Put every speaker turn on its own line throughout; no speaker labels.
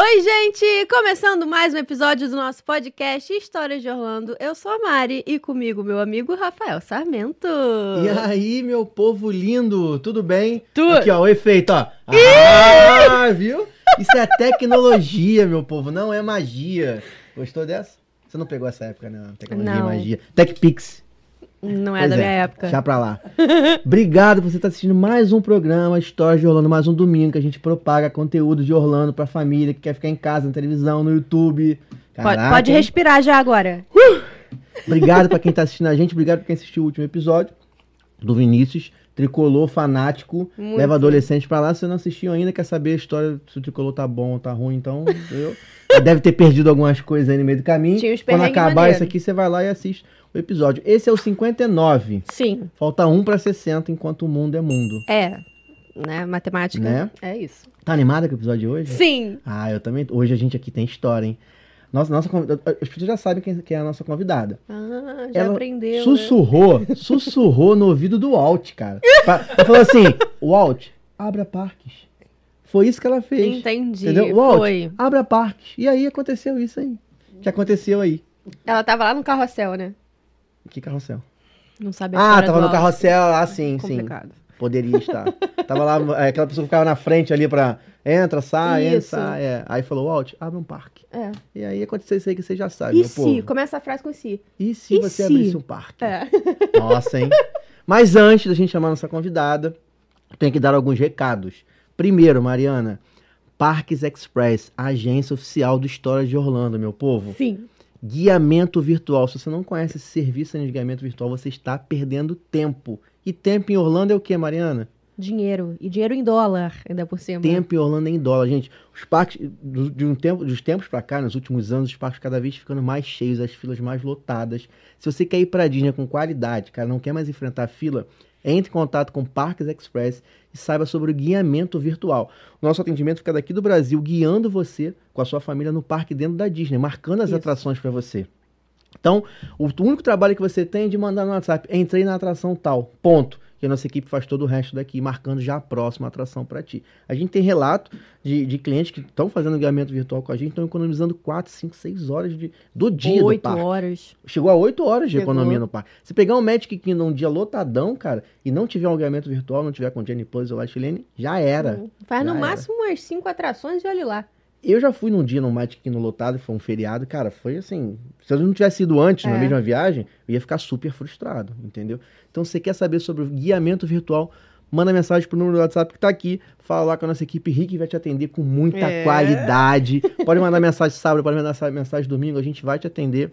Oi, gente! Começando mais um episódio do nosso podcast Histórias de Orlando. Eu sou a Mari e comigo meu amigo Rafael Sarmento.
E aí, meu povo lindo, tudo bem?
Ah. Tu-
Aqui, ó, o efeito, ó. Ah, viu? Isso é tecnologia, meu povo, não é magia. Gostou dessa? Você não pegou essa época, né? Tecnologia
Não.
e magia. TechPix.
Não é
Pois
da minha época.
Deixa pra lá. Obrigado por você estar assistindo mais um programa Histórias de Orlando, mais um domingo que a gente propaga conteúdo de Orlando pra família que quer ficar em casa, na televisão, no YouTube.
Pode,
Caraca,
pode
hein?
respirar já agora.
Obrigado pra quem tá assistindo a gente, obrigado pra quem assistiu o último episódio do Vinícius. Tricolor fanático,
Muito.
leva adolescente pra lá. Se você não assistiu ainda, quer saber a história se o tricolor tá bom ou tá ruim, então eu. Deve ter perdido algumas coisas aí no meio do caminho.
Tinha uns
Quando
perrengues
acabar
maneiros.
isso aqui, você vai lá e assiste o episódio. Esse é o 59.
Sim,
Falta um pra 60, enquanto o mundo é mundo.
é. Né? Matemática
Né?
é isso.
Tá animada com o episódio de hoje?
Sim.
Ah, eu também. Hoje a gente aqui tem história, hein? Nossa, nossa convidada. As pessoas já sabem quem quem é a nossa convidada.
Ah, já
Ela
aprendeu. né?
Sussurrou, sussurrou no ouvido do Walt, cara. Pa- Ela falou assim: Walt, abra parques. Foi isso que ela fez.
Entendi.
Entendeu? Walt,
Foi.
abra parques. E aí aconteceu isso aí. Que aconteceu aí.
Ela tava lá no carrossel, né?
Que carrossel.
Não sabe a
Ah,
história
tava
do
no
Alce.
carrossel lá, sim, sim.
Complicado.
Poderia estar. tava lá, é, aquela pessoa que ficava na frente ali pra entra, sai, entra,
Isso.
sai. é. Aí falou, Walt, abre um parque.
É.
E aí aconteceu isso aí que você já sabe,
E
meu povo.
se? Começa a frase com se.
E se
E
você
se?
abrisse um parque?
É.
Nossa, hein? Mas antes da gente chamar nossa convidada, tem que dar alguns recados. Primeiro, Mariana, Parques Express, a agência oficial do História de Orlando, meu povo.
Sim.
Guiamento virtual. Se você não conhece esse serviço de guiamento virtual, você está perdendo tempo. E tempo em Orlando é o que, Mariana?
Dinheiro. E dinheiro em dólar, ainda por cima.
Tempo em Orlando é em dólar, gente. Os parques, do- de um tempo, dos tempos pra cá, nos últimos anos, os parques cada vez ficando mais cheios, as filas mais lotadas. Se você quer ir pra Disney com qualidade, cara, não quer mais enfrentar a fila, entre em contato com Parques Express e saiba sobre o guiamento virtual. O nosso atendimento fica daqui do Brasil, guiando você com a sua família no parque dentro da Disney, marcando as
Isso.
atrações pra você. Então, o único trabalho que você tem é de mandar no WhatsApp, entrei na atração tal, ponto. Que a nossa equipe faz todo o resto daqui, marcando já a próxima atração pra ti. A gente tem relato de, de clientes que estão fazendo guiamento virtual com a gente, estão economizando 4, 5, 6 horas de, do dia do
Oito
parque.
horas.
Chegou a 8 horas de
Chegou.
economia no parque. Se pegar um Magic Kingdom um dia lotadão, cara, e não tiver um guiamento virtual, não tiver com Jenny Plus ou Light Lane, já era.
Hum. Faz no
Já era.
máximo umas cinco atrações e olha lá.
Eu já fui num dia num Magic Kingdom lotado, foi um feriado, cara, foi assim. Se eu não tivesse ido antes, na
É.
mesma viagem, eu ia ficar super frustrado, entendeu? Então, se você quer saber sobre o guiamento virtual, manda mensagem pro número do WhatsApp que tá aqui, fala lá com a nossa equipe Rick vai te atender com muita
É.
qualidade. Pode mandar mensagem sábado, pode mandar mensagem domingo, a gente vai te atender.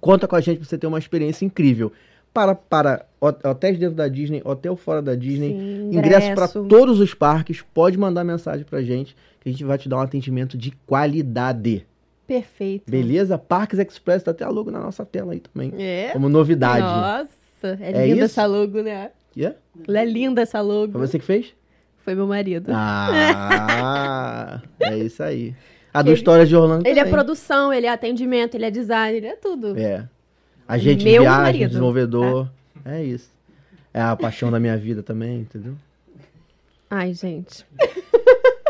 Conta com a gente pra você ter uma experiência incrível. Para, para hot- hotéis dentro da Disney, hotel fora da Disney,
Sim,
ingresso para
ingresso.
todos os parques. Pode mandar mensagem pra gente que a gente vai te dar um atendimento de qualidade.
Perfeito.
Beleza? Parques Express tá até a logo na nossa tela aí também.
É.
Como novidade.
Nossa, é,
É
linda
isso?
essa logo, né?
E é?
Ela é linda essa logo.
Foi você que fez?
Foi meu marido.
Ah, é isso aí. A do
Ele-
História de Orlando
ele é
também.
produção, ele é atendimento, ele é design, ele é tudo.
É. Agente de
Meu
viagem,
marido.
desenvolvedor. É isso. É a paixão da minha vida também, entendeu?
Ai, gente.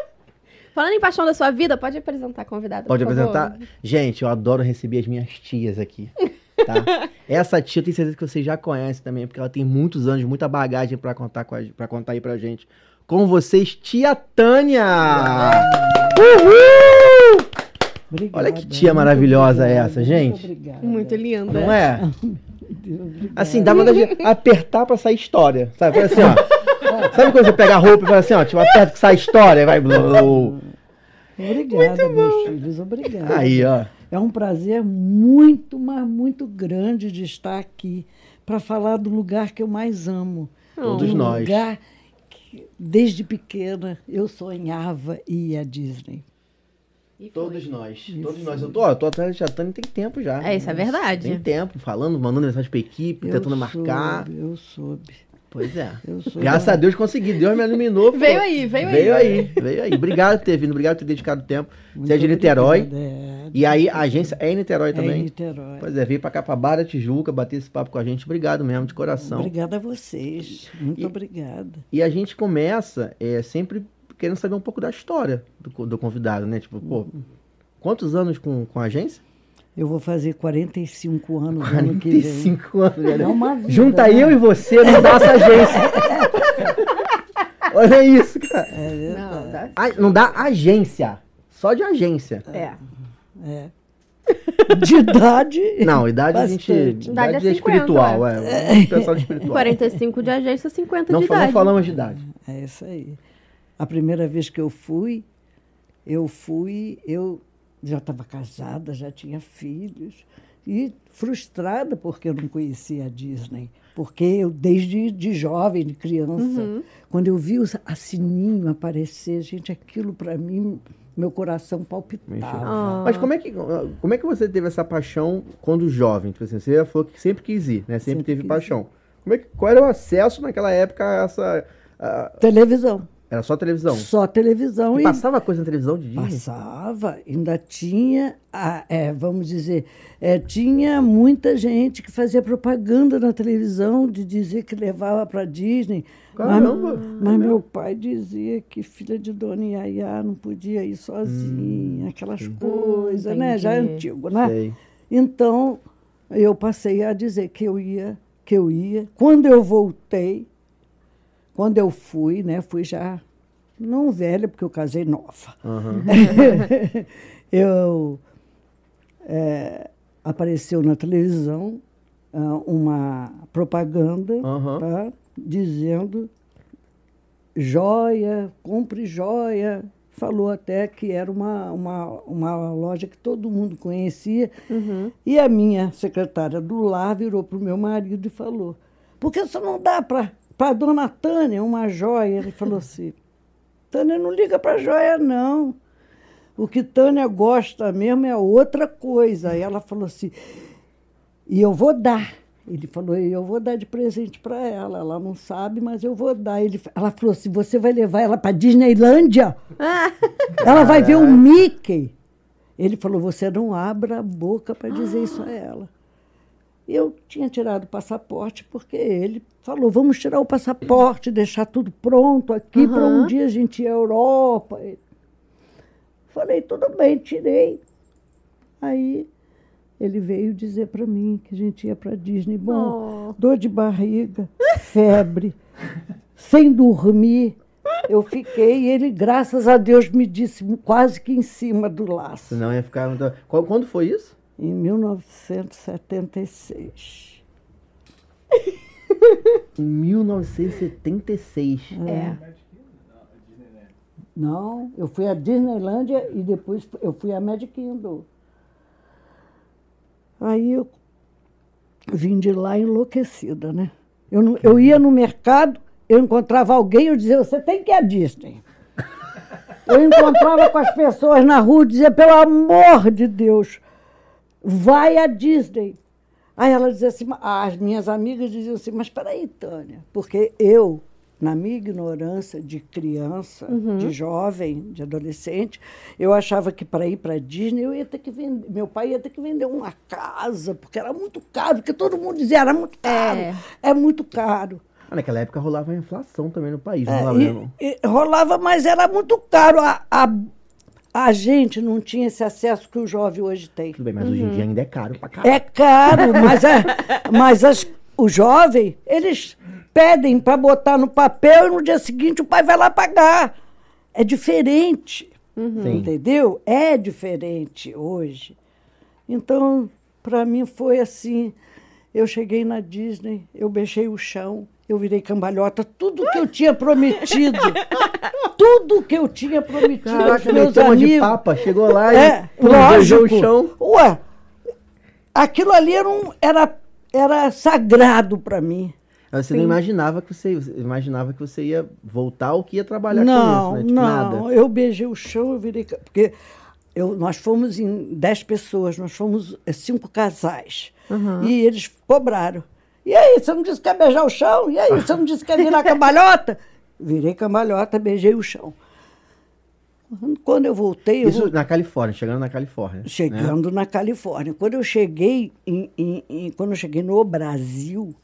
Falando em paixão da sua vida, pode apresentar a convidada.
Pode
por
apresentar?
favor?
Gente, eu adoro receber as minhas tias aqui. tá? Essa tia eu tenho certeza que vocês já conhecem também, porque ela tem muitos anos, muita bagagem pra contar para contar aí pra gente. Com vocês, tia Tânia! Uhul!
Obrigada.
Olha que tia maravilhosa
obrigada,
essa, gente.
Muito obrigada.
Muito linda.
Não é?
Meu Deus, obrigada.
Assim, dá vontade de apertar pra sair história. Sabe? Faz assim, ó. Sabe quando você pega a roupa e fala assim, ó, tipo, aperta que sai história, vai. blá, blá, blá.
Obrigada, meus filhos, obrigada.
Aí, ó.
É um prazer muito, mas muito grande de estar aqui para falar do lugar que eu mais amo.
Todos
um
nós.
lugar que, desde pequena, eu sonhava e ia à Disney.
Todos nós. Todos nós. Eu tô, ó, eu tô atrás da Tânia tem tempo já.
É, isso é verdade.
Tem tempo, falando, mandando mensagem pra equipe, tentando
eu
marcar.
Soube, eu soube.
Pois é.
Eu sou
Graças
da-
a Deus consegui. Deus me iluminou. pô.
Veio aí, veio aí.
Veio aí, veio aí. Obrigado por ter vindo, obrigado por ter dedicado tempo. Você é de Niterói.
obrigada, é.
E aí, a agência é em Niterói também.
É em Niterói.
Pois é, veio pra Capabara, Tijuca, bater esse papo com a gente. Obrigado mesmo, de coração.
Obrigada a vocês. Muito obrigada.
E a gente começa é, sempre querendo saber um pouco da história do, co- do convidado, né? Tipo, pô, quantos anos com, com a agência?
Uhum. Eu vou fazer 45 anos ano que vem.
45 anos, velho.
É uma vida,
Junta
né?
eu e você na nossa agência. Olha isso, cara.
É.
Não, tá.
Ah, não dá agência. Só de agência.
É.
De idade.
Não, idade a gente.
Bastante.
Idade,
Idade é
é
50,
espiritual, é. O pessoal de espiritual.
45 de agência, 50
não,
de
fa- não
idade.
falamos de idade.
É isso aí. A primeira vez que eu fui, eu fui, eu já estava casada, já tinha filhos e frustrada porque eu não conhecia a Disney. Porque eu, desde de jovem, de criança, quando eu vi os- a sininho aparecer, gente, aquilo para mim, meu coração palpitava.
Ah.
Mas como é, que, como é que você teve essa paixão quando jovem? Tipo assim, você já falou que sempre quis ir, né? Sempre,
Sempre
teve
quis
paixão. Como é que, qual era o acesso naquela época a essa. a-
Televisão.
era só televisão.
Só televisão
E
e
passava coisa na televisão de Disney?
Passava, ainda tinha, a- é, vamos dizer, é, tinha muita gente que fazia propaganda na televisão de dizer que levava para Disney. Mas-
Caramba,
Mas, meu pai dizia que filha de Dona Yaya não podia ir sozinha, aquelas coisas, né? Já é antigo, né?
Sei.
Então, eu passei a dizer que eu ia, que eu ia. Quando eu voltei, quando eu fui, né? Fui já, não velha, porque eu casei nova. eu eh, apareceu na televisão ah, uma propaganda
Aham.
tá, dizendo joia, compre joia. Falou até que era uma, uma, uma loja que todo mundo conhecia. E a minha secretária do lar virou para o meu marido e falou: Por que isso não dá para a dona Tânia uma joia? Ele falou assim: Tânia não liga para joia, não. O que Tânia gosta mesmo é outra coisa. Aí ela falou assim: e eu vou dar. Ele falou, e eu vou dar de presente para ela. Ela não sabe, mas eu vou dar. Ele, ela falou assim, você vai levar ela para Disneylândia?
Ah,
ela vai ver o Mickey. Ele falou, você não abra a boca para dizer isso a ela. Eu tinha tirado o passaporte porque ele falou, vamos tirar o passaporte, deixar tudo pronto aqui para um dia a gente ir à Europa. Falei, tudo bem, tirei. Aí ele veio dizer para mim que a gente ia para Disney. Bom, dor de barriga, febre, sem dormir. Eu fiquei e ele, graças a Deus, me disse quase que em cima do laço.
Senão ia ficar. muito- Qu- Quando foi isso?
Em 1976.
Em 1976.
É.
Não, eu fui à Disneylândia e depois eu fui à Magic Kingdom. Aí eu vim de lá enlouquecida, né? Eu, não- eu ia no mercado, eu encontrava alguém, eu dizia, você tem que ir à Disney. Eu encontrava com as pessoas na rua, eu dizia, pelo amor de Deus, vai à Disney. Aí ela dizia assim, "Ma- as minhas amigas diziam assim, mas peraí, Tânia, porque eu, na minha ignorância de criança, de jovem, de adolescente, eu achava que para ir para Disney eu ia ter que vender, meu pai ia ter que vender uma casa, porque era muito caro, porque todo mundo dizia, era muito caro, é, muito caro.
Ah, naquela época rolava a inflação também no país, não
É,
rolava,
e-
né, não?
e rolava, mas era muito caro. A, a, a gente não tinha esse acesso que o jovem hoje tem.
Tudo bem, mas hoje em
Uhum.
dia ainda é caro pra caralho.
É caro, mas, a, mas as, o jovem, eles pedem para botar no papel e no dia seguinte o pai vai lá pagar. É diferente.
Sim.
Entendeu? É diferente hoje. Então, para mim foi assim. Eu cheguei na Disney, eu beijei o chão, eu virei cambalhota, tudo que eu tinha prometido. tudo que eu tinha prometido aos
Caraca,
meus
meteu uma de
amigos.
papa, chegou lá e
É,
pum, beijou
lógico.
o chão.
Ué, aquilo ali era, um- era, era sagrado para mim.
Ah, Você não imaginava que você, você imaginava que você ia voltar ou que ia trabalhar
não,
com isso, né? Tipo,
não.
nada.
Eu beijei o chão, eu virei. ca- Porque eu, nós fomos em dez pessoas, nós fomos eh, cinco casais. E eles cobraram. E aí, você não disse que quer beijar o chão? E aí, você não disse que quer virar cambalhota? Virei cambalhota, beijei o chão. Quando eu voltei, eu
Isso
voltei-
na Califórnia, chegando na Califórnia. né?
Chegando na Califórnia. Quando eu cheguei em, em- em- quando eu cheguei no Brasil,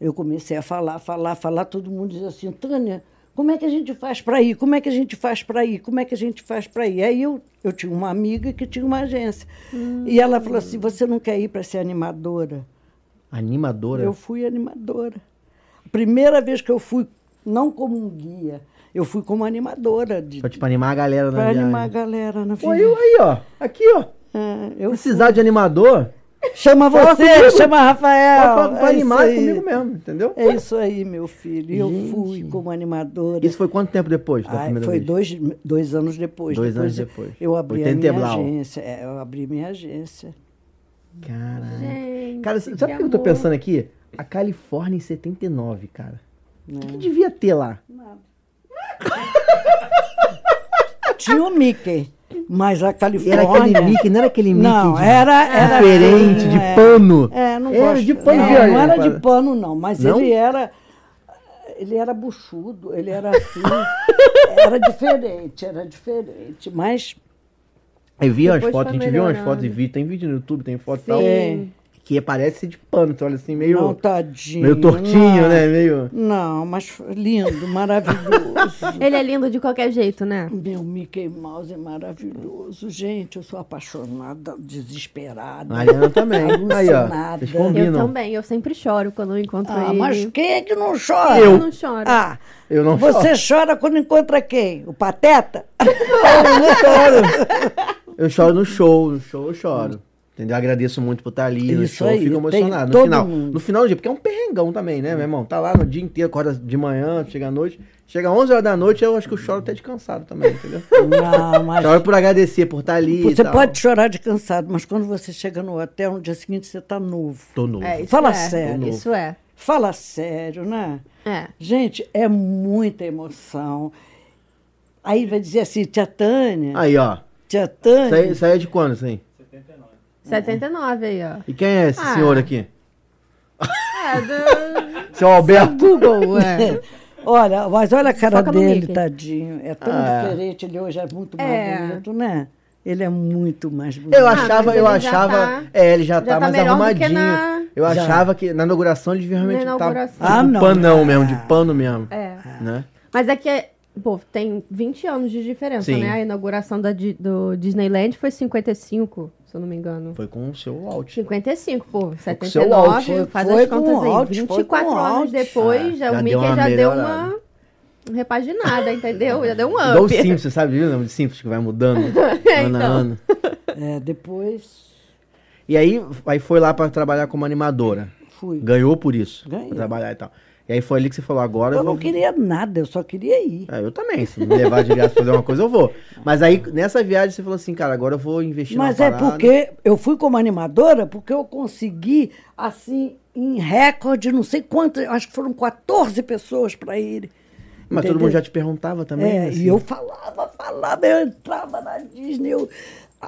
eu comecei a falar, falar, falar. Todo mundo dizia assim, Tânia, como é que a gente faz para ir? Como é que a gente faz para ir? Como é que a gente faz para ir? Aí eu, eu tinha uma amiga que tinha uma agência.
Hum.
E ela falou assim, você não quer ir para ser animadora?
Animadora.
Eu fui animadora. A primeira vez que eu fui, não como um guia, eu fui como animadora. De,
Pra, tipo, animar a galera na
para
viagem.
animar a galera na
Pô,
viagem.
eu aí, ó. Aqui, ó.
É, eu
Precisar de animador
Chama
Fala
você,
comigo.
chama Rafael.
pra, pra
é
animar
isso aí.
comigo mesmo, entendeu?
É isso aí, meu filho. E Eu
Gente.
fui como animadora.
Isso foi quanto tempo depois da
Ah,
primeira
foi
vez?
dois, dois anos depois.
Dois anos
eu-
depois.
Eu abri a
80
minha
e blau.
agência. É, eu abri minha agência.
Caraca.
Gente,
Cara, sabe o que eu
amor.
tô pensando aqui? A Califórnia em 79, cara. O
É.
que, que devia ter lá?
Tinha o Mickey, mas a
Era
Califórnia...
aquele Mickey, não era aquele Mickey
Não,
de-
era... era
diferente,
assim,
de
é.
pano.
É, não
Era
gosto.
de pano,
não,
viu?
não era de pano, não. Mas
Não?
ele era... Ele era buchudo, ele era assim... era diferente, era diferente. Mas...
Eu vi umas
Depois
fotos, a
foi
gente viu umas
melhorando.
fotos e vídeo, tem vídeo no YouTube, tem foto e tal.
Tem.
Que parece de pano, tu olha assim, meio,
Não, tadinho.
meio tortinho,
não.
né? Meio.
Não, mas foi lindo, maravilhoso.
Ele é lindo de qualquer jeito, né?
Meu Mickey Mouse é maravilhoso. Gente, eu sou apaixonada, desesperada.
Mariana também. Aí, ó.
Alucinada.
Vocês
Eu
Eu
combinam.
também, eu sempre choro quando eu encontro
Ah,
ele.
mas quem é que não chora?
Eu não choro.
Ah,
Eu não
você chora quando encontra quem? O Pateta?
Eu choro no show, no show eu choro. Entendeu? Eu Agradeço muito por estar ali, no
Isso
show
aí,
eu fico
tem
emocionado. No
todo
final,
mundo.
no final do dia, porque é um perrengão também, né, meu irmão? Tá lá no dia inteiro, acorda de manhã, chega à noite. Chega 11 horas da noite, eu acho que eu choro até de cansado também, entendeu?
Não, mas.
choro por agradecer, por estar ali e
Você
tal.
pode chorar de cansado, mas quando você chega no hotel, no dia seguinte você tá novo.
Tô novo.
É, isso
Fala
é,
sério.
Isso é.
Fala sério, né?
É.
Gente, é muita emoção. Aí vai dizer assim, tia Tânia,
Aí, ó.
tia Tânia.
Isso aí, isso aí é de quando, assim?
79 aí, ó.
E quem é esse
Ah.
senhor aqui?
É, do
Seu Alberto.
Google, é.
Olha, mas olha a cara
Foca no
dele,
Mickey.
tadinho. É tão
Ah, é.
diferente, ele hoje é muito mais
É.
bonito, né? Ele é muito mais bonito.
Eu achava,
Ah, mas
eu
ele já
achava.
tá-
é, ele já,
já
tá,
tá
mais
melhor do que
arrumadinho.
na-
Eu
Já.
achava que na inauguração ele devia realmente
Na
estar.
inauguração.
Ah, não.
panão mesmo, de pano mesmo.
É.
Né?
Mas é que, é- pô, tem 20 anos de diferença,
Sim.
né? A inauguração da, Di- do Disneyland foi 55, se eu não me engano.
Foi com o seu out.
55, pô,
com seu
79,
Walt.
faz
Foi
as contas
com
aí.
o Walt, foi
24
com o
anos
Walt.
depois,
Ah,
já,
já
o
deu
Mickey
uma
já deu
melhorada.
uma repaginada, entendeu? Já deu um
Igual o
up.
Simpsons, sabe? Viu né? o nome de Simpsons que vai mudando ano a
então.
ano.
É, depois
E aí, aí foi lá pra trabalhar como animadora.
fui.
Ganhou por isso.
Ganhei.
Pra trabalhar e tal. E aí foi ali que você falou, agora eu,
Eu
vou...
não queria nada, eu só queria ir.
É, eu também, se me levar de graça pra fazer uma coisa, eu vou. Mas aí, nessa viagem, você falou assim, cara, agora eu vou investir
Mas
numa
é
parada.
porque eu fui como animadora, porque eu consegui, assim, em recorde, não sei quantas, acho que foram 14 pessoas para ir.
Mas todo
entendeu?
mundo já te perguntava também.
É,
assim.
e eu falava, falava, eu entrava na Disney, eu-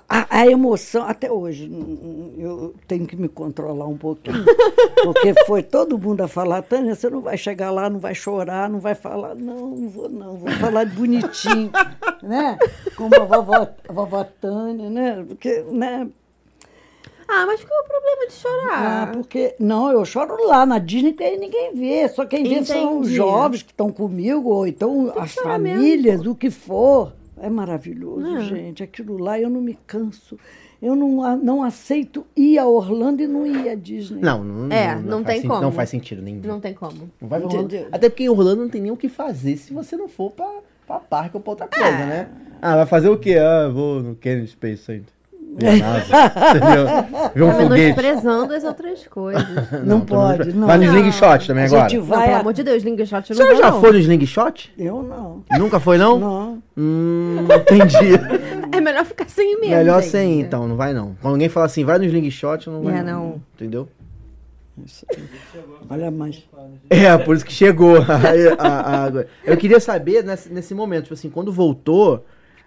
a, a emoção, até hoje, hum, eu tenho que me controlar um pouquinho, porque foi todo mundo a falar, Tânia, você não vai chegar lá, não vai chorar, não vai falar, não, não vou não, vou falar de bonitinho, né? Como a vovó, a vovó Tânia, né? Porque, né?
Ah, mas qual é o problema de
Ah,
chorar?
porque, não, eu choro lá na Disney que aí ninguém vê, só quem vê são os
Entendi.
jovens que estão comigo, ou então as famílias, o que for. É maravilhoso, gente. Aquilo lá eu não me canso. Eu não, a- não aceito ir a Orlando e não ir à Disney.
Não, não,
É, não
faz
tem
sen-
como.
Não faz sentido nenhum.
Não tem como.
Não vai pra
Entendeu?
Orlando. Até porque em Orlando não tem nem o que fazer se você não for pra pra parque ou pra outra coisa, né? Ah, vai fazer o quê? Ah, vou no Kennedy Space Center. Ver a NASA, entendeu? Ver um
Tá
foguete.
menosprezando as outras coisas.
Não,
Não
tô menos-
pode, não.
Vai no
Não.
slingshot também
A
agora.
gente
Não,
vai.
pelo
a-
amor de Deus, Slingshot não
Você
vai,
já
não.
foi no slingshot?
Eu não.
Nunca foi, não?
Não.
Hum, entendi.
É melhor ficar sem mesmo,
Melhor
gente.
sem ir, então, não vai não. Quando alguém fala assim, vai no slingshot, não vai
É, não.
Entendeu?
Olha, mas.
É, por isso que chegou a, a- a água. Eu queria saber, nesse, nesse momento, tipo assim, quando voltou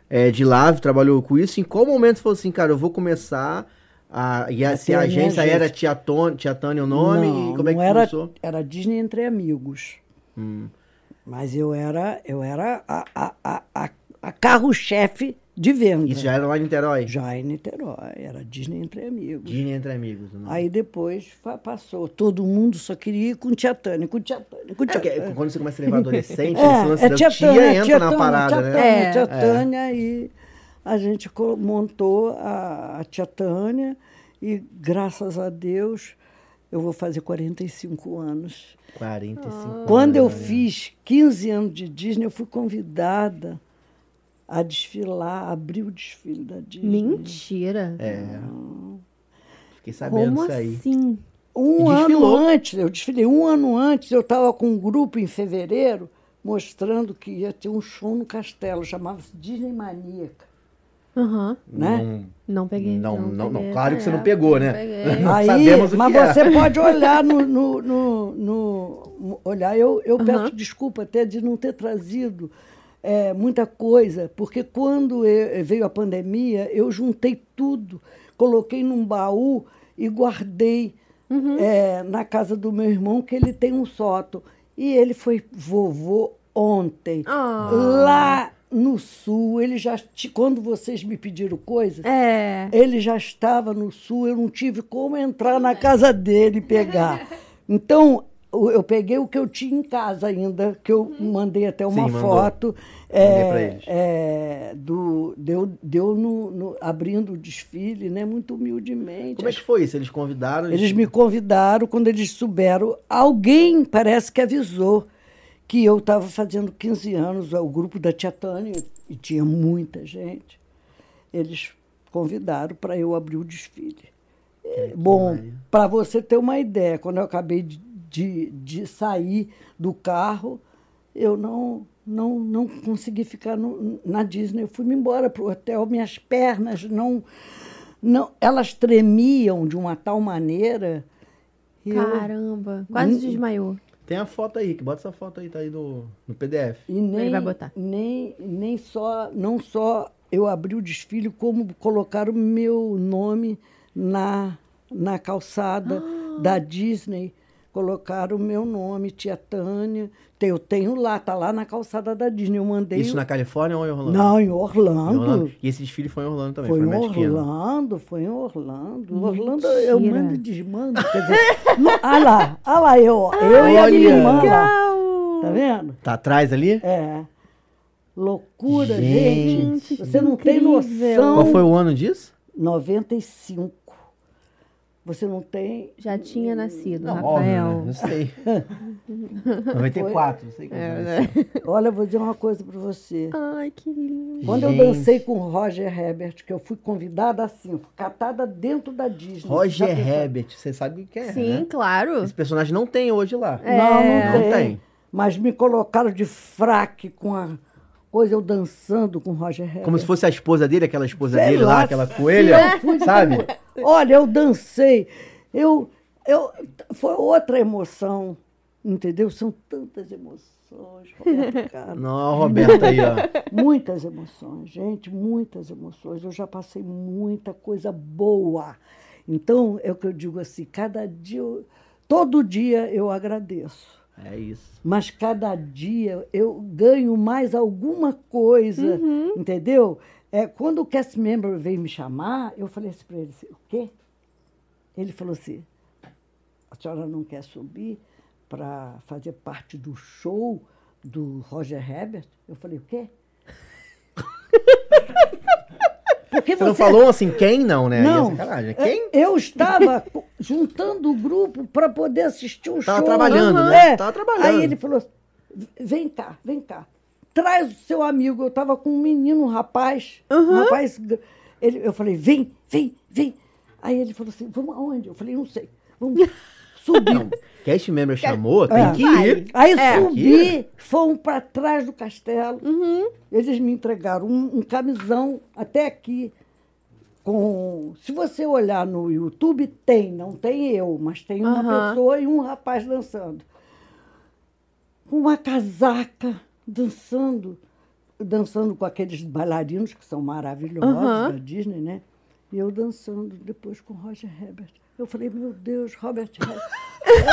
é, de lá, trabalhou com isso, em qual momento você falou assim, cara, eu vou começar a... E a,
A
se a
ter a minha
agência era
agência.
Tia Tony- Tia Tânia o nome,
não,
e como é que
não era,
começou? Hum.
era Disney entre amigos. Mas eu era, eu era a, a, a, a, a carro-chefe de venda.
Isso já era lá em Niterói?
Já em Niterói, era Disney entre amigos.
Disney entre amigos. né? É Não.
Aí depois fa- passou. Todo mundo só queria ir com tia Tânia, com tia Tânia, com
É,
tia
que
Tânia.
quando você começa a levar adolescente, esse lance
É, é
da
tia Tânia,
entra
tia
na
Tânia,
parada,
tia
né?
Tânia,
É.
tia Tânia, e a gente co- montou a, a tia Tânia e, graças a Deus, eu vou fazer 45 anos.
45
Quando eu
anos, né?
fiz 15 anos de Disney, eu fui convidada a desfilar, abrir o desfile da Disney.
Mentira.
Fiquei sabendo
Como
isso É, aí.
assim?
Um
E
ano
desfilou.
antes, eu desfilei um ano antes, eu estava com um grupo em fevereiro mostrando que ia ter um show no castelo, chamava-se Disney Maníaca,
Aham.
né?
Não,
Não peguei.
não, não, não.
peguei.
Claro que você
É,
não pegou, né?
peguei.
Não
Aí,
sabemos o
mas
que é.
você pode olhar no, no, no- no- olhar, eu, eu peço desculpa até de não ter trazido é, muita coisa, porque quando eu- veio a pandemia, eu juntei tudo, coloquei num baú e guardei é, na casa do meu irmão, que ele tem um sótão. E ele foi vovô ontem.
Ah.
Lá no sul, ele já. ti- Quando vocês me pediram coisa,
É.
ele já estava no sul, eu não tive como entrar na casa dele e pegar. Então, o- eu peguei o que eu tinha em casa ainda, que eu mandei até uma
Sim, mandou.
foto.
Mandei pra eles.
é, do, deu deu no, no- abrindo o desfile, né? Muito humildemente.
Como é que foi isso? Eles convidaram.
Eles me convidaram, quando eles souberam, alguém parece que avisou que eu estava fazendo 15 anos, o grupo da Tia Tânia, e tinha muita gente. Eles convidaram para eu abrir o desfile. É, Bom, para você ter uma ideia, quando eu acabei de, de, de sair do carro, eu não, não, não consegui ficar no- na Disney. Eu fui me embora para o hotel, minhas pernas não, não. Elas tremiam de uma tal maneira. e eu-
Caramba.
Hum.
Quase desmaiou.
Tem a foto aí, que bota essa foto aí, tá aí no, no PDF.
E nem,
vai botar.
Nem, nem só, não só eu abri o desfile, como colocaram o meu nome na, na calçada
Ah.
da Disney. Colocaram o meu nome, Tia Tânia. Tem- Eu tenho lá, tá lá na calçada da Disney. Eu mandei.
Isso na Califórnia ou em Orlando?
Não, em
Em
Orlando.
Orlando. E esse desfile foi em Orlando também,
Foi
foi,
em
mexicano.
Orlando, foi em Orlando. Orlando eu
Mentira.
mando e desmando. Quer dizer, no- ah lá, ah lá eu, eu e a minha
olha.
irmã lá. Tá vendo?
Tá atrás ali?
É. Loucura,
Gente,
gente. Você não tem
incrível.
noção.
Qual foi o ano disso?
95. Você não tem.
Já tinha nascido,
Óbvio,
Rafael.
né? Não sei. 94, não sei
É,
é. quantos anos.
né?
Olha, eu vou dizer uma coisa para você.
Ai, que lindo.
Quando
Gente.
eu dancei com o Roger Herbert, que eu fui convidada assim, fui catada dentro da Disney.
Roger
Já pensou?
Herbert, você sabe o que é,
Sim, É.
né?
claro.
Esse personagem não tem hoje lá.
Não,
Não
não tem.
tem.
Mas me colocaram de fraque com a coisa, eu dançando com o Roger Herbert.
Como se fosse a esposa dele, aquela esposa
Sei
dele lá, é.
lá, é.
aquela
se
coelha,
eu fui de
sabe?
boa. Olha, eu dancei. Eu, eu, foi outra emoção, entendeu? São tantas emoções, Roberto Carlos.
Não, a Roberta aí, ó.
Muitas emoções, gente, muitas emoções. Eu já passei muita coisa boa. Então, é o que eu digo assim, cada dia, eu- todo dia eu agradeço.
É isso.
Mas cada dia eu ganho mais alguma coisa, entendeu? É, quando o cast member veio me chamar, eu falei assim para ele, assim, o quê? Ele falou assim, a senhora não quer subir para fazer parte do show do Roger Herbert? Eu falei, o quê? Porque
Você não falou assim, quem não, né? Aí é
Não.
sacanagem. Quem?
Eu estava juntando o grupo para poder assistir o
Tava
show.
trabalhando, né?
É.
Tava trabalhando.
Aí ele falou: vem cá, vem cá. traz o seu amigo. Eu estava com um menino, um rapaz. Um
Uhum.
rapaz. gr- Ele, eu falei, vem, vem, vem. Aí ele falou assim, vamos aonde? Eu falei, não sei. Vamos subir.
Cast member chamou, tem
É.
que ir.
Aí
É.
subi, fomos para trás do castelo.
Uhum.
Eles me entregaram um, um camisão até aqui. Com, se você olhar no YouTube, tem, não tem eu, mas tem uma
Aham.
pessoa e um rapaz dançando. Com uma casaca, dançando, dançando com aqueles bailarinos que são maravilhosos
Aham.
da Disney, né? E eu dançando depois com Roger Herbert. Eu falei, meu Deus, Robert Herbert. Eu-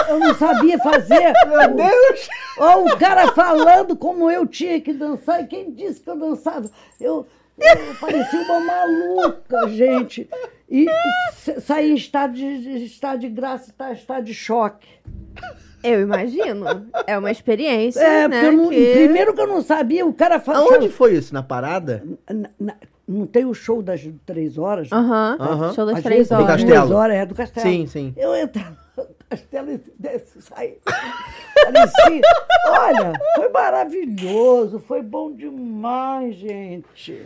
Eu não sabia fazer. Meu Deus! Ou o cara falando como eu tinha que dançar. E quem disse que eu dançava? Eu, eu parecia uma maluca, gente. E sa- saí em estado de, de- estado de graça, tá- estado de choque.
Eu imagino. É uma experiência,
É,
né?
porque eu não-
que-
primeiro que eu não sabia, o cara falava.
Aonde foi isso? Na parada?
Na- na- não tem o show das três horas?
Aham.
Aham.
Show das
Às
três
vezes,
Do
horas.
às
castelo.
três horas, é do castelo.
Sim, sim.
Eu entrava no castelo e desce, saí. Faleci. Olha, foi maravilhoso, foi bom demais, gente.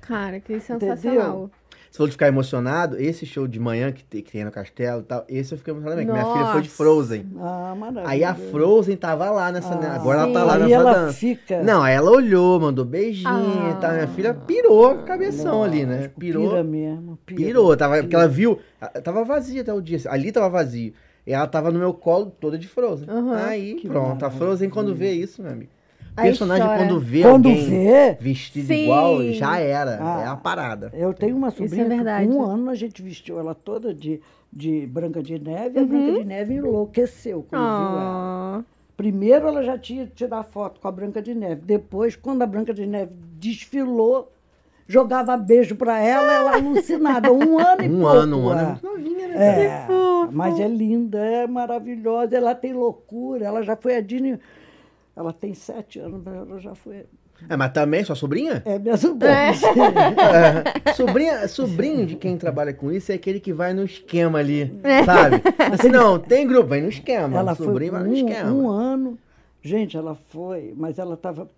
Cara, que sensacional.
sensacional.
Você falou de ficar emocionado, esse show de manhã que te- que tem, no castelo e tal, esse eu fiquei emocionado também, que minha filha foi de
Nossa.
Frozen.
Ah, maravilhoso. Ah,
Aí a Frozen tava lá nessa. né? Agora ela tá lá
Sim.
na
Aí ela
dança.
fica. Ah.
Não, aí ela olhou, mandou beijinho e tal. Minha filha pirou com o cabeção ali, né? Pirou.
Pira mesmo, pira.
Pirou, tá? tava, porque ela viu. a- Tava vazia até o dia. Ali tava vazio. E ela tava no meu colo toda de Frozen. Aí, pronto. A Frozen, quando vê isso, meu amigo. O
Aí
personagem,
chora.
quando vê
Quando
alguém
vê-
vestido
Sim.
igual, já era.
Ah.
É a parada.
Eu tenho uma
é
sobrinha
verdade.
que com um ano a gente vestiu ela toda de, de Branca de Neve. A Branca de Neve enlouqueceu quando viu ela.
Uhum. Ah.
Primeiro ela já tinha que tirar foto com a Branca de Neve. Depois, quando a Branca de Neve desfilou, jogava beijo para ela, ela alucinada. Um ano e
Um
pouco.
ano, um ano é
ah.
muito novinha, né? cara?
É, mas é linda, é maravilhosa, ela tem loucura, ela já foi a Disney. Ela tem sete anos, mas ela já foi.
É, mas também, sua sobrinha? É.
É minha sobrinha. É.
Sobrinha, sobrinho de quem trabalha com isso é aquele que vai no esquema ali, sabe? Assim, não, tem grupo, vai no esquema.
É. Ela foi
sobrinho
com
vai no esquema.
um, um ano. Gente, ela foi, mas ela estava.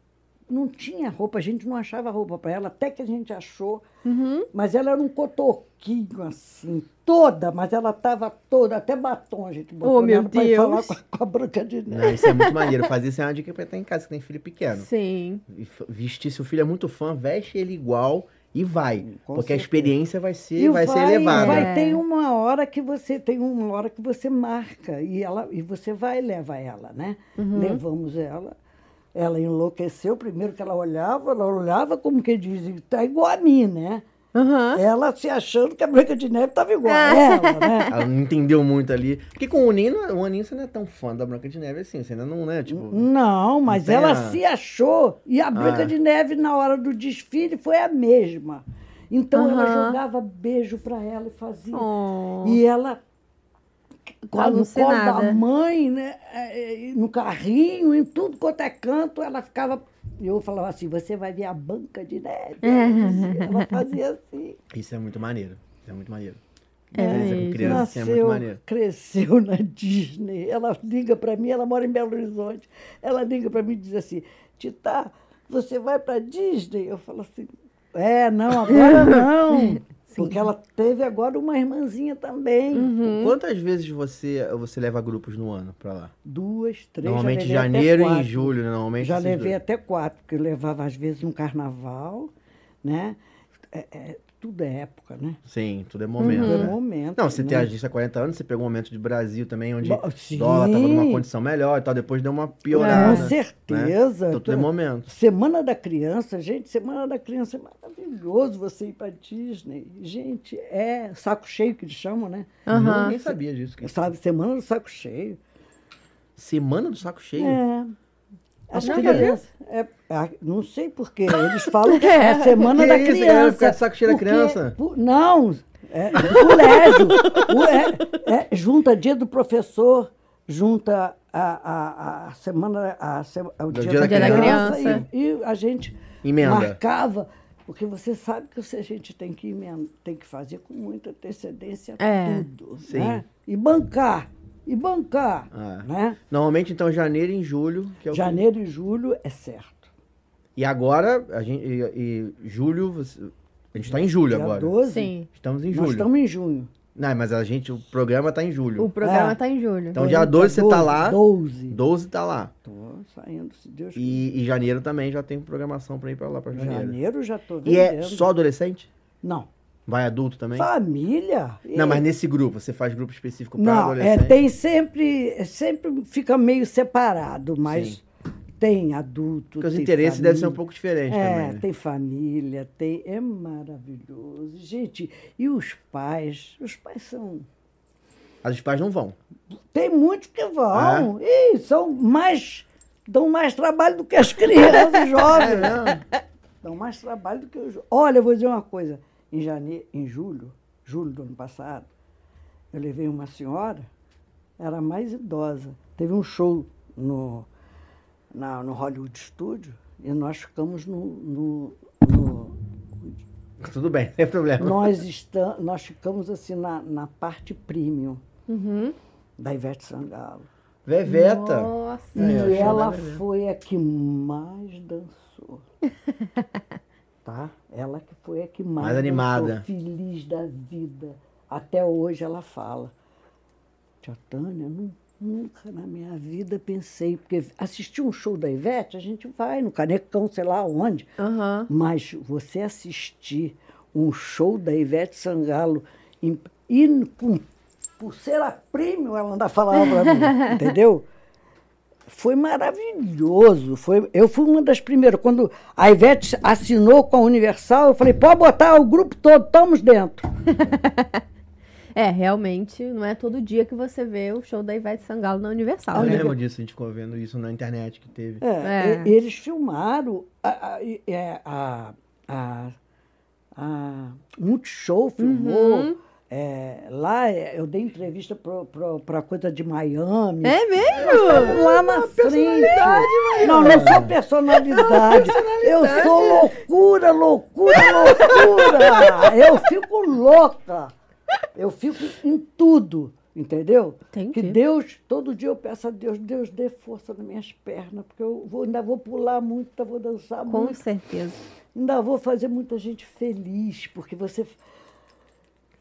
Não tinha roupa, a gente não achava roupa para ela, até que a gente achou.
Uhum.
Mas ela era um cotoquinho assim, toda, mas ela estava toda, até batom a gente botou
Oh, meu
nela pra ir falar
Deus.
com a, com a Branca de Neve.
Não, isso é muito maneiro. Fazer isso é uma dica pra quem tá em casa, que tem filho pequeno.
Sim.
E f- vestir, se o filho é muito fã, veste ele igual e vai.
Com
porque a
certeza.
experiência vai ser,
E
vai, ser elevada.
Vai,
É.
tem uma hora que você tem uma hora que você marca e ela e você vai e leva ela, né?
Uhum.
Levamos ela. Ela enlouqueceu primeiro que ela olhava, ela olhava como que dizem, tá igual a mim, né?
Aham. É.
Ela se achando que a Branca de Neve estava igual a ela, né?
Ela não entendeu muito ali. Porque com o Nino, o Aninho você não é tão fã da Branca de Neve assim. Você ainda não, né? Tipo,
Uhum. Não, mas
Não tem
ela
a-
se achou e a Branca
Ah.
de Neve na hora do desfile foi a mesma. Então
Aham.
ela jogava beijo para ela e fazia.
Oh.
E ela com a, no colo
Alucinada.
da mãe, né? eh, eh, No carrinho, em tudo quanto é canto, ela ficava. E eu falava assim, você vai ver a banca de neve.
É.
Ela dizia- Ela fazia assim.
isso é muito maneiro. Isso é muito maneiro.
É
Experiência com
mesmo.
criança assim, é muito
Nasceu,
maneiro.
cresceu na Disney. Ela liga para mim, ela mora em Belo Horizonte. Ela liga para mim e diz assim: Tita, você vai para Disney? Eu falo assim: É, não, agora não. Porque ela teve agora uma irmãzinha também.
Uhum. Quantas vezes você, você leva grupos no ano pra lá?
Duas, três. já
Normalmente em
levei até
janeiro e em
quatro.
julho, né? normalmente.
Já
esses
levei
dois.
até quatro, porque eu levava às vezes um carnaval, né? É- é- tudo é época, né?
Sim, tudo é momento.
Tudo é
né?
momento.
Não, você
né?
tem agência há 40 anos, você pegou um momento de Brasil também, onde
Bo-
o dólar tava numa
sim.
condição melhor e tal, depois deu uma
Com
piorada. né?
certeza.
Então tudo é momento.
Semana da Criança, gente, Semana da Criança é maravilhoso você ir pra Disney. Gente, é saco cheio que eles chamam, né?
Não, Ninguém sabia disso. que-
Sabe, Semana do Saco Cheio.
Semana do saco cheio.
É. As
Não,
crianças. É, a- não sei porquê. Eles falam que é a semana
Que
da
isso,
criança.
galera, ficar de saco cheio da
porque-
criança?
pu- não, é do colégio. O- é- é, junta dia do professor, junta a, a, a semana, a, se- o dia, da, criança.
criança.
E, e a gente
Emenda.
marcava. Porque você sabe que a gente tem que, emen- tem que fazer com muita antecedência
É.
tudo.
Sim.
Né? E bancar. E bancar.
Ah.
Né?
Normalmente, então, janeiro e em julho, que é o que-
Janeiro e julho é certo.
E agora, a gente, e, e julho, você- a gente tá em julho
Dia
agora.
12?
Sim.
Estamos em
Nós
julho.
estamos em junho.
Não, mas a gente, o programa tá em julho.
O programa
É.
tá em julho.
Então, dia 12 você tá lá.
12.
12 tá lá.
Tô saindo, se Deus quiser.
E, e janeiro também já tem programação pra ir pra lá, pra janeiro.
Janeiro já tô
E é
vendendo.
só adolescente?
Não.
Vai adulto também?
Família?
Não, mas nesse grupo, você faz grupo específico pra
Não, é,
adolescente?
tem sempre, é, sempre fica meio separado, mas
Sim.
tem adulto.
Porque os
tem
interesses devem ser um
família.
pouco diferentes
É,
também, né?
tem família, tem. É maravilhoso. Gente, e os pais? Os pais são.
As os pais não vão.
Tem muitos que vão. E são mais. dão mais trabalho do que as crianças jovens. dão mais trabalho do que os. Olha, eu vou dizer uma coisa. Em janeiro, em julho, julho do ano passado, eu levei uma senhora, era mais idosa. Teve um show no, na- no Hollywood Studio e nós ficamos no- no- no
Tudo bem, não tem problema.
nós, estam, nós ficamos assim na, na parte premium da Ivete Sangalo.
Veveta.
Nossa.
É, eu
e
acho
ela
legal.
foi a que mais dançou. tá? Ela que foi a que mais,
Mais animada.
dançou, feliz da vida. Até hoje ela fala. Tia Tânia, nu- nunca na minha vida pensei, porque assistir um show da Ivete, a gente vai no Canecão, sei lá onde.
Aham.
Mas você assistir um show da Ivete Sangalo em- e com pulseira prêmio, ela ainda falava para mim, entendeu? Foi maravilhoso. Foi, eu fui uma das primeiras. Quando a Ivete assinou com a Universal, eu falei, pode botar o grupo todo, estamos dentro.
É, realmente, não é todo dia que você vê o show da Ivete Sangalo na Universal.
Eu
né?
lembro disso, a gente ficou vendo isso na internet que teve.
É,
É.
e- eles filmaram a, a, e- é, a, a, a Multishow filmou. é, lá é, eu dei entrevista para a coisa de Miami.
É mesmo?
Lá na frente. Não, não sou personalidade. Eu sou loucura, loucura, loucura. Eu fico louca. Eu fico em tudo, entendeu?
Entendi.
Que Deus, todo dia eu peço a Deus, Deus dê força nas minhas pernas, porque eu vou- ainda vou pular muito, ainda vou dançar
Com
muito,
certeza.
ainda vou fazer muita gente feliz, porque você.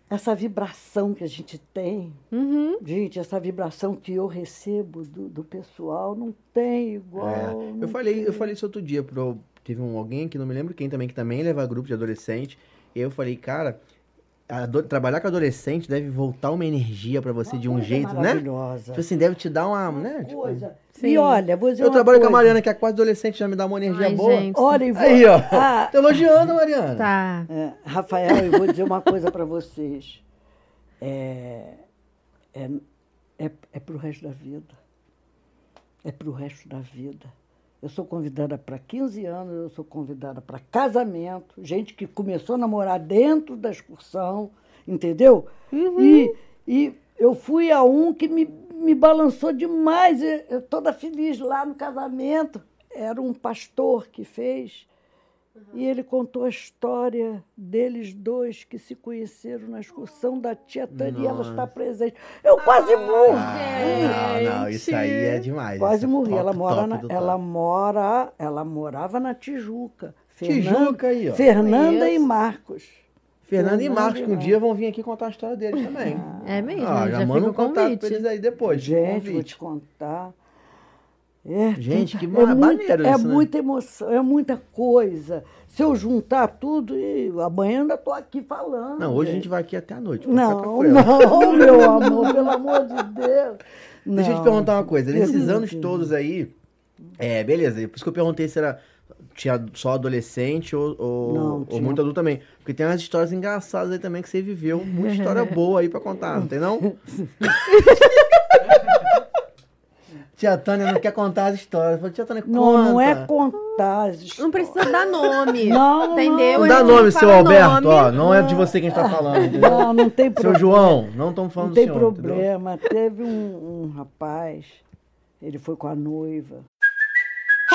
Essa vibração que a gente tem,
Uhum.
Gente, essa vibração que eu recebo do, do pessoal não tem igual.
É.
não
Eu falei, eu
tem.
falei isso outro dia pro teve um alguém que não me lembro quem também que também leva grupo de adolescente. E eu falei, cara, ado- trabalhar com adolescente deve voltar uma energia pra você
Uma
de um
coisa
jeito, né?
maravilhosa.
Tipo assim, deve te dar uma, né? Tipo,
Coisa.
Sim.
E olha, vou dizer
eu
uma
trabalho com a
coisa.
Mariana que é quase adolescente, já me dá uma energia
Ai,
boa.
gente.
Olha, e vou...
Aí, ó.
Ah,
Tô elogiando, Mariana.
Tá.
É, Rafael, eu vou dizer uma coisa para vocês. É, é, é, é para o resto da vida. É para o resto da vida. Eu sou convidada para 15 anos, eu sou convidada para casamento, gente que começou a namorar dentro da excursão, entendeu? E, e eu fui a um que me, me balançou demais, eu, eu toda feliz lá no casamento. Era um pastor que fez. E ele contou a história deles dois que se conheceram na excursão da tia Tânia e ela está presente. Eu quase morri!
Ah, não, não, isso aí é demais.
Quase
isso é
morri.
top,
ela, mora
top
na-
do
ela
top.
mora, ela morava na Tijuca.
Tijuca aí, ó.
Fernanda e
Conheço.
Marcos.
Fernando e
Fernando
Marcos,
e
que um dia vão vir aqui contar a história
Ah,
deles também.
É mesmo.
Ah, já,
já
manda
fica
um
o
contato
convite.
pra eles aí depois. um
Gente, vou
convite.
te contar. É,
Gente, que
é
ma- maneiro
muita, é
isso, né?
muita emoção, é muita coisa. Se eu juntar tudo, e amanhã ainda estou aqui falando.
Não, hoje a
gente.
gente vai aqui até a noite. pra ficar
É. Não,
tranquilo.
não, meu amor, pelo amor de Deus.
Deixa eu
Não. Uhum.
te perguntar uma coisa. Nesses
Pergunte.
anos todos aí, é, beleza. Por isso que eu perguntei se era tinha só adolescente ou, ou,
Não,
ou
tinha.
muito adulto também. Porque tem umas histórias engraçadas aí também que você viveu. Muita história boa aí pra contar, não tem não? Tia Tânia não quer contar as histórias. Falei, Tia Tânia, conta.
Não, não é contar as
Não
histórias.
precisa dar nome.
Não, não.
entendeu?
Não
A
dá
gente
nome, seu
fala
Alberto.
nome.
Ó, não é de você que a gente tá falando. entendeu?
Não, não tem
Seu
problema.
João, não estamos falando
Não
do
tem
senhor. entendeu?
problema. Teve um, um rapaz, ele foi com a noiva.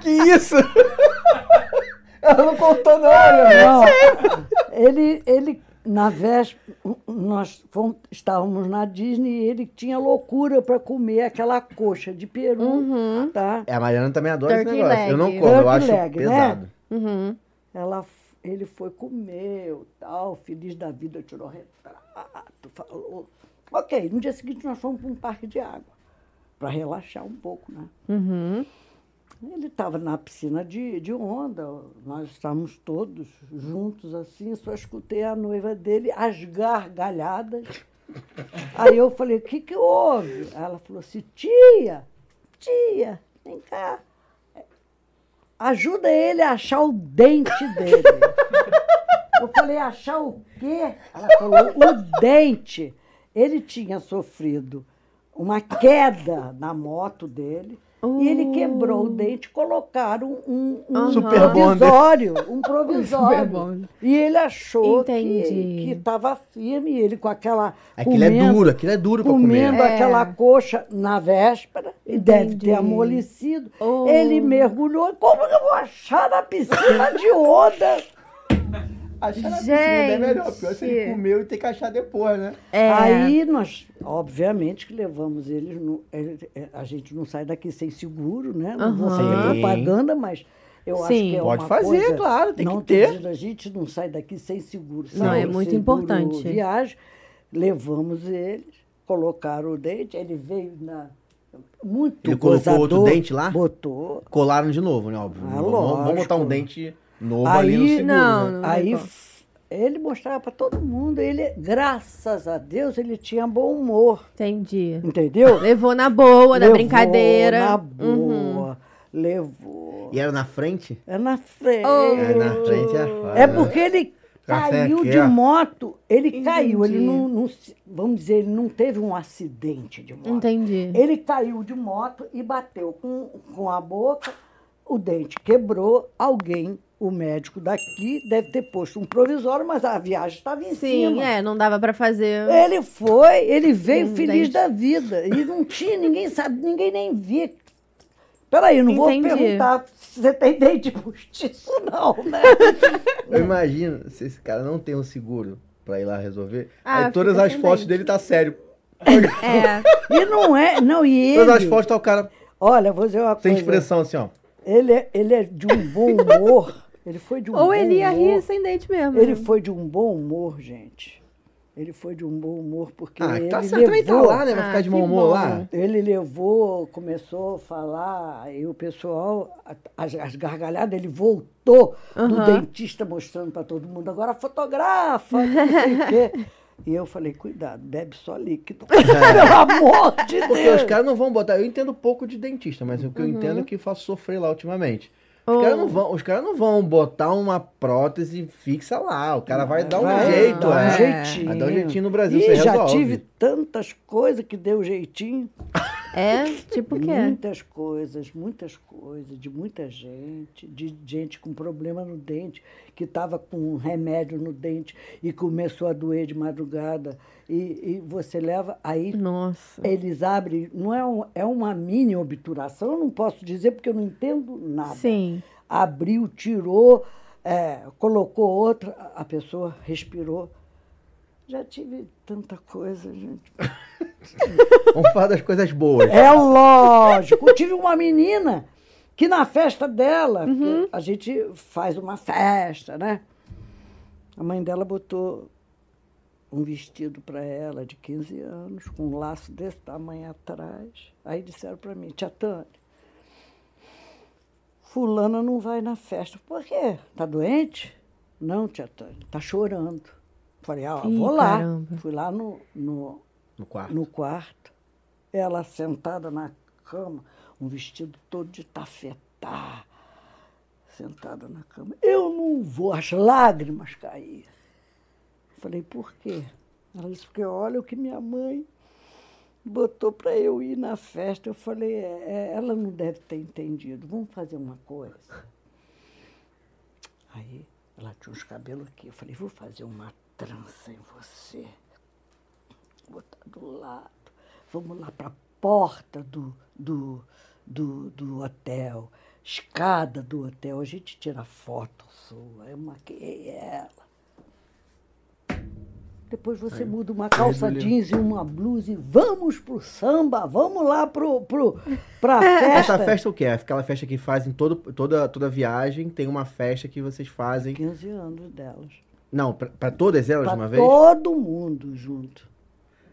Que isso? Ela não contou, não, olha.
Não. Ele, ele, na véspera, nós fomos- estávamos na Disney e ele tinha loucura para comer aquela coxa de peru, tá?
É, a Mariana também adora esse
Turkey
negócio. Eu não
leg.
como, eu
Turkey
acho
leg, né?
pesado.
Ela, ele foi, comeu, tal, feliz da vida, tirou retrato, falou. Ok, no dia seguinte nós fomos para um parque de água, para relaxar um pouco, né? Ele estava na piscina de, de onda, nós estávamos todos juntos assim, só escutei a noiva dele, as gargalhadas. Aí eu falei, o que, que houve? Ela falou assim, tia, tia, vem cá. Ajuda ele a achar o dente dele. Eu falei, achar o quê? Ela falou, o dente. Ele tinha sofrido uma queda na moto dele e ele quebrou o dente, colocaram um, um
Super bonder.
provisório, um
Super
provisório.
bonder.
E ele achou
Entendi.
que estava firme, e ele com aquela
Aquilo é
comendo-
duro, aquilo é duro pra comer.
comendo aquela coxa na véspera e deve ter amolecido.
Oh.
Ele mergulhou. Como que eu vou achar na piscina de onda?
Achar na
piscina é melhor, Gente. pior se ele
comeu e tem que achar depois, né?
É.
Aí nós, obviamente, que levamos eles. no- ele- é, a gente não sai daqui sem seguro, né? Não vou
Aham.
fazer
Sim.
propaganda, mas. Eu acho
Sim.
que é
Pode
uma
fazer,
coisa-
claro, tem que
não tô
ter.
dizendo, a gente não sai daqui sem seguro.
Não,
saúde,
é muito
seguro
importante.
Viagem. Levamos eles, colocaram o dente, ele veio na. Muito
Ele colocou outro
gozador,
dente lá?
Botou.
Colaram de novo, né? Óbvio.
Ah,
Vamos- vamos,
lógico.
botar um dente novo ali
Aí-
no seguro,
Não,
né?
não.
Aí
legal.
f- ele mostrava para todo mundo, ele, graças a Deus, ele tinha bom humor,
Entendi.
entendeu?
Levou na boa, da
Levou
brincadeira.
Na
Uhum.
boa, levou.
E era na frente?
É na frente.
É, na frente é foda,
É
né?
porque ele
Café
caiu
aqui,
de
ó.
moto, ele caiu, ele
Entendi.
não, não se- vamos dizer, ele não teve um acidente de moto.
Hum, Entendi.
Ele caiu de moto e bateu com, com a boca, o dente quebrou, alguém, o médico daqui, deve ter posto um provisório, mas a viagem estava em
Sim,
cima.
é, não dava pra fazer.
Ele foi, ele veio
Um
feliz
dente.
da vida. E não tinha, ninguém sabe, ninguém nem via. Peraí, eu não
Entendi.
vou perguntar se você tem dente postiço, não, né?
Eu imagino se esse cara não tem um seguro pra ir lá resolver.
Ah,
aí todas
fica
as
sem
fotos
dente.
dele tá sério.
É.
E não é, não, e ele...
Todas as fotos tá o cara
Olha, vou dizer uma
sem
é.
coisa.
expressão, assim, ó.
Ele é, ele é de um bom humor. Ele foi de um bom
Ou ele ia
humor.
rir sem dente mesmo.
Ele foi de um bom humor, gente. Ele foi de um bom humor, porque
Ah,
ele
tá certo. Também tá
levou...
lá, né? Vai
Ah,
ficar de
que
mau humor
bom.
lá.
Ele levou, começou a falar, e o pessoal, a- as, as gargalhadas, ele voltou do dentista mostrando para todo mundo, agora fotografa, não sei o quê. E eu falei, cuidado, bebe só líquido. Pelo amor de Deus!
Porque os caras não vão botar. Eu entendo pouco de dentista, mas o que eu
Uhum.
entendo é que faço sofrer lá ultimamente. Os
Oh.
caras não vão, os caras não vão botar uma prótese fixa lá. O cara vai dar um
Vai
jeito,
dar um
é.
jeitinho.
Vai dar um jeitinho no Brasil,
Ih,
você
já
resolve.
tive tantas coisas que deu jeitinho.
É? Tipo o quê?
Muitas coisas, muitas coisas, de muita gente, de gente com problema no dente, que estava com um remédio no dente e começou a doer de madrugada. E, e você leva, aí
Nossa.
eles abrem, não é, um- é uma mini obturação, eu não posso dizer porque eu não entendo nada.
Sim.
Abriu, tirou, é, colocou outra, a- a pessoa respirou. Já tive tanta coisa, gente.
Vamos falar das coisas boas.
É lógico. Eu tive uma menina que na festa dela,
Uhum.
que a gente faz uma festa, né? A mãe dela botou um vestido para ela de 15 anos, com um laço desse tamanho atrás. Aí disseram para mim, tia Tânia, fulana não vai na festa. Por quê? Tá doente? Não, tia Tânia, tá chorando. Falei, ah,
Ih,
vou lá.
caramba.
Fui lá no- no,
No quarto.
no quarto. Ela sentada na cama, um vestido todo de tafetá, sentada na cama. Eu não vou, as lágrimas caíam. Falei, por quê? Ela disse, porque olha o que minha mãe botou para eu ir na festa. Eu falei, "É, é, ela não deve ter entendido, vamos fazer uma coisa. Aí ela tinha uns cabelos aqui. Eu falei, vou fazer uma trança em você. Botar do lado. Vamos lá para a porta do, do, do, do hotel, escada do hotel. A gente tira foto sua. Eu maquiei ela. Depois você muda uma calça jeans e uma blusa e vamos pro samba, vamos lá pro, pro, pra festa.
Essa festa é o quê? É Aquela festa que fazem todo, toda, toda viagem, tem uma festa que vocês fazem.
15 anos delas.
Não, pra, pra todas elas de
Pra
uma vez?
todo mundo junto.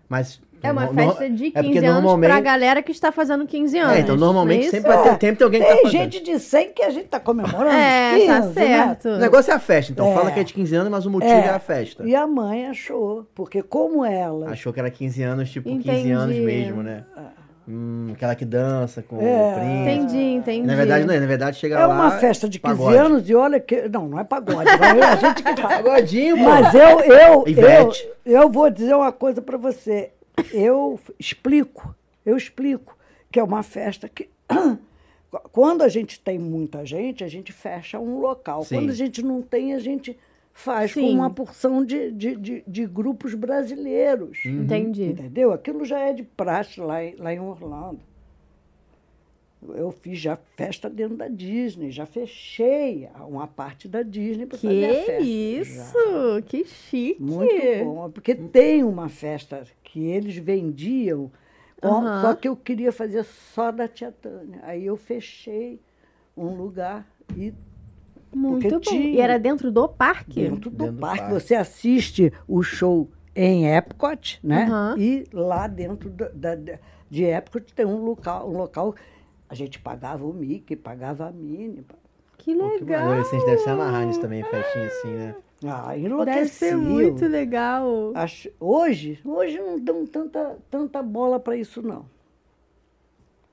Mas.
É uma
no- no-
festa de 15
é porque
anos
normalmente-
pra galera que está fazendo 15 anos.
É, então normalmente
não isso?
sempre, vai ter, sempre tem alguém que tá
Tem
fazendo.
gente de 100 que a gente tá comemorando.
É, tá
15, né?
certo.
O negócio é a festa, então.
É.
Fala que é de 15 anos, mas o motivo
É.
é, a festa.
E a mãe achou, porque como ela.
Achou que era 15 anos, tipo, 15
Entendi.
anos mesmo, né? Hum, aquela que dança com
Ah. É.
o príncipe.
Entendi, entendi.
Na verdade, não é. Na verdade, chega
É
lá...
uma festa de 15
pagode.
anos e olha que. Não, não é pagode, mas é a gente que faz.
Pagodinho, pô.
Mas é eu, eu, eu,
Ivete.
eu vou dizer uma coisa para você. Eu f- explico, eu explico que é uma festa que. Quando a gente tem muita gente, a gente fecha um local.
Sim.
Quando a gente não tem, a gente faz com
Sim.
uma porção de, de, de, de grupos brasileiros.
é Hum.
Entendi.
Entendeu? Aquilo já é de praxe lá em, lá em Orlando. Eu fiz já festa dentro da Disney, já fechei uma parte da Disney para fazer a
Que
festa.
isso!
Já.
Que chique!
Muito bom, porque tem uma festa que eles vendiam, com-
Aham.
só que eu queria fazer só da Tia Tânia. Aí eu fechei um lugar e
Muito bom.
Porque tinha-
E era dentro do parque?
dentro do
Dentro do
parque.
parque.
Você assiste o show em Epcot, né?
Aham.
E lá dentro da, da- da- de Epcot tem um local, um local. A gente pagava o Mickey, pagava a Minnie. pa-
Que
Pô, que
legal!
adolescente deve se amarrar nisso também, festinha assim, né?
Ah,
Deve ser
enlouqueceu.
muito legal.
Acho- hoje, hoje não dão tanta, tanta bola para isso, não.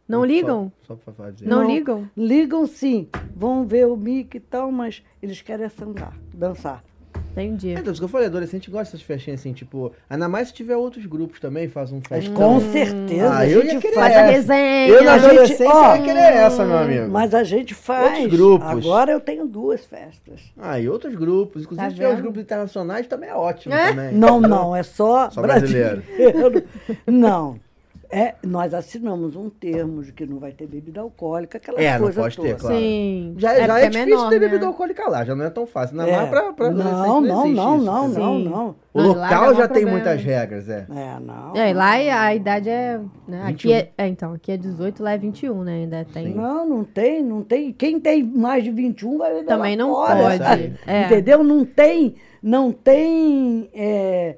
Não
Ah,
ligam?
Só, só pra fazer. É,
Não ligam?
Ligam sim, vão ver o Mickey e tal, mas eles querem é sambrar, dançar.
Entendi.
É, então, isso que eu falei, adolescente gosta dessas festinhas assim, tipo, ainda mais se tiver outros grupos também, faz um festão.
Com certeza,
Ah,
a
eu ia
gente
querer
faz.
essa.
resenha.
Eu na
A gente-
adolescência
ó,
ia querer essa, meu amigo.
Mas a gente faz.
Outros grupos.
Agora eu tenho duas festas.
Ah, e outros grupos. Inclusive,
Tá
se tiver os
vendo?
grupos internacionais também é ótimo
É?
também.
Não, não, é só,
Só brasileiro.
brasileiro. não. É, nós assinamos um termo de que não vai ter bebida alcoólica, aquela
É, não
coisa
pode ter,
toda.
claro.
Sim.
Já
é,
é, já
porque
é difícil
menor,
ter
né?
bebida alcoólica lá, já não é tão fácil. Ainda
É.
mais pra, pra adolescente
não, não,
existe
não,
isso,
não,
entendeu?
não,
Sim.
não.
O
Não, lá já é
local
um
já tem
problema.
muitas regras, é.
É, não.
É, e lá é- a idade é. Né? Aqui
21.
é, é, Então, aqui é 18, lá é 21, né? Ainda tem.
Não, não tem, não tem. Quem tem mais de 21 vai beber
Também
lá
não
fora.
pode. É.
Entendeu? Não tem, não tem é,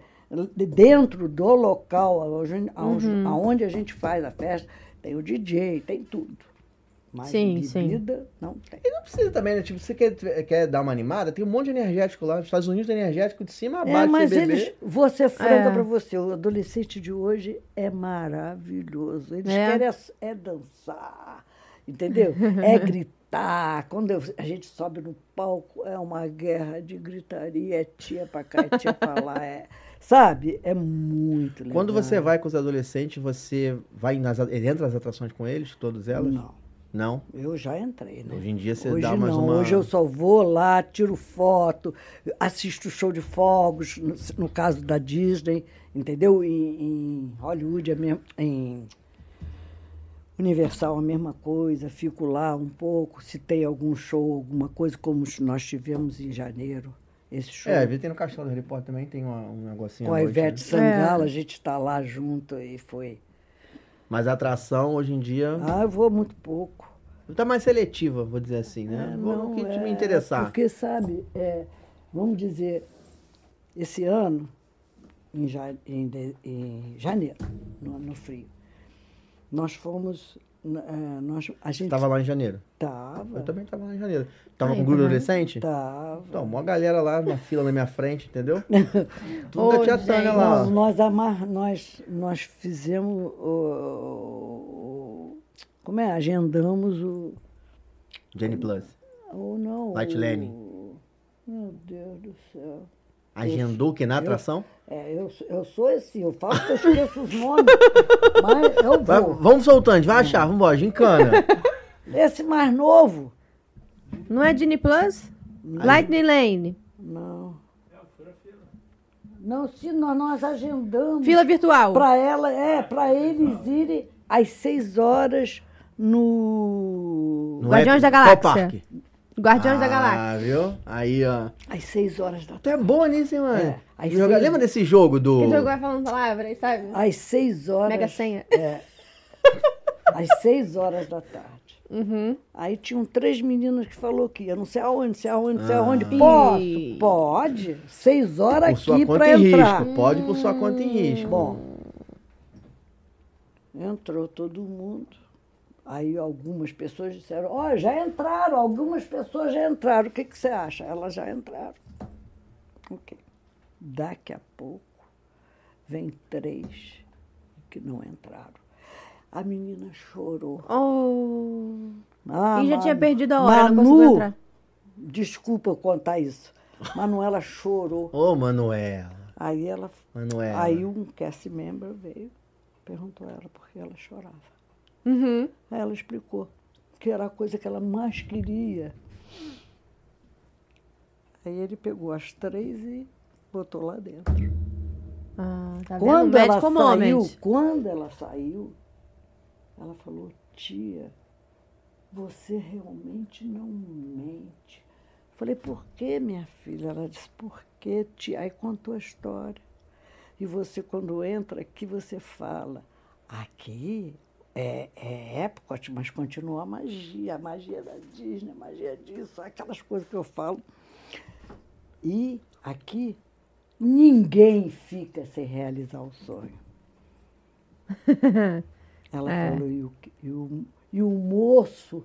dentro do local aonde, aonde-
Uhum.
aonde a gente faz a festa, tem o DJ, tem tudo. Mas
Sim, sim.
bebida não tem.
E não precisa também, né? Tipo, você quer, quer dar uma animada, tem um monte de energético lá. Nos Estados Unidos, energético de cima a
É,
baixo,
mas
você beber.
eles, vou ser franca
É.
pra você, o adolescente de hoje é maravilhoso. Eles
É.
querem é, é dançar, entendeu? É gritar. Quando eu- a gente sobe no palco, é uma guerra de gritaria, é tia pra cá, é tia pra lá. é- sabe? É muito legal.
Quando você vai com os adolescentes, você vai nas, ele entra nas atrações com eles, todas elas?
Não,
Não?
eu já entrei, né?
Hoje em dia você
hoje
dá mais
não,
uma.
hoje eu só vou lá, tiro foto, assisto show de fogos, no, no caso da Disney, entendeu? Em, em Hollywood, é mesmo, em Universal, é a mesma coisa, fico lá um pouco, se tem algum show, alguma coisa, como nós tivemos em janeiro, esse show
É, às vezes tem no Castelo do Harry Potter também, tem uma- um negocinho.
com
à
a
noite,
Ivete
né?
Sangalo, a gente está lá junto e foi.
Mas a atração hoje em dia
Ah, eu vou muito pouco.
tá mais seletiva, vou dizer assim,
É,
né? Vou no que te me interessar.
Porque, sabe, é, vamos dizer, esse ano, em, ja- em de- em janeiro, no, no frio, nós fomos n- é, nós, a gente
Tava lá em janeiro.
tava, então
Eu também tava lá em janeiro. Tava
Ah,
com
eu
um grupo
também.
adolescente?
tava.
Então, mó galera lá na fila na minha frente, entendeu? Tudo da
Ô,
tia Tânia
gente.
lá.
Não,
ó.
nós, amar, nós, nós fizemos. o- o- como é? Agendamos o.
Jenny Plus.
Ou não.
Light
o-
Lane.
Meu Deus do céu.
Agendou o que na atração?
É, eu, eu sou assim, eu falo que eu esqueço os nomes, mas eu
Vai-
vou.
vamos soltando, vai achar, vambora, gincana.
Esse mais novo,
Não é Disney Plus? Lightning Lane.
não. Não, se nós, nós agendamos.
Fila virtual.
Para ela, é, para eles irem às seis horas no.
Não
Guardiões da
qual
Galáxia.
parque?
Guardiões da
Ah,
Galáxia.
viu? Aí, ó.
Às seis horas da
Tu é bom nisso, hein, mano?
É, aí
Joga-
sim.
Lembra desse jogo do...
Quem jogou é falando palavras, sabe?
Às seis horas.
Mega senha.
É. Às seis horas da tarde.
Uhum.
Aí tinham três meninas que falou que ia não sei aonde, não sei aonde, não sei aonde. Posso? Pode. Seis horas
Ah. Por sua
aqui
conta
pra
e
entrar. Hum,
risco. Pode por sua conta e risco.
Bom. Entrou todo mundo. Aí algumas pessoas disseram, ó, já entraram, algumas pessoas já entraram. O que, que você acha? Elas já entraram. Ok. Daqui a pouco vem três que não entraram. A menina chorou.
Oh.
Ah,
e já tinha
Manu-
perdido a hora, não
Manu,
conseguiu entrar.
Desculpa eu contar isso. Manuela chorou.
Ô, Manuela.
Aí ela.
Manuela.
Aí um cast member veio, perguntou a ela por que ela chorava. Aí ela explicou que era a coisa que ela mais queria. Aí ele pegou as três e botou lá dentro.
Ah, tá
Quando
vendo?
ela
Medical
saiu,
moment.
quando ela saiu, ela falou, tia, você realmente não mente. Falei, por que, minha filha? Ela disse, por que, tia? Aí contou a história. E você, quando entra aqui, você fala, aqui é, é Epcot, mas continua a magia, a magia da Disney, a magia disso, aquelas coisas que eu falo. E aqui ninguém fica sem realizar o sonho. Ela falou, e o, que- e, o, e o moço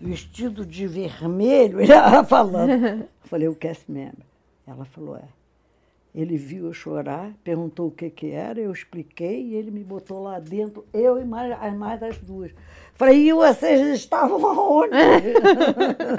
vestido de vermelho, ela falando. Eu falei, o cast member. Ela falou, é. Ele viu eu chorar, perguntou o que, que era, eu expliquei e ele me botou lá dentro, eu e mais, as- mais as duas. Falei, e vocês estavam aonde?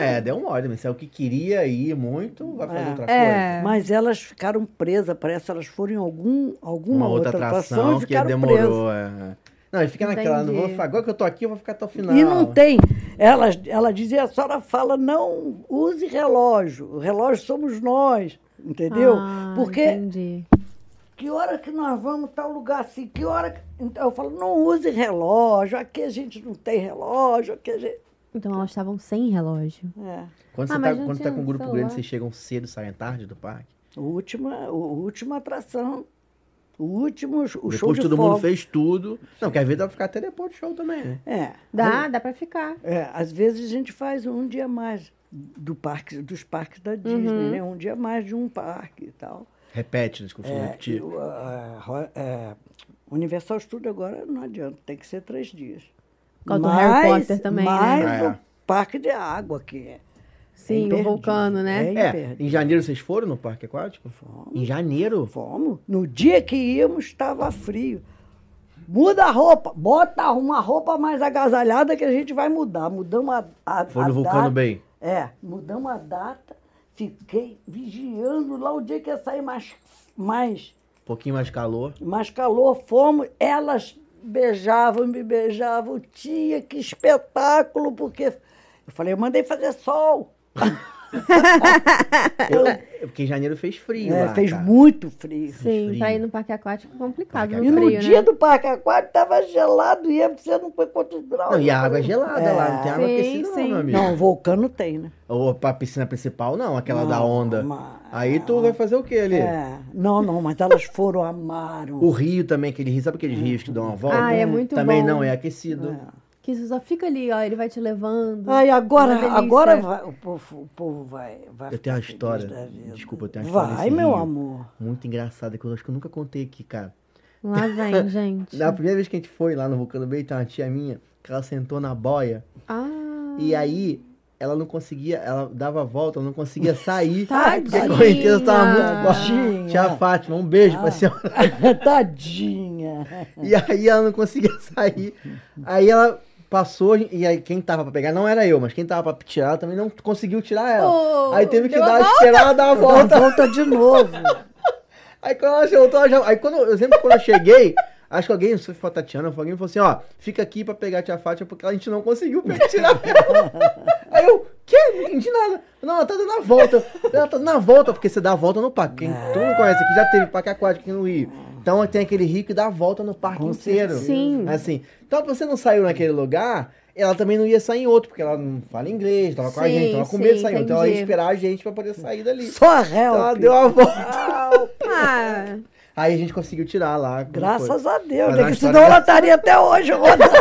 É, deu um ordem, mas se é o que queria ir muito, vai fazer
É.
outra
É.
Mas elas ficaram presas, parece que elas foram em algum,
coisa.
alguma outra, atração, e
que
ficaram presas.
demorou. é. Não, e fica naquela, não vou,
Entendi.
agora que eu tô aqui, eu vou ficar até o final.
E não tem. Ela, ela dizia, a senhora fala, não use relógio. O relógio somos nós, entendeu?
Ah,
Porque
Entendi.
que hora que nós vamos tal lugar assim? Que hora. que- Então eu falo, não use relógio, aqui a gente não tem relógio, aqui a gente.
Então elas estavam sem relógio.
É.
Quando
Ah,
você
mas
tá,
não
quando tá
tinha
com um grupo
celular.
grande, vocês chegam cedo e saem tarde do parque?
O última, o última atração. O último, o show
depois
de
todo
fogo.
mundo fez tudo. Não, que às vezes dá pra ficar até depois do show também, né?
É.
Dá, dá pra ficar.
É, às vezes a gente faz um dia mais do parque, dos parques da Disney,
Uhum.
né? Um dia mais de um parque e tal.
Repete, né? Desculpa,
É,
repetir.
eu, ah, ro- é, Universal Studio agora não adianta, tem que ser três dias.
causa do Harry Potter também, né?
Mais
É.
o parque de água que é.
Sim, o
imperdível.
vulcano, né?
É,
É, em janeiro vocês foram no parque aquático?
Fomos.
Em janeiro?
Fomos. No dia que íamos, estava frio. Muda a roupa, bota uma roupa mais agasalhada que a gente vai mudar. Mudamos a, a
Foi
a
no Vulcano
data.
Bay.
É, mudamos a data, fiquei vigiando lá o dia que ia sair mais, mais
Um pouquinho mais calor.
Mas calor, fomos, elas beijavam, me beijavam, tia, que espetáculo, porque eu falei, eu mandei fazer sol.
Eu- é porque em janeiro fez frio.
É,
lá,
fez
cara.
muito frio.
Sim,
frio.
pra ir no parque aquático é complicado.
Parque
no
E no
frio,
dia
né?
do parque aquático estava gelado e ia você não foi quantos graus.
Não, e a água é gelada lá, não tem água
Sim,
aquecida, não,
sim.
meu amigo.
Não, o vulcano tem, né?
Ou pra piscina principal, não, aquela da
Não,
onda.
mas- um
Aí tu vai fazer o quê ali?
É. Não, não, mas elas foram, amaram.
O rio também, aquele rio, sabe aqueles rios que dão uma volta?
Ah, é muito
Também
bom.
não é aquecido.
Que você só fica ali, ó, ele vai te levando.
Ai, agora,
Uma delícia.
agora vai- o, povo, o povo vai, vai.
Eu tenho uma
ficar
história.
feliz da vida.
Desculpa, eu tenho uma história.
Vai,
desse
meu
rio
amor.
Muito engraçada, que eu acho que eu nunca contei aqui, cara.
Lá vem, gente.
Na primeira vez que a gente foi lá no Vulcano Bay, tem uma tia minha que ela sentou na boia.
Ah.
E aí ela não conseguia, ela dava a volta, ela não conseguia sair. porque a
Tadinha.
correnteza tava muito forte.
Tadinha. Ah.
Tia Fátima, um beijo pra senhora.
Tadinha.
E aí ela não conseguia sair. Aí ela passou, e aí quem tava pra pegar não era eu, mas quem tava pra tirar ela também não conseguiu tirar ela.
Oh,
aí teve que
deu a
dar,
volta?
esperar ela dar a volta.
Volta, volta de novo.
Aí quando ela voltou, ela já. Aí quando eu lembro que quando eu cheguei, acho que alguém, não sei se foi a Tatiana, foi alguém que falou assim, ó, fica aqui pra pegar a tia Fátima, porque a gente não conseguiu pegar- tirar ela. Aí eu, que? Não entendi nada. Não, ela tá dando a volta. Ela tá dando a volta, porque você dá a volta no parque. Quem, todo mundo conhece aqui, já teve parque aquático aqui no Rio. Então tem aquele rio que dá a volta no parque inteiro.
Sim.
Assim. Então você não saiu naquele lugar. Ela também não ia sair em outro, porque ela não fala inglês, tava com a
Sim,
gente, tava com
sim,
medo de sair. Então ela ia
entendi.
esperar a gente pra poder sair dali.
Só
Então
help.
ela
Ah,
deu a volta.
Ah,
Aí a gente conseguiu tirar lá. como
Graças
foi.
a Deus,
Mas
né?
a
Que
história
senão
da-
ela estaria até hoje rodando.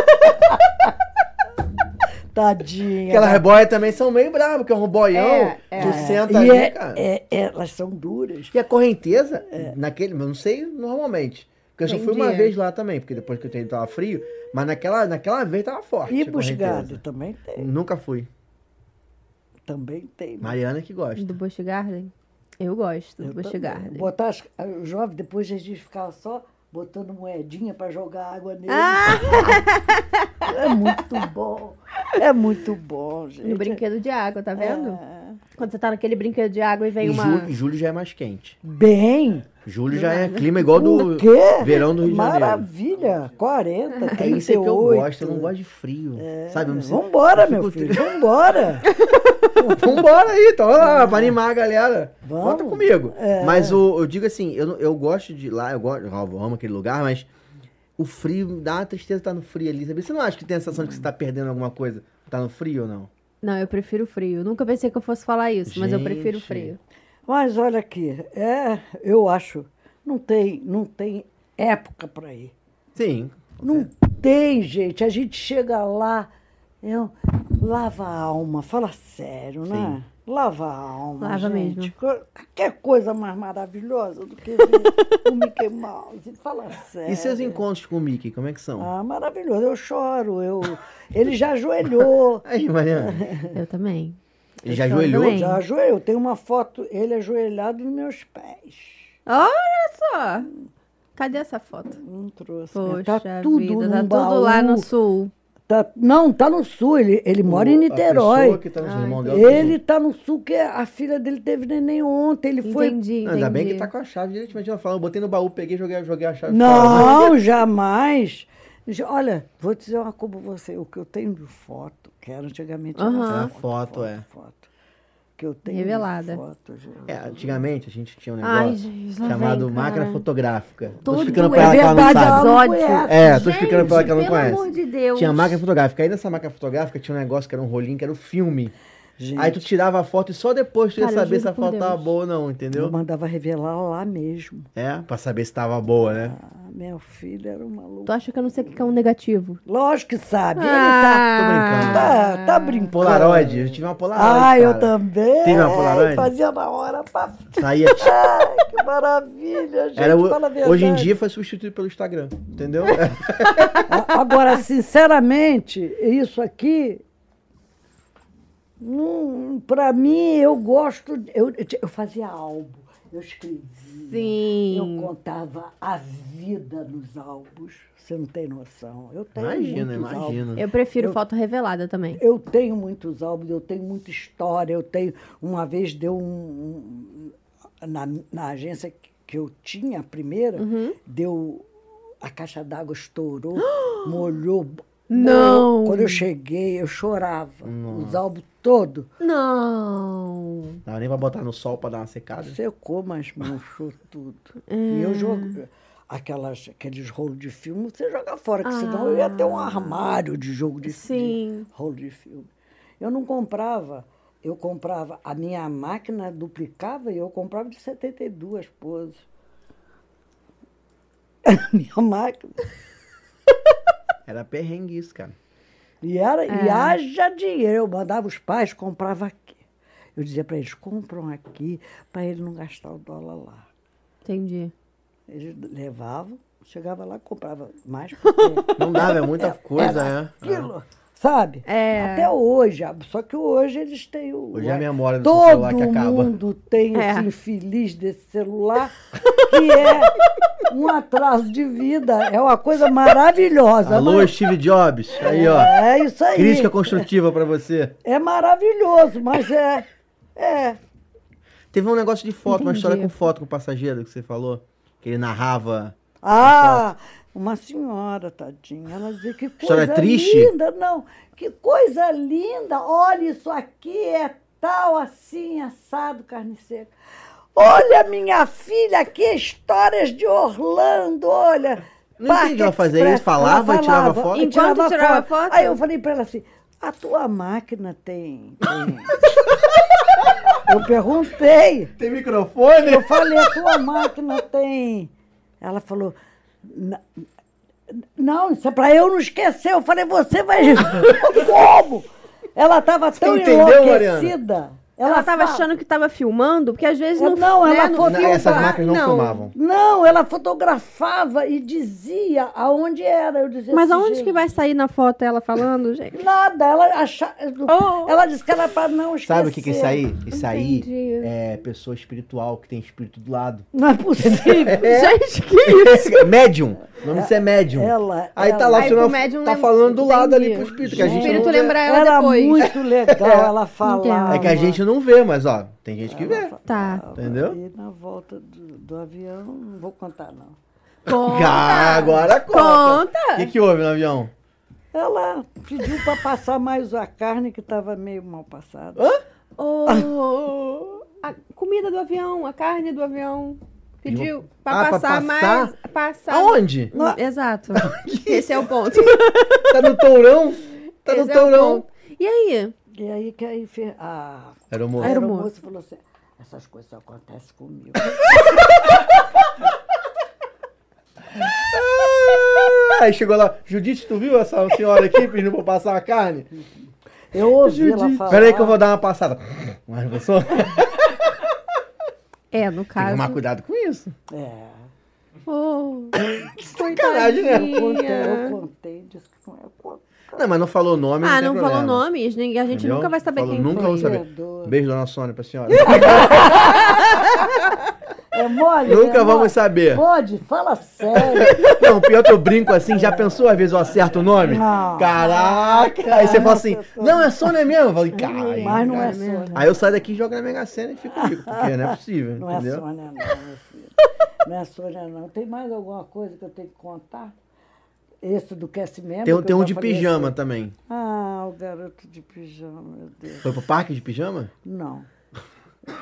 Tadinha. né?
Aquelas reboias também são meio bravas, porque é um boião,
É, é.
tu senta
E
ali,
é-
cara.
é- elas são duras.
E a correnteza, naquele, eu não sei normalmente. Porque eu só fui
Entendi.
uma vez lá também, porque depois que eu tentei tava frio, mas naquela, naquela vez tava forte.
E
a Tipo correnteza.
busgado também tem.
Nunca fui.
Também tem. né?
Mariana que gosta.
do Busch Garden? Eu gosto do
Eu
Busch
também.
Garden.
Botar as, os jovens, depois a gente ficava só botando moedinha para jogar água nele.
Ah!
É muito bom. É muito bom, gente.
No brinquedo de água, tá vendo?
É.
Quando você tá naquele brinquedo de água e vem
Em
uma.
julho, julho já é mais quente.
Bem,
Julho já é clima igual do
o quê?
verão do Rio de Janeiro.
Maravilha. 40, 38.
É isso que eu gosto, eu não gosto de frio. Sabe? Eu não sei-
É. Vambora,
eu
meu
fico
filho,
triste.
vambora.
Vambora aí, então, olha lá, pra animar a galera.
Vamos. É.
Conta comigo. Mas o- eu digo assim, eu, não- eu gosto de lá, eu gosto, eu amo aquele lugar, mas o frio, me dá uma tristeza estar no frio ali, sabe? Você não acha que tem a sensação de que você tá perdendo alguma coisa? Tá no frio ou não?
Não, eu prefiro frio. Nunca pensei que eu fosse falar isso, mas eu prefiro
Gente.
frio.
Mas olha aqui, é, eu acho, não tem, não tem época para ir.
Sim.
Não tem, gente. A gente chega lá, eu, lava a alma, fala sério, né? Lava a alma.
Lava
gente.
mesmo.
Co- Qualquer coisa mais maravilhosa do que ver o Mickey Mouse. Fala sério.
E seus encontros com o Mickey, como é que são?
É, Ah, maravilhoso. Eu choro. Eu... Ele já ajoelhou.
Aí, Mariana,
Eu também.
ele já
Eu
ajoelhou?
também.
Já ajoelhou. Tem uma foto, ele ajoelhado nos meus pés.
Olha só! Cadê essa foto?
Não trouxe.
Poxa,
né? tá tudo
vida,
num
tá tudo
baú.
lá no sul.
Tá- Não, tá no sul. Ele, ele mora em
O- a
Niterói.
pessoa que tá
Ah,
nos irmãos dela, né?
Ele tá no sul, que a filha dele teve neném ontem. Ele foi.
Entendi, entendi.
Não, ainda bem que tá com a chave direitinho. Ela falou, eu botei no baú, peguei, joguei, joguei a chave fora.
Não, jamais. Já- Olha, vou dizer uma coisa pra você. O que eu tenho de foto, que era antigamente era
Aham.
Era foto, é.
foto. Que eu tenho
Revelada.
de foto. gente.
É, antigamente a gente tinha um negócio
Ai, Jesus, lá vem,
chamado
cara.
máquina fotográfica.
Todo
tô explicando pra
é
ela que ela não
verdade,
sabe.
ela não
Exótico.
conhece.
É, tô
Gente,
explicando pra ela que ela não
pelo
conhece.
amor de Deus.
Tinha máquina fotográfica. Aí nessa máquina fotográfica tinha um negócio que era um rolinho, que era o filme. Aí tu tirava a foto e só depois tu ia
Cara, eu
saber
juro
se a
por
foto tava
Deus.
boa ou não, entendeu?
Eu mandava revelar lá mesmo.
É, pra saber se tava boa, né?
Ah, meu filho era um maluco.
Tu acha que eu não sei o que que é um negativo?
Lógico que sabe.
Ah.
brincando. Um
Ele tá, tá, tá brincando.
Polaroid, eu tive uma Polaroid.
Ah, eu
cara.
também.
Teve uma Polaroid?
Fazia na hora. Pá.
Saía.
Ai, que maravilha, gente.
Era, o-
Fala a
hoje em
verdade.
dia foi substituído pelo Instagram, entendeu?
A- Agora, sinceramente, isso aqui. Não, pra mim, eu gosto. de- Eu, eu ti- eu fazia álbum, eu escrevia. Eu
Sim.
contava a vida nos álbuns. Você não tem noção. Eu tenho
imagina,
muitos álbuns.
imagina.
Eu prefiro foto revelada também.
Eu tenho muitos álbuns, eu tenho muita história, eu tenho. Uma vez deu um. um- na, na agência que- que eu tinha, a primeira, deu. A caixa d'água estourou, molhou.
Não!
Quando eu cheguei, eu chorava. Os álbuns todos.
Não.
Não dava nem pra botar no sol pra dar uma secada.
Secou, mas manchou tudo. E eu jogo. Aquelas, aqueles rolos de filme você joga fora, que senão eu ia ter um armário de jogo de, de
Sim.
rolo de filme. Eu não comprava, eu comprava, a minha máquina duplicava e eu comprava de 72 poses. A minha máquina.
Era perrengue isso, cara.
E, era, e haja dinheiro. Eu mandava os pais, comprava aqui. Eu dizia para eles, compram aqui para ele não gastar o dólar lá.
Entendi.
Eles levavam, Chegava lá, comprava mais. porque
Não dava, é muita
era-
coisa,
era
é.
Aquilo, sabe?
É.
Até hoje. ah, Só que hoje eles têm o.
Hoje é a memória do seu
Todo
celular que acaba.
mundo tem
É.
esse infeliz desse celular, que é um atraso de vida. É uma coisa maravilhosa.
Alô,
mas-
Steve Jobs. Aí, ó.
É isso aí.
Crítica construtiva pra você.
É maravilhoso, mas é. É.
Teve um negócio de foto, uma história com
Entendi.
foto com o passageiro que você falou. Que ele narrava.
Ah, uma senhora, tadinha. Ela dizia que coisa
História é triste?
linda. Não, que coisa linda. Olha, isso aqui é tal, assim, assado, carne seca. Olha, minha filha, aqui histórias de Orlando, olha.
Não entendi ela fazer isso, falava e tirava foto?
Enquanto tirava foto?
Aí eu falei pra ela assim, a tua máquina tem... tem- eu perguntei.
Tem microfone?
Eu falei, a tua máquina tem. Ela falou, "Na- não, isso é pra eu não esquecer. Eu falei, você vai. Como? Ela tava tão
entendeu, Mariana?
enlouquecida.
Ela, tava
fa-
achando que tava filmando, porque às vezes
Eu-
não. né,
não, ela
não
foi-
Não,
filma.
essas máquinas não, filmavam.
Não, ela fotografava e dizia aonde era. Eu dizia,
Mas
assim,
aonde
gente,
que vai sair na foto ela falando, gente?
Nada. Ela, acha...
Oh.
ela disse que era pra não esquecer.
Sabe o que, que é isso aí? Isso aí
Entendi.
é pessoa espiritual que tem espírito do lado. É,
Não é possível.
Gente, que isso?
médium. O nome disso é médium.
Ela-
aí tá
ela-
lá,
Aí
senão
pro médium
tá
é
lembra-
falando do lado ali
Entendi.
pro espírito. Que a
O
gente
espírito
não vê.
lembra ela
era
depois.
muito legal ela falar.
É que a gente não vê, mas ó, tem gente que vê.
Tá.
Entendeu?
E na volta do, do avião, não vou contar, não.
Ah, agora conta.
Conta.
O que, que houve no avião?
Ela pediu para passar mais a carne, que estava meio mal passada.
Ô, a comida do avião, a carne do avião. Pediu pra
Ah, pra
passar
passar?
mais. Passar.
Aonde?
Hum, Exato. Esse é o ponto.
Tá no tourão? Tá no
Esse é o
tourão.
ponto. E aí?
E aí que a, enfer... a
Era o moço.
Era o
aeromoça
moço.
falou assim, essas coisas só acontecem comigo.
Ah, Aí chegou lá, Judite, tu viu essa senhora aqui pedindo pra eu passar a carne?
Eu ouvi ela
Judite.
falar.
Peraí que eu vou dar uma passada. Mas pessoa, tem
É, no
que
caso.
tomar cuidado com isso.
É,
Oh,
Sacanagem, né?
eu contei, eu contei, disse que não é conta.
Não, mas não falou o nome,
ah,
tem
não falou
problema.
nomes. Ninguém, a gente
Entendeu?
nunca vai saber
Falou,
quem
nunca
foi.
vou saber.
Criador.
Beijo, dona Sônia, pra senhora.
É mole?
Nunca
é mole?
vamos saber.
Pode, fala sério.
Não, pior que eu brinco assim, já pensou às vezes eu acerto o nome?
Não.
Caraca! Aí você fala assim,
Caraca,
não, é Sônia mesmo. Eu falei, caralho.
Mas não é
cara.
Sônia.
Aí eu saio daqui e jogo na Mega Sena e fico rico, porque não é possível,
Não
entendeu?
é Sônia, não, meu filho. Não é Sônia, não. Tem mais alguma coisa que eu tenho que contar? Esse do aquecimento?
Tem,
que
tem
eu
um
já
de
falei assim.
pijama também.
Ah, o garoto de pijama, meu Deus.
Foi pro parque de pijama?
Não.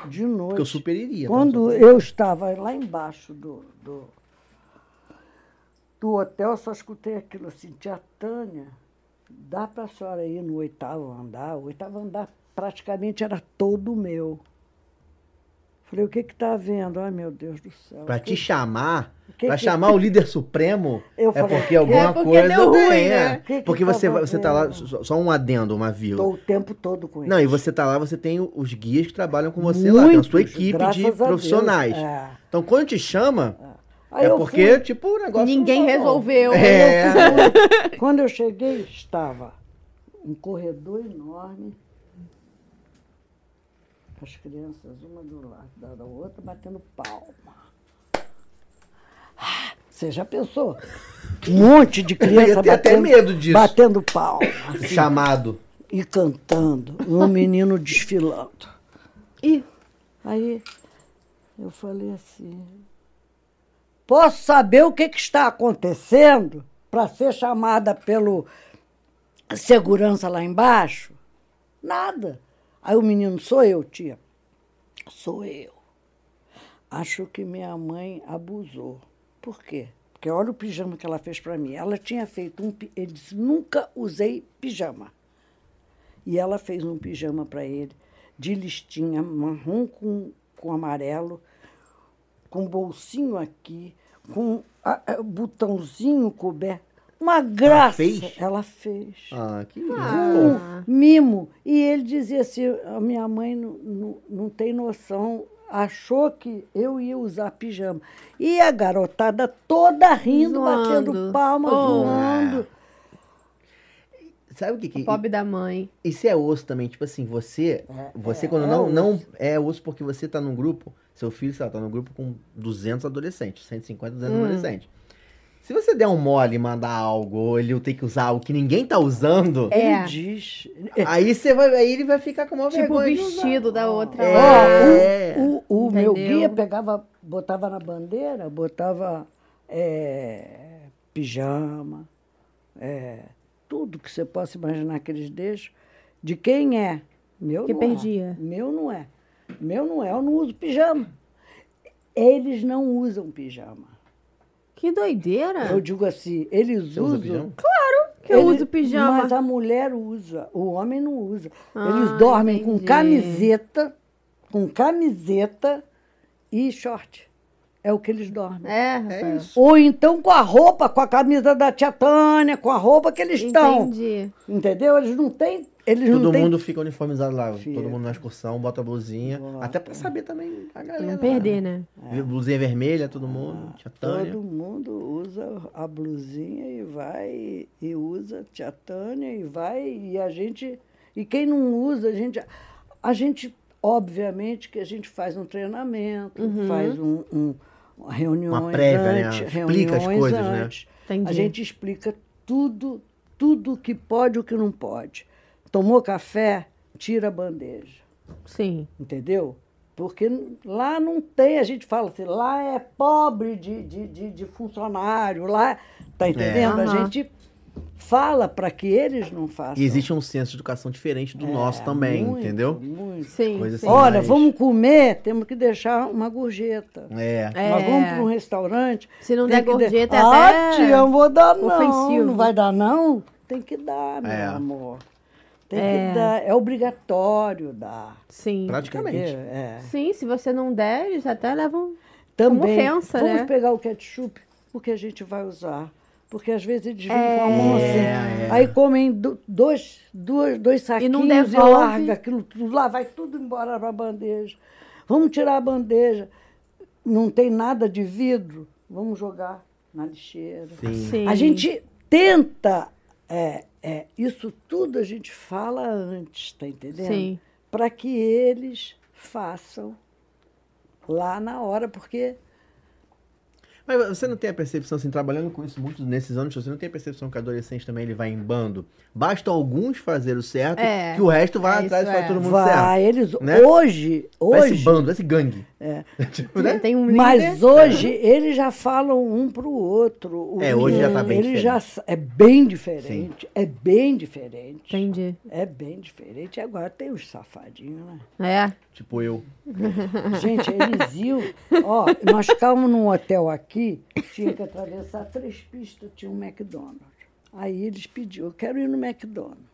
De noite.
Porque eu super iria. tá?
Quando eu estava lá embaixo do, do, do hotel, eu só escutei aquilo assim, tia Tânia, dá para a senhora ir no oitavo andar? O oitavo andar praticamente era todo meu. Falei, o que que tá vendo? Ai, meu Deus do céu.
Pra
o que
te chamar,
que
pra
que-
chamar o líder supremo,
Eu
é
falei,
porque alguma
porque
coisa
deu ruim,
tem,
né?
é.
Que que
Porque você,
tava
vai- você tá lá,
vendo?
só só um adendo, uma vírgula.
Estou o tempo todo com ele.
Não, e você tá lá, você tem os guias que trabalham com você lá, tem a sua
Muitos,
equipe
graças a
de
Deus,
profissionais.
é. Ah,
Então, quando te chama,
Aí
é
eu
porque, tipo, o negócio.
Ninguém
não tá bom.
resolveu.
um
É.
fui- Quando eu cheguei, estava um corredor enorme, as crianças, uma do lado da outra, batendo palma. Ah, Você já pensou? Um monte de
Eu
criança
ia ter até
batendo,
medo disso.
batendo palma
Chamado.
e cantando, e um menino desfilando.
Ih,
Aí eu falei assim: posso saber o que, que está acontecendo para ser chamada pelo segurança lá embaixo? Nada. Aí o menino: sou eu, tia. Sou eu. Acho que minha mãe abusou. Por quê? Porque olha o pijama que ela fez para mim. Ela tinha feito um. pi- Ele disse: nunca usei pijama. E ela fez um pijama para ele, de listinha marrom com, com amarelo, com bolsinho aqui, com a- a- botãozinho coberto. Uma graça.
fez?
Ela fez.
Ah, que
Uhum.
Um
lindo.
mimo. E ele dizia assim: a minha mãe não, não, não tem noção achou que eu ia usar pijama. E a garotada toda rindo,
Zoando.
batendo palma,
Oh.
zoando.
É. Sabe o que que...
Pobre da mãe.
Isso é osso também, tipo assim, você, você quando
é
não,
osso.
não é osso porque você tá num grupo, seu filho, sei lá, tá num grupo com 200 adolescentes, 150, 200
Hum.
adolescentes. Se você der um mole e mandar algo, ou ele ter que usar algo que ninguém tá usando,
É.
Ele diz.
aí você vai, aí ele vai ficar com uma
Tipo o
vergonha. de usar.
vestido da outra
É.
lá.
É.
O, o meu
Entendeu?
guia pegava, botava na bandeira, botava é, pijama, é, tudo que você possa imaginar que eles deixam. De quem é? Meu
Que
não
perdia.
é. Meu não é. Meu não é, eu não uso pijama. Eles não usam pijama.
Que doideira.
Eu digo assim, eles
Você usa
usam.
pijama?
que eu
Ele-
uso pijama.
Mas a mulher usa, o homem não usa.
Ah,
Eles dormem
entendi.
com camiseta, com camiseta e short. É o que eles dormem.
É, Rafael.
Ou então com a roupa, com a camisa da tia Tânia, com a roupa que eles estão.
Entendi.
Entendeu? Eles não têm. Eles não
Todo
têm-
mundo fica uniformizado lá,
Fica.
todo mundo na excursão, bota a blusinha, até pra saber também a galera.
Não
lá.
perder, né? Ah,
Blusinha vermelha, todo mundo, tia Tânia.
Todo mundo usa a blusinha e vai, e usa tia Tânia e vai, e a gente. E quem não usa, a gente. A gente, obviamente, que a gente faz um treinamento, faz um, um uma reuniões
Uma prévia, né?
antes,
Explica as
reuniões
coisas, né?
antes.
Entendi.
A gente explica tudo, tudo o que pode e o que não pode. Tomou café, tira a bandeja.
Sim.
Entendeu? Porque n- lá não tem, a gente fala assim, lá é pobre de, de, de, de funcionário, lá.
É.
Tá entendendo? A
Aham.
gente fala para que eles não façam.
E existe um senso de educação diferente
É,
do nosso também,
Muito,
entendeu?
muito.
Sim.
Coisa
sim.
assim.
Olha,
mas-
vamos comer, temos que deixar uma gorjeta.
É.
É.
Nós vamos para um restaurante.
Se não
tem
der
que de-
gorjeta, é
Ah,
até
tia, não vou dar, não.
ofensivo.
Não vai dar, não? Tem que dar, meu
É.
amor. Tem
É.
que dar. É obrigatório dar.
Sim.
Praticamente.
entendeu? É.
Sim, se você não der, eles até levam.
Também.
Como ofensa,
Vamos
né?
pegar o ketchup, porque a gente vai usar. Porque às vezes eles vêm
É,
com a mão assim. Aí comem do- dois, dois, dois
E não
saquinhos e,
devolve.
larga aquilo tudo lá, vai tudo embora para a bandeja. Vamos tirar a bandeja. Não tem nada de vidro, vamos jogar na lixeira.
Sim.
A gente tenta. é, é, isso tudo a gente fala antes, tá entendendo?
Sim.
Para que eles façam lá na hora, porque
Mas você não tem a percepção, assim, trabalhando com isso muito nesses anos, você não tem a percepção que o adolescente também ele vai em bando? Basta alguns fazer o certo,
É,
que o resto vai
é,
atrás
isso
e faz
é.
todo mundo
Vai,
certo.
eles
né?
hoje,
Vai esse
hoje,
bando, vai esse gangue.
É.
Tipo, né?
Tem um líder.
mas hoje eles já falam um pro outro. O
É, hoje já tá bem
eles já sa- é bem diferente, é bem diferente.
Entendi.
É bem diferente. Agora tem os safadinhos, né?
É.
Tipo eu.
Gente, eles iam. Ó, nós ficávamos num hotel aqui, tinha que atravessar três pistas, tinha um McDonald's. Aí eles pediam, eu quero ir no McDonald's.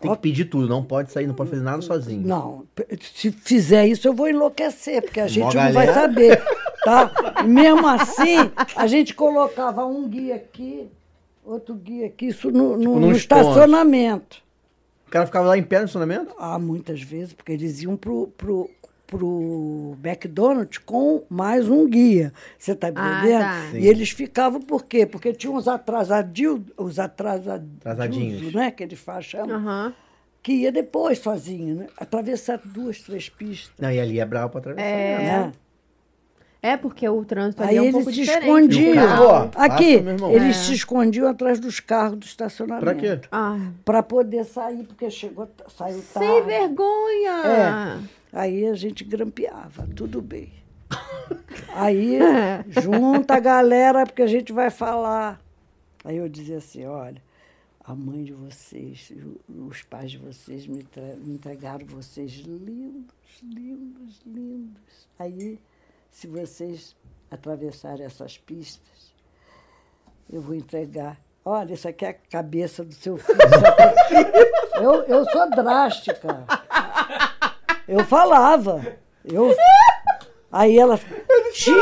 Tem que pedir tudo, não pode sair, não pode fazer nada sozinho.
Não, p- se fizer isso eu vou enlouquecer, porque a gente não
galera.
vai saber, tá? E Mesmo assim, a gente colocava um guia aqui, outro guia aqui, isso no, no-
Tipo,
no
nos
estacionamento.
O cara ficava lá em pé no estacionamento?
Ah, muitas vezes, porque eles iam pro, pro, pro McDonald's com mais um guia. Você tá
Ah,
entendendo?
tá.
Sim.
E eles ficavam por quê? Porque tinha uns atrasadil, os atrasadil,
Atrasadinhos.
né? Que eles fa- chamam,
Aham.
que ia depois sozinho, né? Atravessar duas, três pistas.
Não, e ali é bravo pra atravessar.
É.
mesmo.
né?
É porque o trânsito ali
Aí
é um
eles
pouco
se
diferente.
escondiam.
E o carro, ó, passa,
Aqui,
meu irmão.
eles
É.
se escondiam atrás dos carros do estacionamento.
Pra quê?
Ah, tá.
Pra poder sair, porque chegou, ta- saiu tarde.
sem vergonha!
Aí a gente grampeava, tudo bem. Aí junta a galera, porque a gente vai falar. Aí eu dizia assim, olha, a mãe de vocês, o- os pais de vocês me, tra- me entregaram vocês lindos, lindos, lindos. Aí, se vocês atravessarem essas pistas, eu vou entregar. Olha, isso aqui é a cabeça do seu filho. isso aqui- Eu, eu sou drástica. Eu falava. Eu... Aí ela. Tia!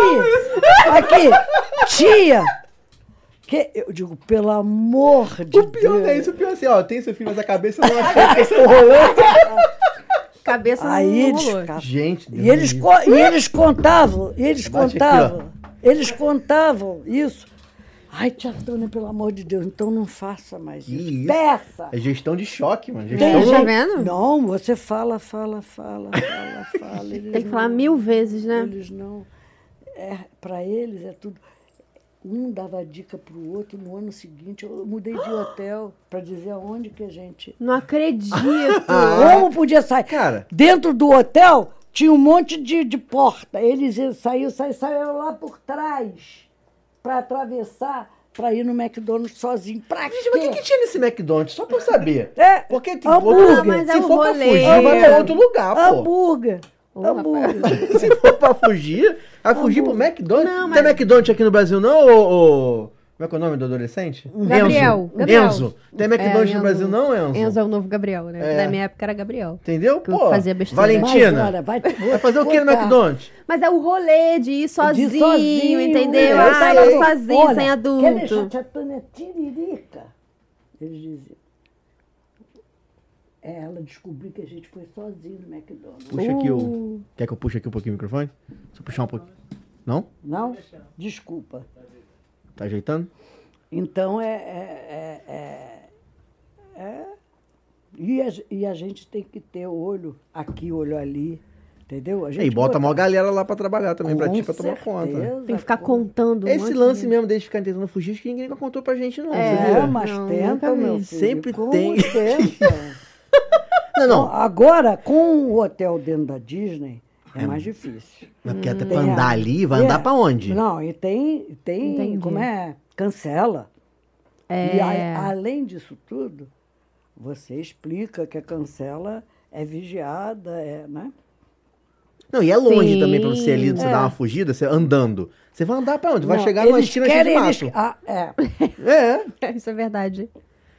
Aqui! Tia! Que... Eu digo, pelo amor de
O pior
Deus.
não é isso, o pior é assim, ó, tem seu filho, mas a cabeça não achei que esse é o rolando.
Cabeça não-
Aí
não
eles
rolou.
ficavam.
Gente, Deus
E eles,
me livre.
co- e eles contavam, e eles
Bate aqui,
contavam, eles contavam isso. Ai, tia Antônia, pelo amor de Deus, então não faça mais
Que
isso.
isso?
Peça!
É gestão de choque, mano.
Tem,
Gestão...
tá vendo?
Então, Não, você fala, fala, fala, fala, fala. Eles
Tem que falar
não-
mil vezes, né?
Eles não. É, Para eles é tudo. Um dava dica para o outro, no ano seguinte eu mudei de hotel para dizer aonde que a gente.
Não acredito.
Como podia sair?
Ah, Cara.
Dentro do hotel tinha um monte de, de porta. Eles iam- saíam, saíram, saíram lá por trás para atravessar, para ir no McDonald's sozinho. Pra quê?
Gente, mas o que, que tinha nesse McDonald's? Só pra eu saber.
É,
Porque tem
hambúrguer.
outro-
Ah, mas
é
se
o
for pra
rolê.
fugir, vai pra outro lugar, pô.
Hambúrguer. Hambúrguer.
se for pra fugir, vai
Tá
fugir pro McDonald's. Não, Tem McDonald's aqui no Brasil, não, ô. ô- Como é que é o nome do adolescente?
Gabriel,
Enzo.
Gabriel.
Enzo. Tem McDonald's
É,
no Brasil, não, Enzo?
Enzo é o novo Gabriel, né?
É.
Na minha época era Gabriel.
Entendeu?
Que eu
Pô,
fazia besteira.
Valentina.
Mas, olha, vai- vou
vai fazer
te
o que no
contar.
McDonald's?
Mas é o rolê de ir sozinho,
sozinho,
entendeu?
Eu
Ah,
sei.
eu vou sozinho,
Olha,
sem
Quer deixar a
adulto.
tia Tânia é tiririca? Eles diziam. É, Ela descobriu que a gente foi sozinho no McDonald's.
Puxa aqui o.
Uh.
Quer que eu puxe aqui um pouquinho o microfone? Deixa eu puxar um pouquinho. Não?
Não? Desculpa.
Tá ajeitando?
Então é. é- é- é- é- E, a, ge- e a gente tem que ter olho aqui, olho ali. Entendeu? A
E aí,
gente
bota a
botar-
maior galera lá pra trabalhar também, pra
Com
ti, pra tomar conta.
certeza,
Tem que ficar
com-
contando. um
Esse
monte
lance
de-
mesmo deles ficarem tentando fugir, acho que ninguém nunca contou pra gente, não.
É,
sabia?
mas
Não, nunca
tenta, meu
vi.
filho.
Sempre
como
tem.
tenta.
Não,
Hum.
Não,
não.
agora, com o hotel dentro da Disney, é, mais difícil.
Mas Porque até
Tem
pra
a-
andar ali, vai andar
É.
pra onde?
Não, e tem, tem
Entendi.
como é? Cancela.
É.
E a- além disso tudo, você explica que a cancela é vigiada, é, né?
Não, e é longe
Sim.
também pra você ali, você
É.
dar uma fugida, você andando. Você vai andar pra onde? Vai
Não,
chegar numa
eles
esquina cheia de
querem- eles-
mato.
ah, é.
É,
Isso é verdade.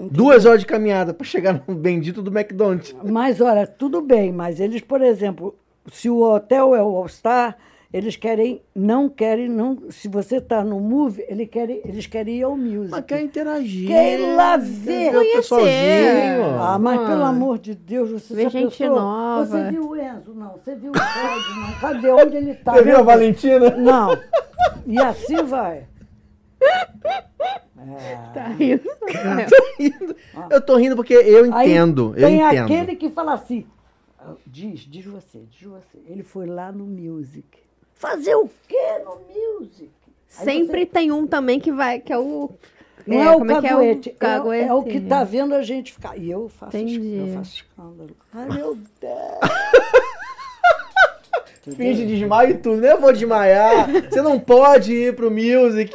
duas horas de caminhada pra chegar no bendito do McDonald's.
Mas olha, tudo bem, mas eles, por exemplo, se o hotel é o All Star, eles querem, não querem, não. Se você está no movie, eles querem, eles querem ir ao music.
Mas quer interagir.
Quer ir lá
Quer
ver.
ver o pessoalzinho.
Ah, mas pelo amor de Deus, você
Vê
já
gente
pensou?
nova.
Você viu o Enzo? Não. Você viu o Fred? Não. Cadê? Onde ele está?
Você viu a Valentina?
Não. E assim vai.
Tá rindo.
Eu tô rindo porque eu entendo.
Aí, tem
eu entendo.
aquele que fala assim. ah, Diz, diz você, diz você. Ele foi lá no music. Fazer o quê no music? Aí
Sempre tem um também que vai, que é o.
você- Não é, o
como é que é o
caguete. É, o-
caguete?
é o que tá vendo a gente ficar. E eu faço, es-
Entendi.
eu faço escândalo. Ai, meu Deus.
Finge desmaio e tudo, né? Eu vou desmaiar. Você não pode ir pro music.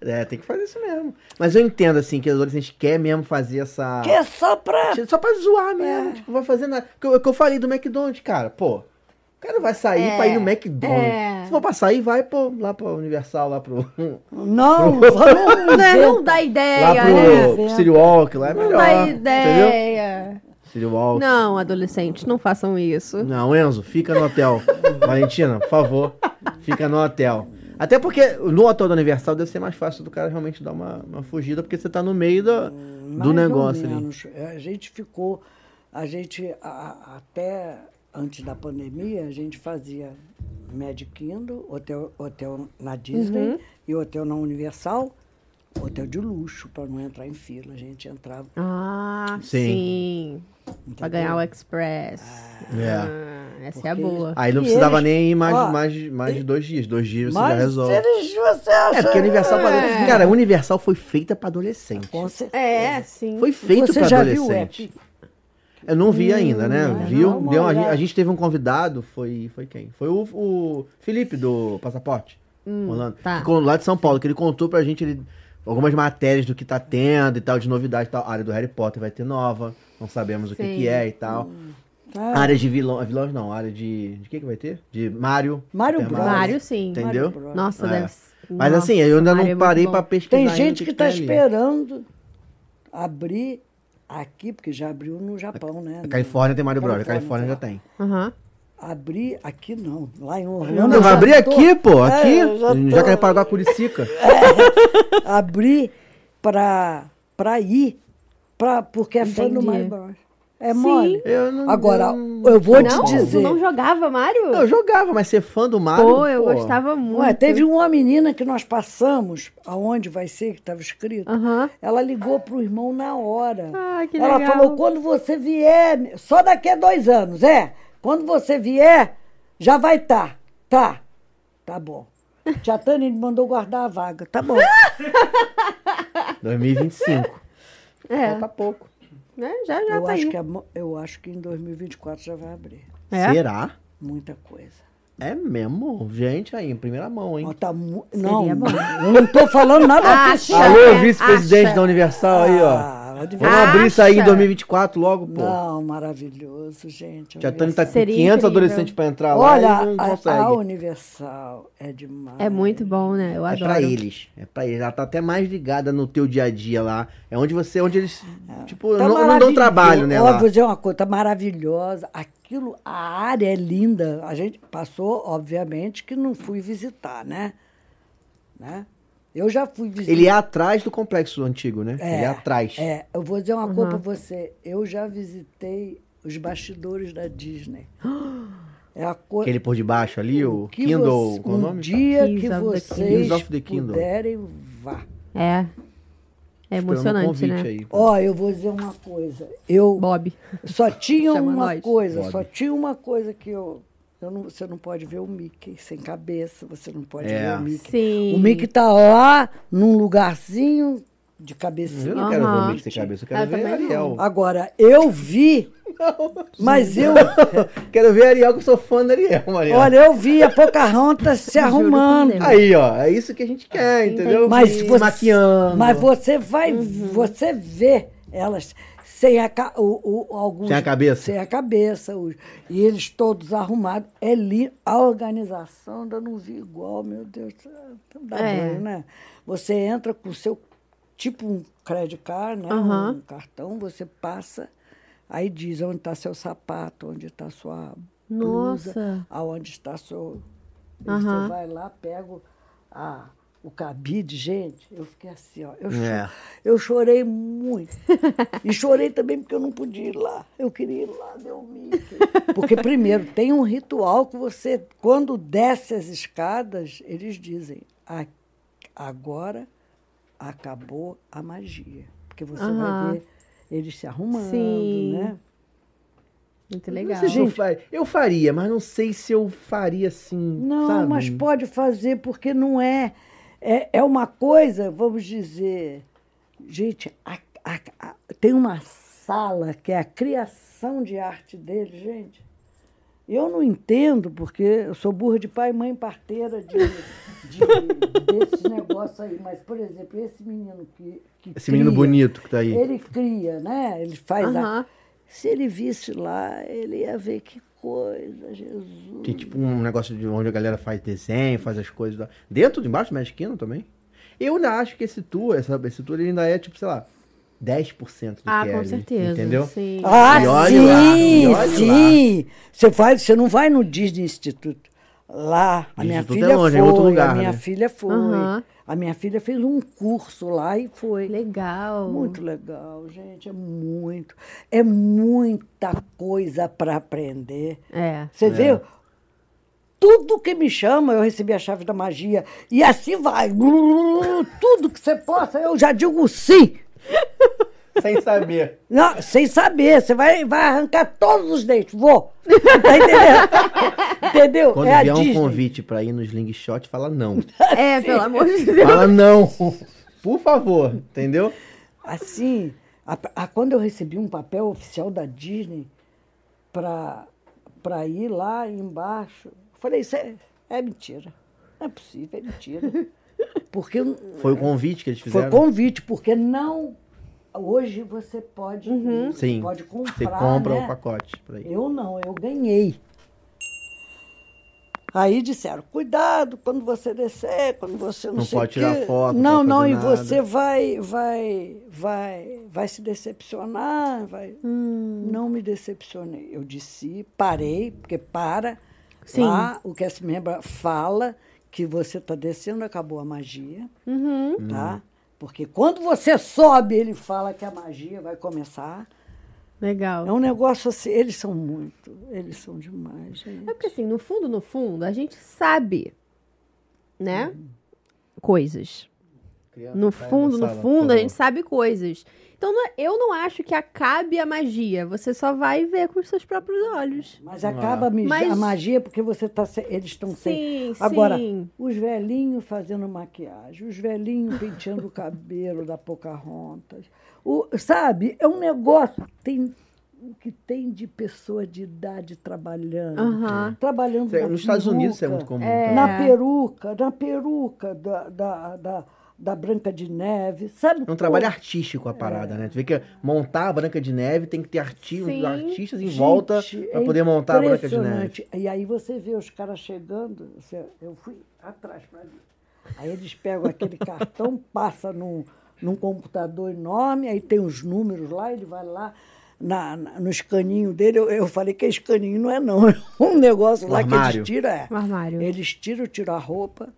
é, tem que fazer isso mesmo. Mas eu entendo, assim, que os adolescentes querem mesmo fazer essa.
Que é só pra.
Só pra
É.
zoar mesmo. Tipo, não vai fazer nada. Que eu, que eu falei do McDonald's, cara. Pô, o cara vai sair pra ir no McDonald's.
é.
Se for pra sair, vai pô, lá pro Universal, lá pro.
Não, vamos
Não, é,
ver.
não dá ideia,
lá
é
né?
um
pro, pro City Walk, lá é
Não
melhor.
dá
Entendeu?
ideia.
City Walk.
Não, adolescentes, não façam isso.
Não, Enzo, fica no hotel. Valentina, por favor, fica no hotel. Até porque no hotel do Universal deve ser mais fácil do cara realmente dar uma, uma fugida, porque você tá no meio da-
Mais
do
ou
negócio ali.
menos. É, A gente ficou, a gente a- a- até antes da pandemia, a gente fazia Magic Kingdom, hotel, hotel na Disney
Uhum.
e hotel na Universal, hotel de luxo, para não entrar em fila. A gente entrava.
Ah,
Sim.
sim. Pra ganhar o Express.
É.
Ah, essa é a
Porque-
boa.
Aí não
E
precisava
eles-
nem ir mais,
ó,
mais, mais de dois dias. Dois dias você já
Mas
resolve.
eles, você acha?
É, porque Universal pra adolescente. Cara, Universal foi feita pra adolescente.
Com certeza.
É, sim.
Foi feito
Você
pra
já viu o
adolescente. Eu não vi ainda, né? Viu?
não,
Deu uma-
olha.
a, gente, a gente teve um convidado, foi, foi quem? Foi o, o Felipe do Passaporte.
Hum,
Orlando.
tá.
Que con- lá de São Paulo, que ele contou pra gente ele- algumas matérias do que tá tendo e tal, de novidade e tal. A área do Harry Potter vai ter nova, não sabemos o que,
Sim.
que é e tal.
Ah,
Área de vilão, vilões não, área de. De que que vai ter? De Mario.
Mario
Tem a
Bros.
Vário, sim.
Entendeu?
Mario Bros.
Nossa,
É.
deve ser.
Mas
Nossa,
assim, eu
Mario é
ainda não
muito
parei
bom.
pra pesquisar.
Tem
ainda o
gente que está
tem ali.
esperando abrir aqui, porque já abriu no Japão, né?
A Califórnia tem Mario Bros. A
Califórnia,
Califórnia já
sei lá.
tem.
Aham.
Abrir aqui não, lá em Orlando.
Não,
eu
vai
já
abrir
tô-
aqui, pô.
É,
Aqui.
eu já tô-
Já quer pagar a Curicica.
Abrir pra, é pra ir, pra, porque é fã do
Entendi.
Mario Bros. É mole.
Eu não.
Agora,
eu não-
eu vou
não,
te dizer.
tu não jogava Mario?
Eu jogava, mas ser fã do Mario.
Pô, eu gostava muito.
Ué, teve uma menina que nós passamos, aonde vai ser que estava escrito,
Aham.
ela ligou pro irmão na hora.
Ah, que
ela
legal.
falou, quando você vier, só daqui a dois anos, é. Quando você vier, já vai estar. Tá, tá. bom. Tia Tânia me mandou guardar a vaga. Tá bom.
Ah,
2025.
É,
Falta pouco.
né? Já, já
Eu
tá
acho,
aí.
é
que a mo- eu acho que em 2024 já vai abrir.
É?
Será?
Muita coisa.
É mesmo? Gente, aí, em primeira mão, hein?
Ó, tá mu- Não,
bom.
eu não tô falando nada oficial.
Alô,
né?
vice-presidente
Acha.
da Universal aí, ó.
Ah, devia-
Vamos abrir isso aí em
Acha.
2024 logo, pô.
Não, maravilhoso, gente.
Já Tânia tá com
Seria
500
incrível.
adolescentes pra entrar lá
Olha,
e não
a,
consegue.
a Universal é demais.
É muito bom, né? Eu
É
adoro.
pra eles. É pra eles. Ela tá até mais ligada no teu dia a dia lá. É onde você, onde eles, tipo,
Tá
não, não dão
maravilhoso.
trabalho, né?
Ó,
Lá.
vou dizer uma coisa, tá maravilhosa. Aquilo, a área é linda. A gente passou, obviamente, que não fui visitar, né? né? Eu já fui visitar.
Ele é atrás do complexo antigo, né?
É,
Ele é atrás.
É, eu vou dizer uma coisa
Uhum.
pra você. Eu já visitei os bastidores da Disney. É a coisa.
Aquele por debaixo ali, o,
que
Kindle,
você-
qual é o
um
nome?
dia
Keys
que
of the
vocês
Kindle. Keys of the Kindle.
puderem, vá.
É. É
Esperando um
emocionante,
convite
né?
aí.
Ó, eu vou dizer uma coisa. Eu
Bob.
só tinha
Chama
uma
nós.
coisa,
Bob.
só tinha uma coisa que eu, eu não- você não pode ver o Mickey sem cabeça, você não pode
É.
ver o Mickey.
Sim.
O Mickey tá lá num lugarzinho de cabecinha.
Eu não quero ver o
Aham.
Mitch de cabeça, eu quero
Eu
ver
também
Ariel.
Agora eu vi, Ah, mas eu
Quero ver Ariel, que eu sou fã da Ariel, Maria.
Olha, eu vi a Pocahontas se arrumando.
Deus.
Aí, ó, é isso que a gente quer, entendeu?
Mas
Se
você,
maquiando.
mas você vai,
Uhum.
você vê elas sem a, ca- o, o, alguns,
Sem a cabeça.
Sem a cabeça. os- e eles todos arrumados. É lindo. A organização ainda não vi igual, meu Deus. do céu, não Dá
É.
banho, né? Você entra com o seu, tipo um credit card, né?
Aham.
Um cartão, você passa, aí diz onde está seu sapato, onde está sua blusa,
Nossa.
aonde está seu. E
Aham.
Você Então, vai lá, pega o- a, o cabide, gente. Eu fiquei assim, ó. Eu, cho-
É.
eu chorei muito. e chorei também porque eu não podia ir lá. Eu queria ir lá, deu Mickey. Porque, primeiro, tem um ritual que você, quando desce as escadas, eles dizem: "A- agora acabou a magia. Porque você
Aham.
vai ver eles se arrumando,
Sim.
né?
Muito
Não
legal.
sei se eu faria. Eu faria, mas não sei se eu faria assim,
Não,
sabe?
mas pode fazer, porque não é. É, é uma coisa, vamos dizer. Gente, a- a- a- tem uma sala que é a criação de arte dele, gente. Eu não entendo, porque eu sou burra de pai e mãe parteira de, de- desses negócios aí. Mas, por exemplo, esse menino que. que
Esse menino
cria,
bonito que tá aí.
Ele cria, né? Ele faz a-
Aham.
Se ele visse lá, ele ia ver que coisa, Jesus.
Tem tipo um negócio de onde a galera faz desenho, faz as coisas lá. Dentro, embaixo do Magic Kingdom também. Eu ainda acho que esse tour, essa, esse tour ele ainda é tipo, sei lá, 10% do
Ah,
que é
com
ali,
certeza.
Entendeu?
Sim.
Ah,
E olhe lá, e
sim,
olhe
sim. Você faz, você não vai no Disney Instituto. Lá, a
Disney
minha
Instituto
filha
é longe, é
foi,
em outro lugar,
a minha
né?
filha foi.
Aham.
A minha filha fez um curso lá e foi.
Legal.
Muito legal, gente, é muito. É muita coisa para aprender.
É.
Você vê? Tudo que me chama, eu recebi a chave da magia. E assim vai. Tudo que você possa, eu já digo sim.
Sem saber.
Não, sem saber, você vai, vai arrancar todos os dentes, vou. Tá entendendo? Entendeu?
Quando
é a
vier um
Disney.
convite pra ir no Sling Shot, fala não.
É, pelo amor de Deus.
Fala não. Por favor, entendeu?
Assim, a- a- quando eu recebi um papel oficial da Disney pra, pra ir lá embaixo, eu falei, isso é, é mentira. Não é possível, é mentira. Porque eu-
Foi o convite que eles
foi
fizeram.
convite, porque não. Hoje você pode,
Uhum.
ir, você
Sim.
pode comprar.
Você compra
né?
o pacote pra ir.
Eu não, eu ganhei. Aí disseram, cuidado quando você descer, quando você não,
Não
sei o
pode tirar
quê.
foto, não
Não,
pode
não,
fazer
e
nada.
você vai, vai, vai, vai se decepcionar, vai. Não me decepcionei. Eu disse, parei, porque para.
Sim.
Lá o cast member fala que você está descendo, acabou a magia, tá? Porque quando você sobe, ele fala que a magia vai começar.
Legal.
É um negócio assim, eles são muito, eles são demais, gente.
É porque assim, no fundo, no fundo, a gente sabe, né?
Hum.
Coisas.
Tá
tá
No fundo, no fundo, a gente sabe coisas. Então não- eu não acho que acabe a magia. Você só vai ver com os seus próprios olhos.
Mas acaba
Ah.
a, mija-
Mas-
a magia porque você tá se- eles estão sem.
Sim,
Agora,
sim.
os velhinhos fazendo maquiagem, os velhinhos penteando o cabelo da Pocahontas. O, sabe, é um negócio tem, o que tem de pessoa de idade trabalhando.
Aham.
Trabalhando na
Nos Estados Unidos isso é
peruca,
muito comum.
É.
também.
Na peruca, na peruca da, da, da, da Branca de Neve, sabe?
É um trabalho artístico a parada, né? Tu vê que montar a Branca de Neve tem que ter arti
Sim.
artistas em
Gente,
volta pra
é
poder montar a Branca de Neve.
impressionante. E aí você vê os caras chegando, você- eu fui atrás para ver. Aí eles pegam aquele cartão, passa num, num computador enorme, aí tem os números lá, ele vai lá na, na- no escaninho dele. Eu, eu falei que é escaninho, não é não. É um negócio
Um
lá que
armário.
eles tiram. É.
Um armário.
Eles tiram, tiram a roupa.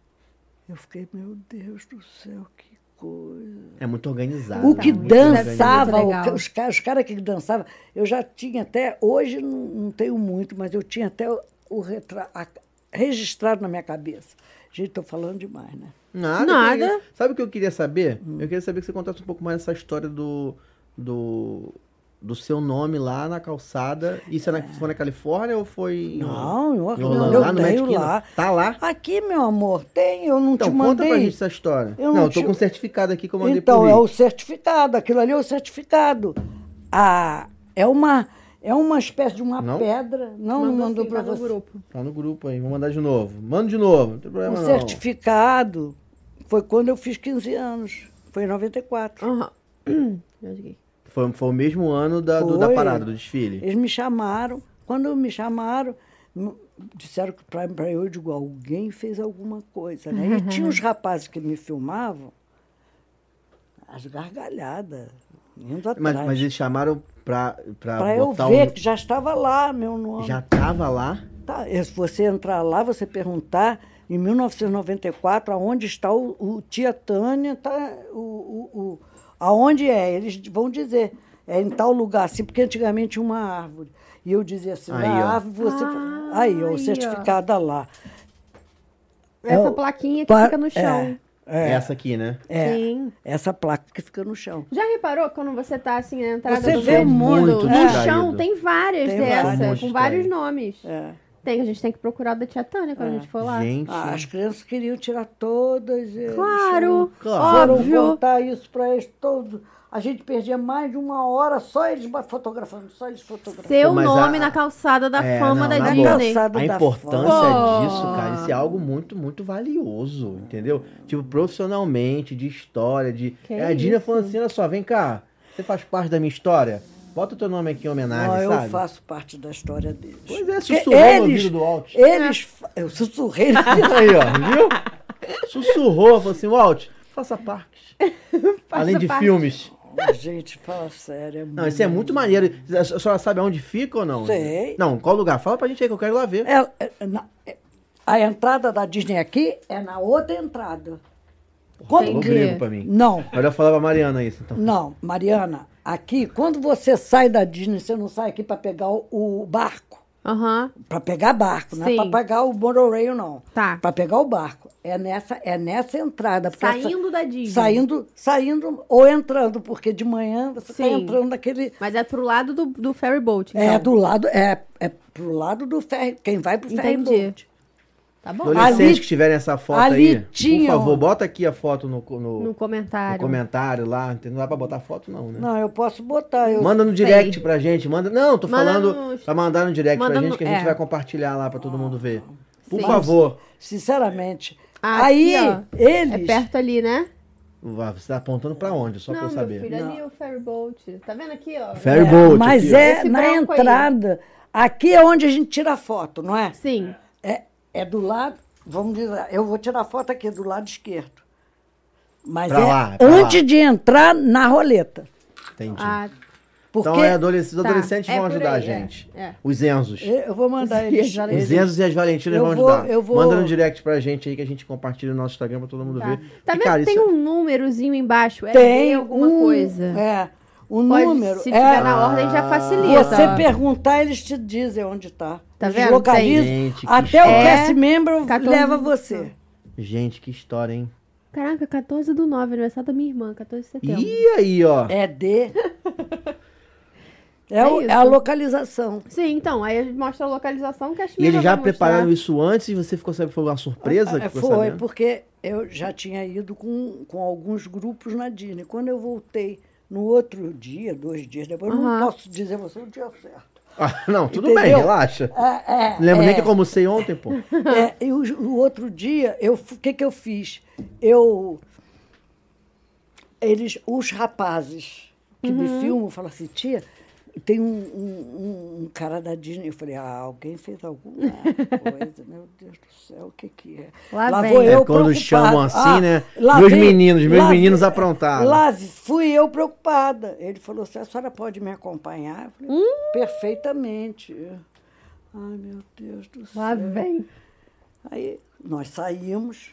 Eu fiquei, meu Deus do céu, que coisa.
É muito organizado.
O
né?
que
Muito
dançava,
muito
o
legal.
ca- os caras cara que dançavam, eu já tinha até, hoje não, não tenho muito, mas eu tinha até o, o retra- a- registrado na minha cabeça. Gente, estou falando demais, né?
Nada.
Nada.
que é isso. Sabe o que eu queria saber?
Hum.
Eu queria saber que você contasse um pouco mais essa história do. do. do seu nome lá na calçada. Isso é na, foi na Califórnia ou foi. em-
Não, eu,
em Orlando?
eu
lá no
tenho
Magic Kingdom?
lá.
Tá lá?
Aqui, meu amor, tem, eu não
Então,
te
conta
mandei.
pra gente essa história.
Eu
não,
não
eu tô
te-
com um certificado aqui que eu mandei
Então,
pro
é
Rio.
o certificado, aquilo ali é o certificado. Ah, é uma, é uma espécie de uma
Não?
pedra. Não, não mandou para você.
assim, um grupo.
Tá no grupo aí, vou mandar de novo. Manda de novo, não tem
O
problema não.
certificado foi quando eu fiz 15 anos. Foi em 94.
Aham. Já joguei.
Foi, foi o mesmo ano da, do- da
Foi.
parada, do desfile.
Eles me chamaram. Quando me chamaram, m- disseram que para eu, eu digo, alguém fez alguma coisa, né? E tinha os rapazes que me filmavam, as gargalhadas, indo
Mas,
atrás.
mas eles chamaram pra, pra,
para eu
botar
ver
um...
que já estava lá meu nome.
Já tava lá?
Tá, e se você entrar lá, você perguntar, em 1994, aonde está o, o Tia Tânia, tá, o, o, o- aonde é? Eles vão dizer, é em tal lugar, assim, porque antigamente tinha uma árvore. E eu dizia assim,
Aí, ó.
na árvore você... aí, ó,
aí, ó.
o certificado tá lá.
Essa
É o-
plaquinha que
Pa-
fica no chão.
Essa aqui, né?
É, é,
Sim.
essa placa que fica no chão.
Já reparou quando você tá assim na entrada
Você
do
vê
do-
muito
no
distraído.
chão tem várias
Tem
dessas,
várias.
com
Muito
vários
distraído.
nomes.
É.
Tem, a gente tem que procurar da Tia Tânia quando a gente for lá.
Gente,
Ah, as crianças queriam tirar todas. eles
Claro,
foram-
Claro.
Foram
óbvio.
contar isso para eles todos. A gente perdia mais de uma hora só eles ba- fotografando, só eles fotografando.
Seu
Pô, mas
nome
a-
na calçada da
É,
fama
não,
da
na
boa.
Disney.
Calçada
a
da
importância
fama.
disso, cara, isso é algo muito, muito valioso, entendeu? Tipo, profissionalmente, de história, de...
Que
é, a Dina
isso.
falando assim, olha só, vem cá, você faz parte da minha história? Bota o teu nome aqui em homenagem,
Não, eu
sabe?
faço parte da história deles.
Pois é,
Porque
sussurrou no ouvido do Walt.
É.
Eles, fa- eu sussurrei.
Aí, ó, viu? Sussurrou, falou assim, Walt, faça parte. Além de
parte.
filmes.
gente, fala sério.
Não, isso é muito maneiro. A senhora sabe aonde fica ou não?
Sei.
Não, qual lugar? Fala pra gente aí que eu quero ir lá ver.
É- é- na- é- a entrada da Disney aqui é na outra entrada.
Falou
Quando,
grego pra mim.
não,
Olha, eu falava pra Mariana isso, então.
Não, Mariana, aqui, quando você sai da Disney, você não sai aqui para pegar o, o barco.
Aham.
Para pegar barco, não
Sim.
é para pegar o monorail, não.
Tá.
Para pegar o barco. É nessa, é nessa entrada. porque
Saindo da Disney.
Saindo, saindo ou entrando, porque de manhã você está
Sim.
entrando naquele.
Mas é pro lado do, do ferry boat, então.
É do lado, é, é pro lado do ferry. Quem vai pro ferry
Entendi.
boat.
Tá bom?
Adolescentes
Ali-
que tiverem essa foto
ali
aí,
tinha,
por favor,
ó.
bota aqui a foto no, co- no,
No comentário.
no comentário lá. Não dá pra botar foto, não, né?
Não, eu posso botar. Eu...
Manda no direct pra gente. Manda... Não, tô
Manda
falando
no-
pra mandar no direct
Manda
pra gente
no-
que a gente
é.
vai compartilhar lá pra todo mundo ver. Por
Sim.
um favor.
Sinceramente.
Ah,
aí,
aqui, ó. É
eles.
perto ali, né?
Vá, Você tá apontando pra onde? Só pra eu saber.
ali é o ferry boat. Tá vendo aqui, ó?
Ferry
É,
boat
Mas
aqui, ó.
é
Esse
na
branco aí.
entrada. Aqui é onde a gente tira foto, não é?
Sim.
É, é do lado, vamos dizer, eu vou tirar foto aqui do lado esquerdo. Mas
Pra
é
lá, pra
antes de entrar na roleta.
Entendi.
Ah,
Porque
Então é adolesc- os
Tá,
adolescentes
é
vão
por
ajudar
aí,
a gente.
é, é.
Os Enzos.
eu vou mandar eles.
Os
eles
Enzos e as Valentinas
Eu
vão
vou-
ajudar.
eu vou-
Manda no direct pra gente aí que a gente compartilha no nosso Instagram pra todo mundo
tá.
ver.
Tá
E,
um
vendo
cara, é
que tem
isso é-
um númerozinho embaixo? É
tem
alguma
um,
coisa.
É, o
Pode-
número.
se
é-
tiver na ordem, já facilita.
Você
ó.
perguntar, eles te dizem onde está.
Tá
eles
vendo? É
localizam.
Tem. Gente, que
Até o
chato.
cast member
14
leva
do-
você.
Gente, que história, hein?
Caraca, 14 do 9, aniversário da minha irmã, 14 de setembro.
E aí, ó.
Então. É de. É, o-
É
é a
isso.
localização.
Sim, então, aí mostra a localização que as
E eles já
prepararam
prepararam isso antes e você ficou sabendo, foi uma surpresa?
É,
que ficou
Foi,
sabendo?
porque eu já tinha ido com, com alguns grupos na Disney. Quando eu voltei no outro dia, dois dias depois, eu
Aham.
não posso dizer a você é o dia certo.
Ah, não, tudo bem,
Entendeu?
relaxa.
É,
Não Lembro nem que eu almocei ontem, pô.
É, e o, o outro dia, eu f- o que, que eu fiz? Eu. Eles, os rapazes que
Uhum.
me filmam, falam assim, tia, tem um, um- um- um cara da Disney. Eu falei, ah, alguém fez alguma coisa, meu Deus do céu, o que, que é?
Lá vem.
vou
É
eu
quando
preocupada.
chamam assim, né?
lá
Meus
vem-
meninos, meus
lá
meninos
vem-
aprontaram.
Lá fui eu preocupada. Ele falou assim, a senhora pode me acompanhar? Eu falei,
Hum.
perfeitamente. Ai, meu Deus do céu.
Lá vem.
Aí nós saímos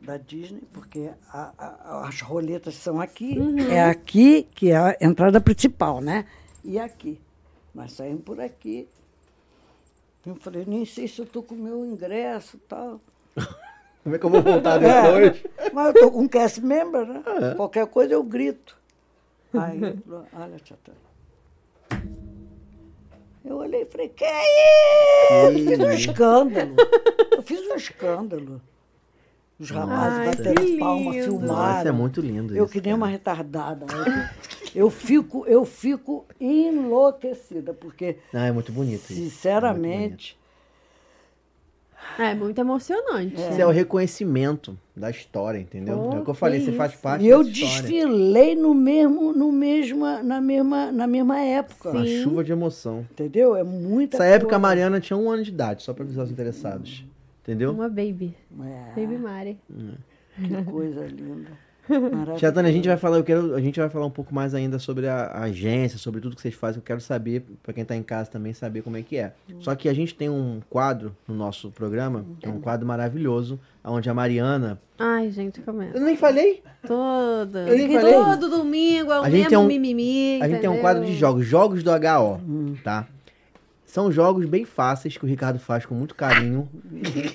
da Disney, porque a- a- as roletas são aqui. É aqui que é a entrada principal, né? E aqui. Nós saímos por aqui. Eu falei, nem sei se eu estou com o meu ingresso e tal.
Como é que eu vou voltar depois?
Mas eu estou com um cast member, né?
É.
Qualquer coisa eu grito. Aí ele falou, olha, tia Tânia. Eu olhei e falei, que é isso? Eu fiz um escândalo. Eu fiz um escândalo. Os rapazes
Ai, que
bateram palma,
lindo.
filmaram.
Nossa, é muito lindo
Eu
isso,
que nem
cara.
uma retardada. né? Eu fico, eu fico enlouquecida, porque,
Ah, é muito bonito isso.
sinceramente,
É muito emocionante.
Isso é o reconhecimento da história, entendeu?
Pô,
é o que eu falei,
que
você faz
isso.
parte
E eu
dessa história.
desfilei no mesmo, no mesma, na, mesma, na mesma época.
Uma chuva de emoção.
Entendeu? É muita
Nessa época a
coisa.
Mariana tinha um ano de idade, só pra avisar os interessados. Entendeu?
Uma baby.
É,
Baby Mari.
que coisa linda.
Tia
Maravilhoso.
Tânia, a gente vai falar, eu quero, a gente vai falar um pouco mais ainda sobre a, a agência, sobre tudo que vocês fazem. Eu quero saber, pra quem tá em casa também, saber como é que é.
Hum.
Só que a gente tem um quadro no nosso programa, que é
Uhum.
um quadro maravilhoso, onde a Mariana.
Ai, gente, começa.
Eu nem falei!
Todo.
Eu nem falei.
Todo domingo é o
A gente
mesmo
tem um-
mimimi.
A gente tem um
entendeu?
quadro de jogos, jogos do HO, tá? São jogos bem fáceis que o Ricardo faz com muito carinho.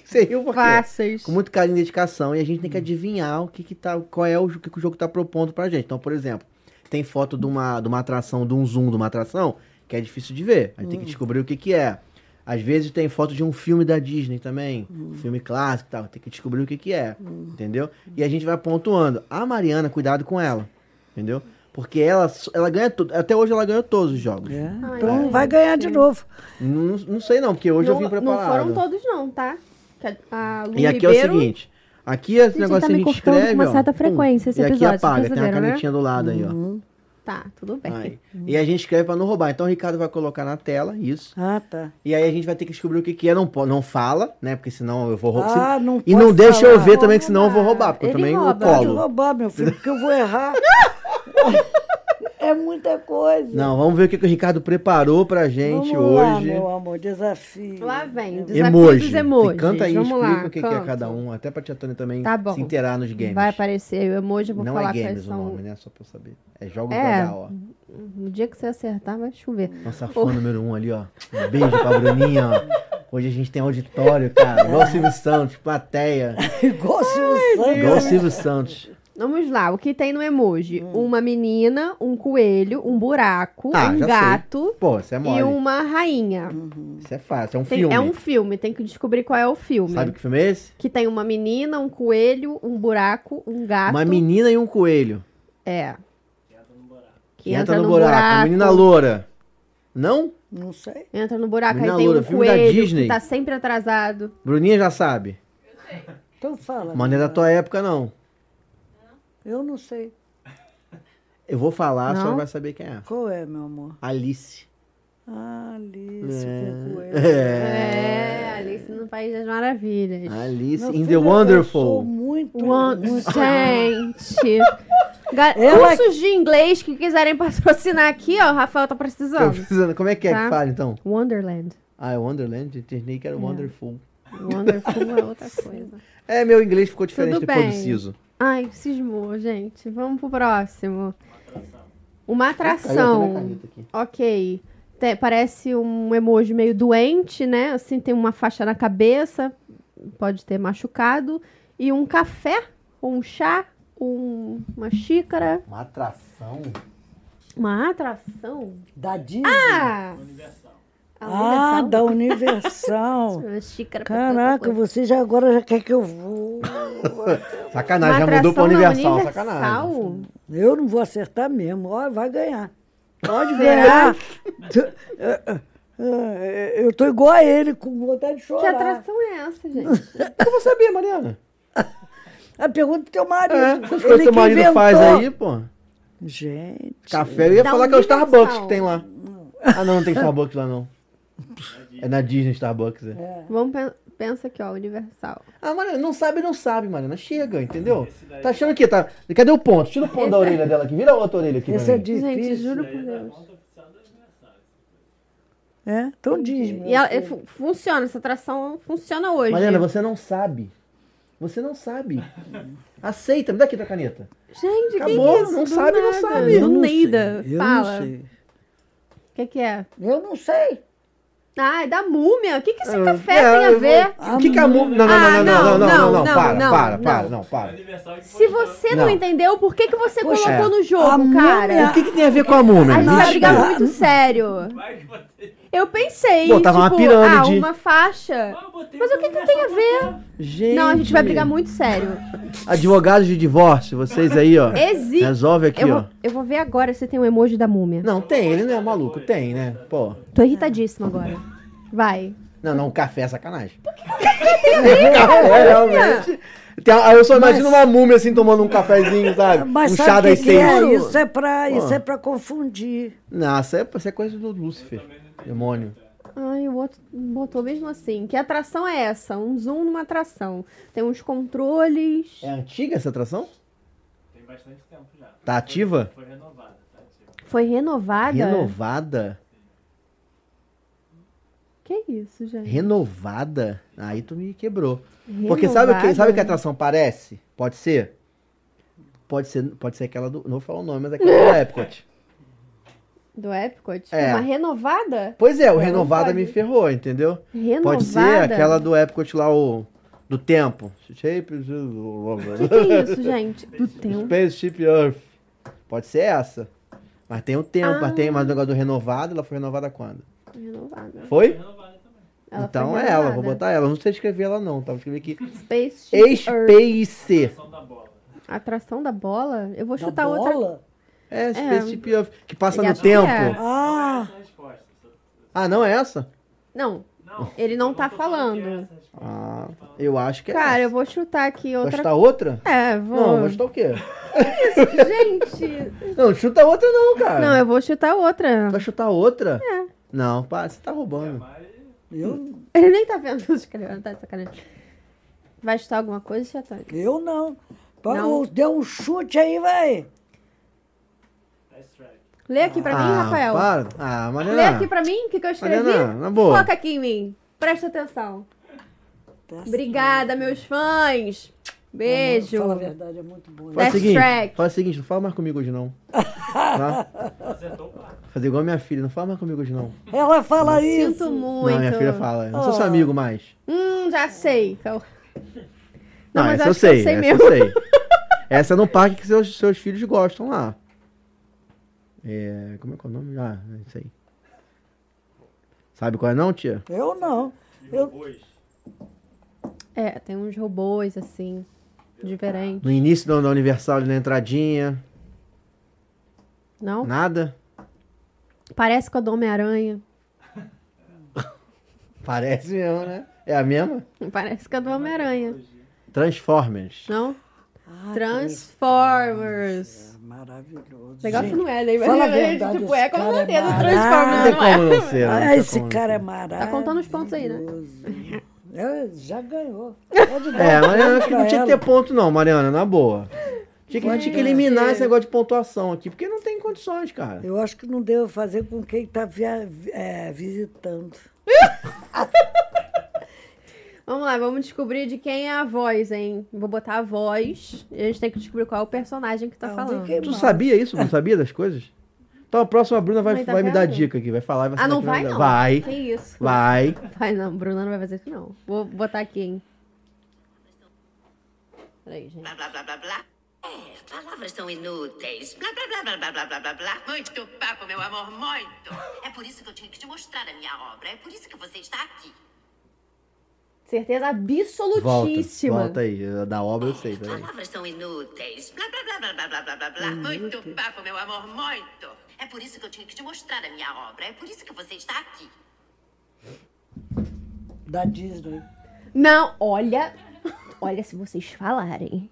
Você riu por quê?
Fáceis.
Com muito carinho e dedicação. E a gente tem que adivinhar o que, que tá. Qual é o, jo- o que, que o jogo tá propondo pra gente. Então, por exemplo, tem foto de uma, de uma atração, de um zoom de uma atração, que é difícil de ver. A gente tem
Hum.
que descobrir o que, que é. Às vezes tem foto de um filme da Disney também,
Hum.
um filme clássico e tal. Tem que descobrir o que, que é, entendeu? E a gente vai pontuando. A Mariana, cuidado com ela, entendeu? Porque ela, s- ela ganha tudo. Até hoje ela ganhou todos os jogos.
É.
Então vai ganhar de novo.
Não, não sei não, porque hoje eu vim
não,
preparado.
não foram todos, não, tá? Que A a Lu
E aqui é
Um Ribeiro,
o seguinte. Aqui é esse
Gente, ele
negócio
tá
que a
me
gente
cortando com
escreve,
uma
ó,
certa
pum,
frequência esse
e aqui
episódio, vocês
apaga, tem a
perceberam, né?
canetinha do lado aí, ó.
Tá, tudo bem.
Aí. E a gente escreve pra não roubar. Então o Ricardo vai colocar na tela isso.
Ah, tá.
E aí a gente vai ter que descobrir o que, que é. Não, po- não fala, né? Porque senão eu vou roubar.
Ah, não
e não
pode
deixa eu
falar.
ver também, que senão eu vou roubar. Porque eu
Ele
também eu
rouba.
Pode
colo.
roubar, meu filho, porque eu vou errar. é muita coisa.
Não, vamos ver o que, que o Ricardo preparou pra gente
Vamos lá,
hoje.
meu amor, desafio.
Lá vem. Desafio
emoji.
dos emojis.
Canta aí,
Vamos
explica
lá,
o que, que é
canta.
cada um. Até pra Tia Tânia também
Tá bom.
se inteirar nos games.
Vai aparecer o emoji, eu vou
não
falar
é
quais
games
são.
o nome, né? Só pra eu saber. É jogos
É.
da HO.
No dia que você acertar, vai chover.
Nossa fã número um ali, ó. Um beijo pra Bruninha, ó. Hoje a gente tem auditório, cara. Igual o Silvio Santos, plateia.
Igual o Silvio
Igual o
Santos.
Silvio Santos.
Vamos lá, o que tem no emoji? Uma menina, um coelho, um buraco,
Hum. Ah,
um
já sei.
gato
Pô, isso é
e
mole.
uma rainha.
Isso é fácil. É um
Tem-
filme.
é um filme, tem que descobrir qual é o filme.
Sabe que filme é esse?
Que tem uma menina, um coelho, um buraco, um gato.
Uma menina e um coelho.
É.
Que entra no buraco. Uma menina loura. Não?
Não sei.
Entra no buraco,
Menina
aí tem
loura,
um
filme da
coelho
Disney.
que tá sempre atrasado.
Bruninha já sabe.
Então fala.
Mas não é da tua época, não.
Eu não sei.
Eu vou falar, só
Não?
vai saber quem é.
Qual é, meu amor? Ah,
Alice.
Alice, com coelho.
É, Alice no País das Maravilhas.
Alice
Meu
in the
filho,
é
eu sou
Wonderful.
muito,
One-
muito
Gente. Ga-
Ela-
Cursos de inglês que quiserem patrocinar aqui, ó. O Rafael tá
Tô
precisando.
precisando. Como é que é
Tá. É.
que fala, então?
Wonderland.
Ah, é Wonderland? Entendi que era Wonderful.
Wonderful é outra coisa.
É, meu inglês ficou diferente
Tudo
depois do
bem.
Siso.
Ai, cismou, gente. Vamos pro próximo. Uma atração. Ok. Te- parece um emoji meio doente, né? Assim, tem uma faixa na cabeça, pode ter machucado. E um café, um chá, um- uma xícara.
Uma atração.
Uma atração.
Da Disney?
Ah!
Ah,
Universal.
da Universal.
Uma xícara pra
Caraca,
tanta coisa.
você já agora já quer que eu vou.
Sacanagem,
Uma
já mudou pra
atração na
Universal, sacanagem.
Universal?
Eu não vou acertar mesmo. Ó, vai ganhar. Pode ganhar. Tu- eh, eh, eh, Eu tô igual a ele, com vontade de
Que
chorar.
atração é essa, gente?
Eu vou saber, Mariana.
A pergunta do teu marido.
É, essas
ele
coisas que o marido
inventou.
faz aí, pô.
Gente.
Café, eu ia
Da
falar que é o
Universal.
Starbucks que tem lá. Ah, não, não tem Starbucks lá, não. É na Disney Starbucks, é.
Vamos pen- pensa aqui, ó, Universal.
Ah, Mariana, não sabe, não sabe, Mariana. Chega, entendeu? Tá achando que tá... Cadê o ponto? Tira o ponto da orelha dela aqui. Vira a outra orelha aqui pra
Esse é
mim.
Gente,
difícil.
juro por Deus.
É? Então diz, meu
E ela-
filho.
fu- funciona, essa atração funciona hoje.
Mariana, você não sabe. Você não sabe. Aceita. Me dá aqui tua caneta.
Gente, que
Acabou,
que é isso?
não
Do
sabe, não
nada.
sabe.
Do
Eu não sei,
Neida.
Eu
Fala.
não sei.
O que, que é?
Eu não sei.
Ah, é da múmia. O que, que esse
Ah,
café
é,
tem a
eu
ver?
vou- O que que a mu... Não, não, não,
Ah,
não, não, não, não, não, não,
não,
Para,
não,
para,
não.
para, não, para.
Se você não,
Não.
entendeu, por que, que você
Poxa,
colocou
é.
no jogo,
A múmia-
cara?
O que, que tem a ver com a múmia?
A gente
Me
vai brigar
explica.
muito sério. Eu pensei,
Pô, tava uma
tipo,
pirâmide.
ah, uma faixa. Mas o que, que tem a ver?
Gente.
Não, a gente vai brigar muito sério.
Advogados de divórcio, vocês aí, ó.
Exi-
Resolve aqui,
eu,
ó.
vou, eu vou ver agora se tem um emoji da múmia.
Não, tem, ele não é maluco, tem, né? Pô.
Tô irritadíssima agora. Vai.
Não, não, café é sacanagem. Por que café realmente. Tem, a- eu só imagino uma múmia assim tomando um cafezinho, sabe?
Mas
um chá
sabe o
das
que, que
seis.
é? Isso é, pra, isso
Pô.
é pra confundir.
Não, isso é, isso é coisa do Lúcifer. Demônio.
Ai, o outro botou mesmo assim. Que atração é essa? Um zoom numa atração. Tem uns controles.
É antiga essa atração? Tem bastante tempo já. Tá ativa?
Foi renovada?
Renovada?
Que isso, gente?
Renovada? Aí tu me quebrou. Porque sabe o que, sabe o que é a atração parece? Pode ser? Pode ser, pode ser aquela do. Não vou falar o nome, mas é aquela do Epcot.
Do Epcot?
É.
Uma renovada?
Pois é, o
Não, não
Renovada
pode.
me ferrou, entendeu?
Renovada?
Pode ser aquela do Epcot lá, o. Do tempo. Shape.
Que que é isso, gente? Do tempo.
Spaceship Earth. Pode ser essa. Mas tem o tempo,
Ah.
mas tem mais um negócio do renovado. Ela foi renovada quando?
Renovada.
Foi?
Ela
então
foi
é ela, vou
renovada.
botar ela. Não sei escrever ela não, tá? Vou escrever aqui.
Space Ship Earth.
Space.
Atração da bola? Eu vou
Da
chutar tá outra.
bola?
É, Spaceship Earth. Que passa
Ele é
no
achou que
tempo.
era.
Ah,
Ah, não é essa?
Não. Ele não tá falando.
Ah, eu acho que é
Cara,
essa.
eu vou chutar aqui
Vai
outra.
chutar outra?
É, vou.
Não, vai chutar o quê?
Gente.
Não, chuta outra não, cara.
Não, eu vou chutar outra.
Vai chutar outra? É. Não, pá, você tá roubando.
eu,
Ele nem tá vendo os caras. Tá de sacanagem. Vai chutar alguma coisa, Chatane?
eu não. Pô,
Não.
Deu um chute aí, vai.
Lê aqui pra mim,
ah,
Rafael.
Para. Ah,
Lê aqui
Mariana.
pra mim o que, que eu escrevi.
Mariana, na boa.
Foca aqui em mim. Presta atenção.
Tá
Obrigada, meus fãs. Beijo.
Fala a verdade, é muito bom.
Faz o
Fast
seguinte,
track.
faz o seguinte, não fala mais comigo hoje não. Tá? Fazer igual a minha filha, não fala mais comigo hoje não.
Ela fala isso.
Sinto muito.
Não, minha filha fala, eu não sou seu amigo mais.
Hum, já sei. Então, Não,
Não,
mas
Ah, essa eu
acho que eu
sei,
sei
essa
mesmo.
eu sei. Essa é num parque que seus, seus filhos gostam lá. É, como é que é o nome? Ah, é isso aí. Sabe qual é não, tia?
Eu não. Eu,
É, tem uns robôs assim. Diferente.
No início do- da Universal, ali na entradinha,
Não?
nada?
Parece com a do Homem-Aranha.
Parece mesmo, né? É a mesma?
Parece com a do Homem-Aranha.
Transformers.
Não?
Ah,
Transformers.
maravilhoso.
Legal que não é, né?
fala a
Imagina,
verdade,
Tipo, é
esse
com
cara é
certeza
maravilhoso.
Não
Transformers,
tem
não é?
como não ser. né? Não
Ah,
tem
esse
como não
cara é
ser.
maravilhoso.
Tá contando os pontos aí, né?
É, já ganhou. Pode dar
É,
um
Mariana,
ponto
acho que não
pra
tinha que
ela.
ter ponto, não, Mariana, na boa. Tinha que, tinha que eliminar esse negócio de pontuação aqui, porque não tem condições, cara.
Eu acho que não devo fazer com quem está via, é, visitando.
Vamos lá, vamos descobrir de quem é a voz, hein? Vou botar a voz e a gente tem que descobrir qual é o personagem que tá
Não,
falando.
ninguém
Tu
mais.
sabia isso? Não sabia das coisas? Então a próxima a Bruna vai,
Mas tá
vai me dar
vendo?
dica aqui, vai falar e vai
Ah,
falar
não
que
vai
dar.
não.
Vai.
Que isso.
Vai.
Vai não, Bruna não vai fazer isso não. Vou botar aqui, hein. Peraí, gente.
Blá, blá, blá, blá, blá. É, palavras são inúteis. Blá, blá, blá, blá, blá, blá, blá, blá, blá. Muito papo, meu amor, muito. É por isso que eu tinha que te mostrar a minha obra. É por isso que você está aqui.
Certeza
Volta.
absolutíssima.
Volta aí. Da obra eu sei, peraí.
Palavras são inúteis. Blá, blá, blá, blá, blá, blá, blá, blá, blá. Muito papo, meu amor, muito. É por isso que eu tinha que te mostrar a minha obra. É por isso que você está aqui.
Da Disney.
Não, olha. Olha se vocês falarem.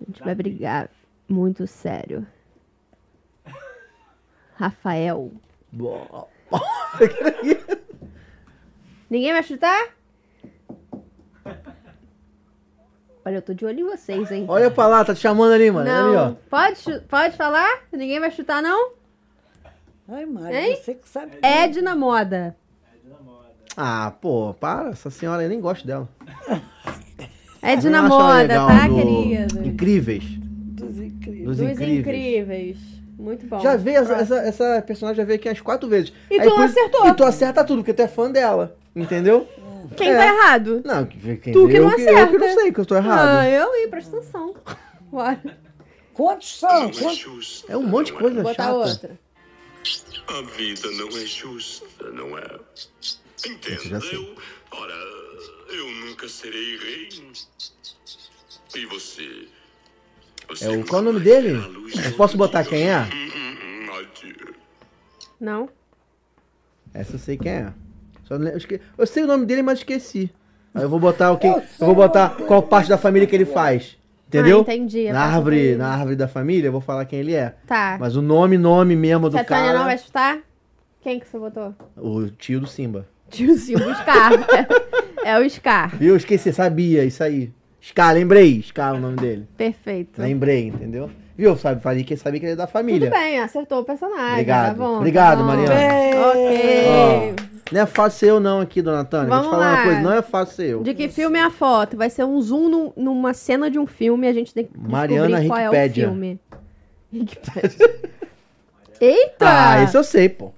A gente vai brigar muito sério. Rafael.
Boa.
Ninguém vai chutar? Olha, eu tô de olho em vocês, hein?
Olha pra lá, tá te chamando ali, mano. Olha
não.
Ali, ó.
pode, chu- pode falar? Ninguém vai chutar, não?
Ai, Mari,
Hein? É.
você que sabe.
Edna Moda.
Ah, pô, para. Essa senhora, eu nem gosto dela.
Edna
Eu acho ela é
Moda,
legal
tá,
no
querido?
Incríveis.
Dos incríveis.
Dos,
Dos
incríveis.
incríveis. Muito bom.
Já veio essa, essa, essa personagem já veio aqui umas quatro vezes.
E tu não
por isso-
acertou.
E tu acerta tudo, porque tu é fã dela. Entendeu?
Quem
É.
tá errado?
Não, que- quem
Tu que
eu
não
Eu que
acerta.
não sei, que eu tô
Ah,
errado.
eu hein, presta atenção. Bora.
Quantos são? Quantos?
É um monte de coisa
Botar
chata.
outra.
A vida não é justa, não é?
Isso já
Entenda,
sei.
eu. Ora, eu nunca serei rei. E você. você
É o,
nunca
qual é o nome
vai
dele?
ver a luz
Eu
do
posso botar
dia.
quem é?
Hum, hum, adeus.
Não.
Essa eu sei quem é. Só não lembro- eu, esque- eu sei o nome dele, mas esqueci. Aí eu vou botar o quem.
Eu
Eu,
sei
vou
o nome
botar
dele.
qual parte da família que ele faz. Entendeu?
Ah, entendi, a
Na
parte da
árvore,
família.
na árvore da família, eu vou falar quem ele é.
Tá.
Mas o nome, nome mesmo
Se
do
a Tânia não vai
cara.
chutar, quem que você botou?
O tio do Simba.
Tiozinho, o Scar. é o Scar.
Viu? Eu Esqueci, sabia, isso aí. Scar, lembrei. Scar é o nome dele.
Perfeito.
Lembrei, entendeu? Viu? Sabe, falei que sabia que ele é da família.
Tudo bem, acertou o personagem.
Obrigado.
Tá bom,
Obrigado,
tá bom.
Mariana.
é?
Ok.
Ó, não é fácil ser eu não aqui, dona Tânia. Vou te
Vamos
falar
lá.
uma coisa, não é fácil ser eu.
De que filme é a foto? Vai ser um zoom num- numa cena de um filme a gente tem que
Mariana
descobrir qual
Wikipedia.
é o filme. Wikipedia. Eita!
Ah, isso eu sei, pô.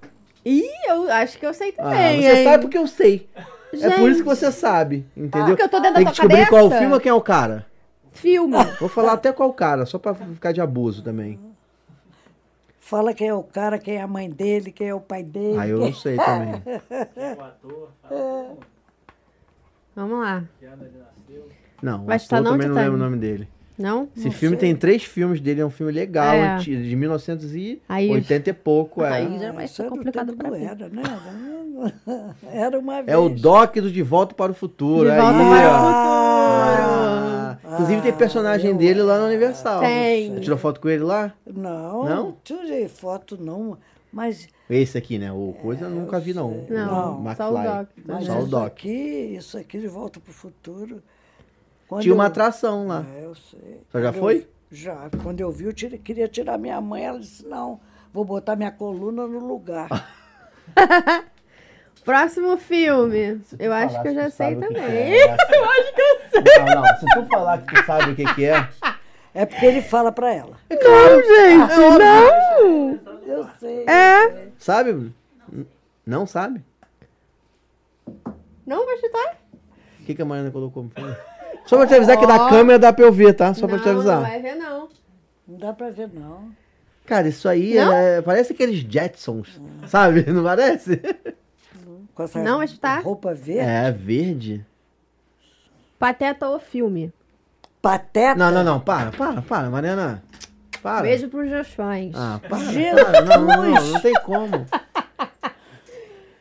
Ih, eu acho que eu sei
Ah,
também,
você
hein?
sabe porque eu sei. É por
Gente.
isso que você sabe, entendeu?
porque eu tô dentro da
Tem que
tua
descobrir qual o
cabeça.
filme ou quem é o cara.
Filme.
Vou falar até qual o cara, só pra ficar de abuso também.
Fala quem é o cara, quem é a mãe dele, quem é o pai dele.
Ah, eu não sei também.
Vamos lá.
Não,
Vai
Mas
chutar
eu
tá não,
também não
Titânio?
lembro o nome dele.
Não?
Esse filme tem três filmes dele, é um filme legal,
É.
anti- de 1980
Aí-
e pouco. É.
Aí já vai
Isso
ser
era o
complicado
tempo
pra
do
mim.
era, né? Era uma vez.
É o Doc do De Volta para o Futuro.
De
aí,
Volta
ó.
para
Ah, Inclusive tem
Ah,
personagem dele lá no Universal.
Tem.
Você tirou foto com ele lá?
Não,
Não?
não tirei foto, não. Mas,
Esse aqui, né? O
É,
coisa eu nunca vi, não.
Não,
O
só o Doc. né?
mas
Só o
isso
Doc.
aqui, isso aqui de volta pro futuro. Quando
Tinha uma
eu-
atração lá.
É, eu sei.
Você já
Quando eu-
foi?
já. Quando eu vi, eu tirei- queria tirar minha mãe, ela disse, não, vou botar minha coluna no lugar.
Próximo filme. Eu acho que eu já sei
é.
também.
é.
eu acho que eu sei. Não, não. Se tu falar que tu sabe o que, que é.
É porque ele fala pra ela.
Não,
é
gente, não!
Eu sei.
É.
Sabe? N- Não sabe?
Não vai chutar?
O que, que a Mariana colocou? Só pra te avisar que é da câmera dá pra eu ver, tá? Só pra te
não,
avisar.
Não é. vai ver, não.
Não dá pra ver, não.
Cara, isso aí
Não?
é- parece aqueles Jetsons, sabe? Não parece?
Com essa
Não, mas tá.
roupa verde.
É, verde.
Pateta ou filme?
Pateta.
É. Não, não, não, para, para, para, Mariana. Para.
Beijo pros meus fãs.
Ah, para,
Jesus!
para. Não, não, não, não tem como.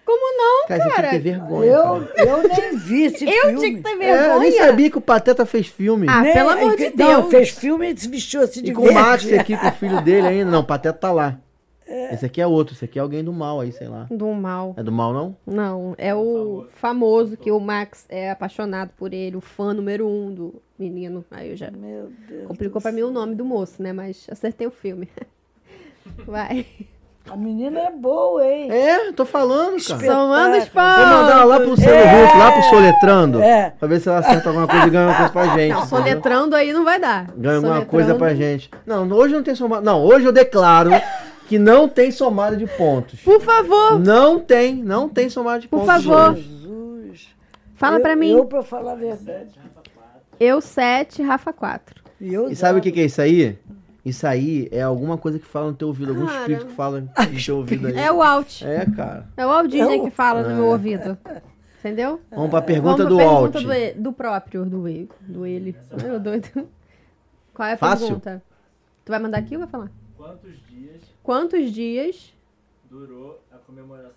Como não,
Cara, você tem que ter vergonha.
Eu,
cara.
eu nem vi esse
Eu
filme.
tinha que ter
É, eu nem
vergonha.
sabia que o Pateta fez filme.
Ah,
Nem-
pelo amor de
Não,
Deus.
fez filme e se vestiu assim de
e com o
verde.
Max aqui, com o filho dele ainda. Não, o Pateta tá lá. Esse aqui é outro, esse aqui é alguém do mal aí, sei lá.
Do mal.
É do mal, não?
Não, é o famoso que o Max é apaixonado por ele, o fã número um do menino. Aí eu já
Ah, Meu Deus.
complicou pra mim o nome do moço, né? Mas acertei o filme. Vai.
A menina é boa, hein?
É, tô falando, cara.
Espe-
Somando os
Vou mandar ela lá pro Luciano Huck, lá pro Soletrando.
É.
Pra ver se ela acerta alguma coisa e ganha alguma coisa pra gente.
Não,
entendeu?
soletrando aí não vai dar.
Ganha alguma
Soletrando-
coisa pra gente. Não, hoje não tem somado. Não, hoje eu declaro que não tem somada de pontos.
Por favor.
Não tem, não tem somada de
Por
pontos.
favor.
gente.
Jesus.
Fala
eu,
pra mim.
Eu, pra falar a verdade.
Eu 7, Rafa 4.
E, eu
E sabe o
já-
que, que é isso aí? Isso aí é alguma coisa que fala no teu ouvido, algum
Cara.
espírito que fala no teu ouvido aí.
É o Alt.
É, cara.
É o Walt Disney
Eu-
que fala no meu
É.
ouvido. Entendeu?
Vamos pra pergunta
É. Vamos pra
do
pergunta
Alt.
Do, e- do próprio, do, e- do ele. Meu doido. Qual é a
Fácil?
pergunta? Tu vai mandar aqui ou vai falar? Quantos dias? Quantos dias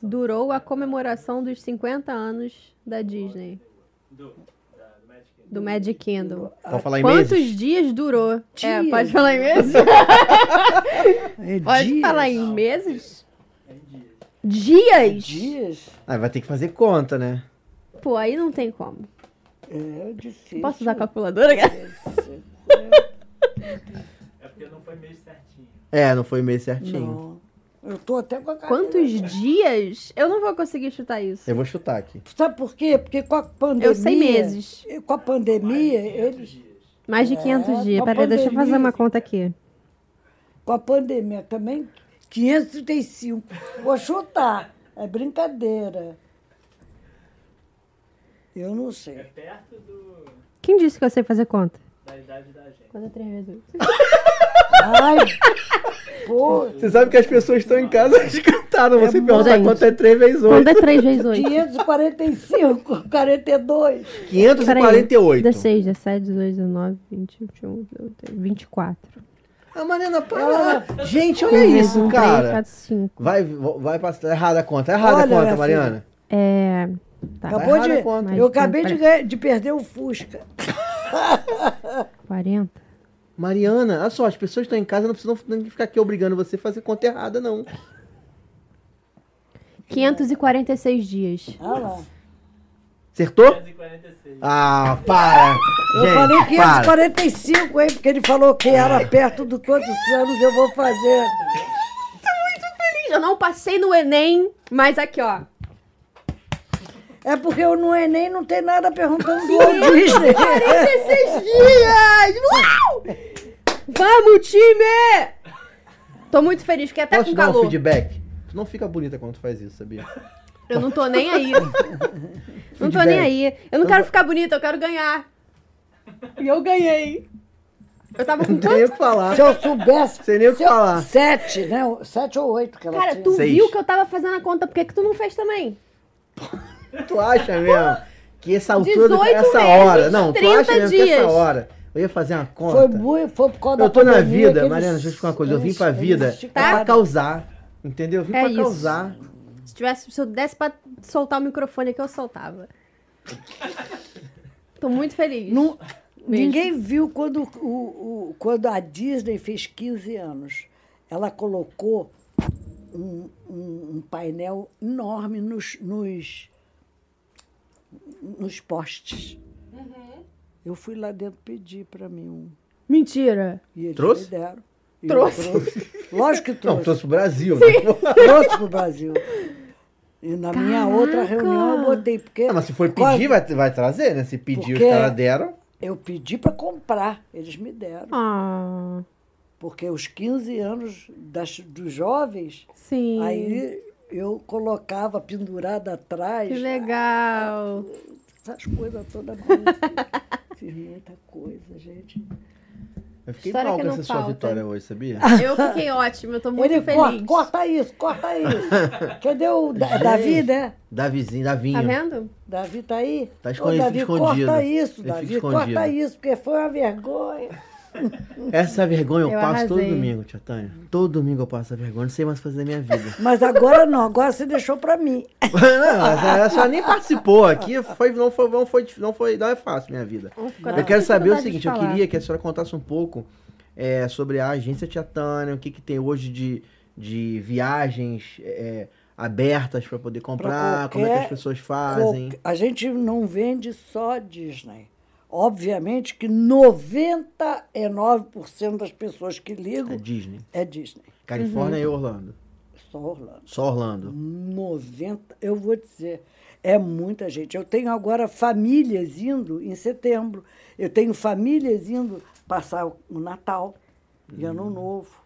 durou a comemoração dos 50 anos da Disney? Do, Magic Kingdom.
Pode falar em
Quantos
meses?
dias durou? É,
Dias.
pode falar em meses?
É
Pode
dias.
falar em meses? Dias?
Dias?
Ah, vai ter que fazer conta, né?
Pô, aí não tem como.
É difícil.
Posso usar a calculadora? cara?
É, não foi meio certinho.
Não. Eu tô até com a cara.
Tá Quantos dias? Eu não vou conseguir chutar isso.
Eu vou chutar aqui.
Sabe por quê? Porque com a pandemia.
Eu sei meses.
Com a pandemia, eles.
Mais de 500 dias.
É, uma
Peraí, deixa eu fazer
pandemia.
uma conta aqui.
Com a pandemia também, 535. Vou chutar. É brincadeira. Eu não sei.
Quem disse que eu sei fazer conta? Da
é
idade da gente. Conta 3 vezes.
Ai, pô,
Você sabe que as pessoas estão em casa e cantaram. Você pergunta
gente.
quanto é 3 vezes 8.
Conta é 3 vezes 8.
545, 42.
é-
548.
16, 17, 18, 19, 20, 21, 22, 24.
Ah, Marina,
Ah.
para. Gente, olha isso,
3,
cara.
4, 5.
Vai, vai passar. Errada a conta. Errada
Olha,
a conta,
minha
Mariana.
É. Tá.
Acabou
errado a conta.
de. Eu acabei de, ganhar- de perder o Fusca.
40.
Mariana, olha só, as pessoas estão em casa, não precisam não ficar aqui obrigando você a fazer conta errada, não.
546 dias.
Ah lá.
Acertou? 546. Ah, para.
Eu
Gente,
falei
para. É.
545, hein? Porque ele falou que era perto do quantos anos eu vou fazer.
Eu não passei no Enem, mas aqui, ó.
É porque eu no Enem não tem nada perguntando é. do Walt Disney.
Esses dias! Uau! Vamos, time! Tô muito feliz, fiquei até
Posso te
Tá com
dar um
calor.
feedback? Tu não fica bonita quando tu faz isso, sabia?
Eu não tô nem aí. não tô
Feedback.
nem aí. Eu não
Então
quero
va-
ficar bonita, eu quero ganhar. E eu ganhei. Eu tava com
Não tem nem o
quanto?
que falar.
Se eu soubesse.
Sem nem o que
se eu-
falar.
Sete, né? Sete ou oito que ela
Cara,
tinha.
tu
Seis.
viu que eu tava fazendo a conta, por que, que tu não fez também?
Tu acha mesmo que essa altura,
18
essa
meses,
hora... Não, tu
30
acha mesmo que essa
dias.
hora... Eu ia fazer uma conta.
Foi, muito, foi por causa da
Eu tô na
pandemia que
vida,
eles-
Mariana, deixa eu te falar uma coisa. Eu vim
eles-
pra vida
eles ficaram-
pra causar. Entendeu? Eu vim
tá É
pra
isso.
causar.
Se, tivesse, se eu desse pra soltar o microfone aqui, eu soltava. Tô muito feliz.
Não- ninguém viu quando, o- o- quando a Disney fez 15 anos. Ela colocou um, um- um painel enorme nos, nos, nos postes.
Uhum.
Eu fui lá dentro pedir pra mim um.
Mentira.
E eles
Trouxe?
me deram. E eu
Trouxe.
Lógico que
Não,
trouxe.
trouxe pro Brasil, né?
trouxe pro Brasil. E na minha outra reunião eu botei, porque.
Não, É, Ah, mas se for
Qual-
pedir, vai, vai trazer, né? Se pedir,
Porque-
os caras deram.
Eu pedi para comprar, eles me deram.
Ah,
Porque os 15 anos das, dos jovens,
sim.
aí eu colocava pendurada atrás,
Que legal.
essas coisas todas. mas Fiz muita coisa, gente.
Eu fiquei
História
mal
que
com
não
essa sua
falta. Ah.
vitória hoje, sabia?
Eu fiquei ótima, eu tô muito
Ele
feliz.
corta, corta isso, corta isso. Cadê o Da- Davi, né?
Davizinho,
Tá
Davinho.
vendo?
Davi tá aí?
Tá
Ô,
escondido,
Davi,
escondido.
corta isso,
Ele fica
Davi,
escondido.
corta isso, porque foi uma vergonha.
essa vergonha eu,
Eu
passo todo
arrasei.
domingo, tia Tânia. Todo domingo eu passo essa vergonha. Não sei mais o que fazer da minha vida.
Mas agora não, agora você deixou pra mim.
não, ela só nem participou aqui. Foi, não, foi, não, foi, não foi. Não é fácil, minha vida.
Ah,
Eu quero saber o seguinte, eu queria que a senhora contasse um pouco é, sobre a agência Tia Tânia, o que, que tem hoje de, de viagens é, abertas para poder
qualquer-
comprar, como é que as pessoas fazem.
Qualque- A gente não vende só Disney. Obviamente que 99% das pessoas que
É
ligam
Disney.
é Disney.
Califórnia
Uhum.
e Orlando.
Só Orlando.
Só Orlando.
90, eu vou dizer, é muita gente. Eu tenho agora famílias indo em setembro. Eu tenho famílias indo passar o Natal e Ano Novo.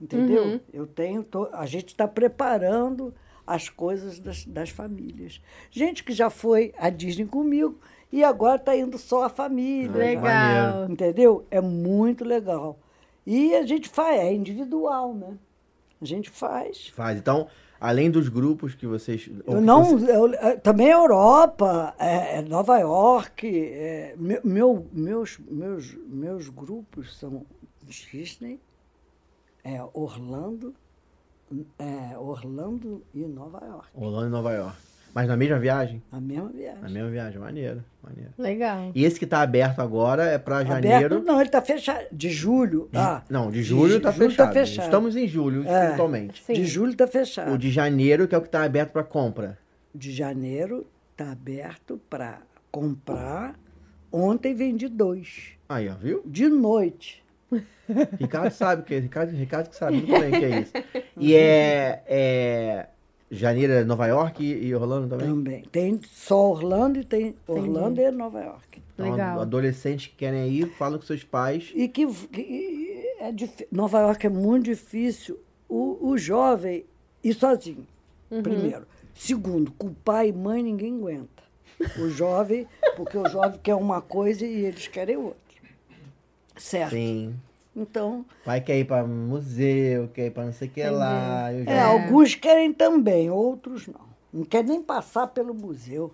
Entendeu?
Uhum.
Eu tenho. to- a gente está preparando as coisas das, das famílias. Gente que já foi à Disney comigo e agora está indo só a família.
Legal. Maneiro.
Entendeu? É muito legal. E a gente faz, é individual, né? A gente faz.
Faz. Então, além dos grupos que vocês. ou
Eu
que
não,
você-
eu- eh, também a Europa, eh, eh, Nova York, eh, meu, meu- meus, meus, meus grupos são Disney, eh, Orlando, eh, Orlando e Nova York.
Orlando e Nova York. Mas na mesma viagem?
A mesma viagem.
Na mesma viagem. Maneiro, maneiro.
Legal.
E esse que tá aberto agora é pra
Aberto,
janeiro.
não, ele está fechado. De julho. ah,
Não, de julho
ju-
tá
julho
fechado.
fechado.
Estamos em julho,
É.
totalmente.
Sim.
De julho está fechado.
O de janeiro, que é o que tá aberto pra compra.
de janeiro está aberto para comprar. Ontem vendi dois.
Aí, ó, viu?
De noite.
Ricardo sabe o que é. Ricardo, Ricardo que sabe muito bem o que é isso. E é. é janeiro é Nova York e e Orlando também?
Também. Tem só Orlando e tem Orlando e Nova York.
Então,
Legal.
adolescentes que querem ir, falam com seus pais.
E que, que- e é difí- Nova York é muito difícil o, o jovem ir sozinho, primeiro. Segundo, com pai e mãe ninguém aguenta. O jovem, porque o jovem quer uma coisa e eles querem outra. Certo?
Sim.
Então,
Pai quer ir pra museu, quer ir pra não sei o que lá. eu já-
é, alguns querem também, outros não. Não quer nem passar pelo museu.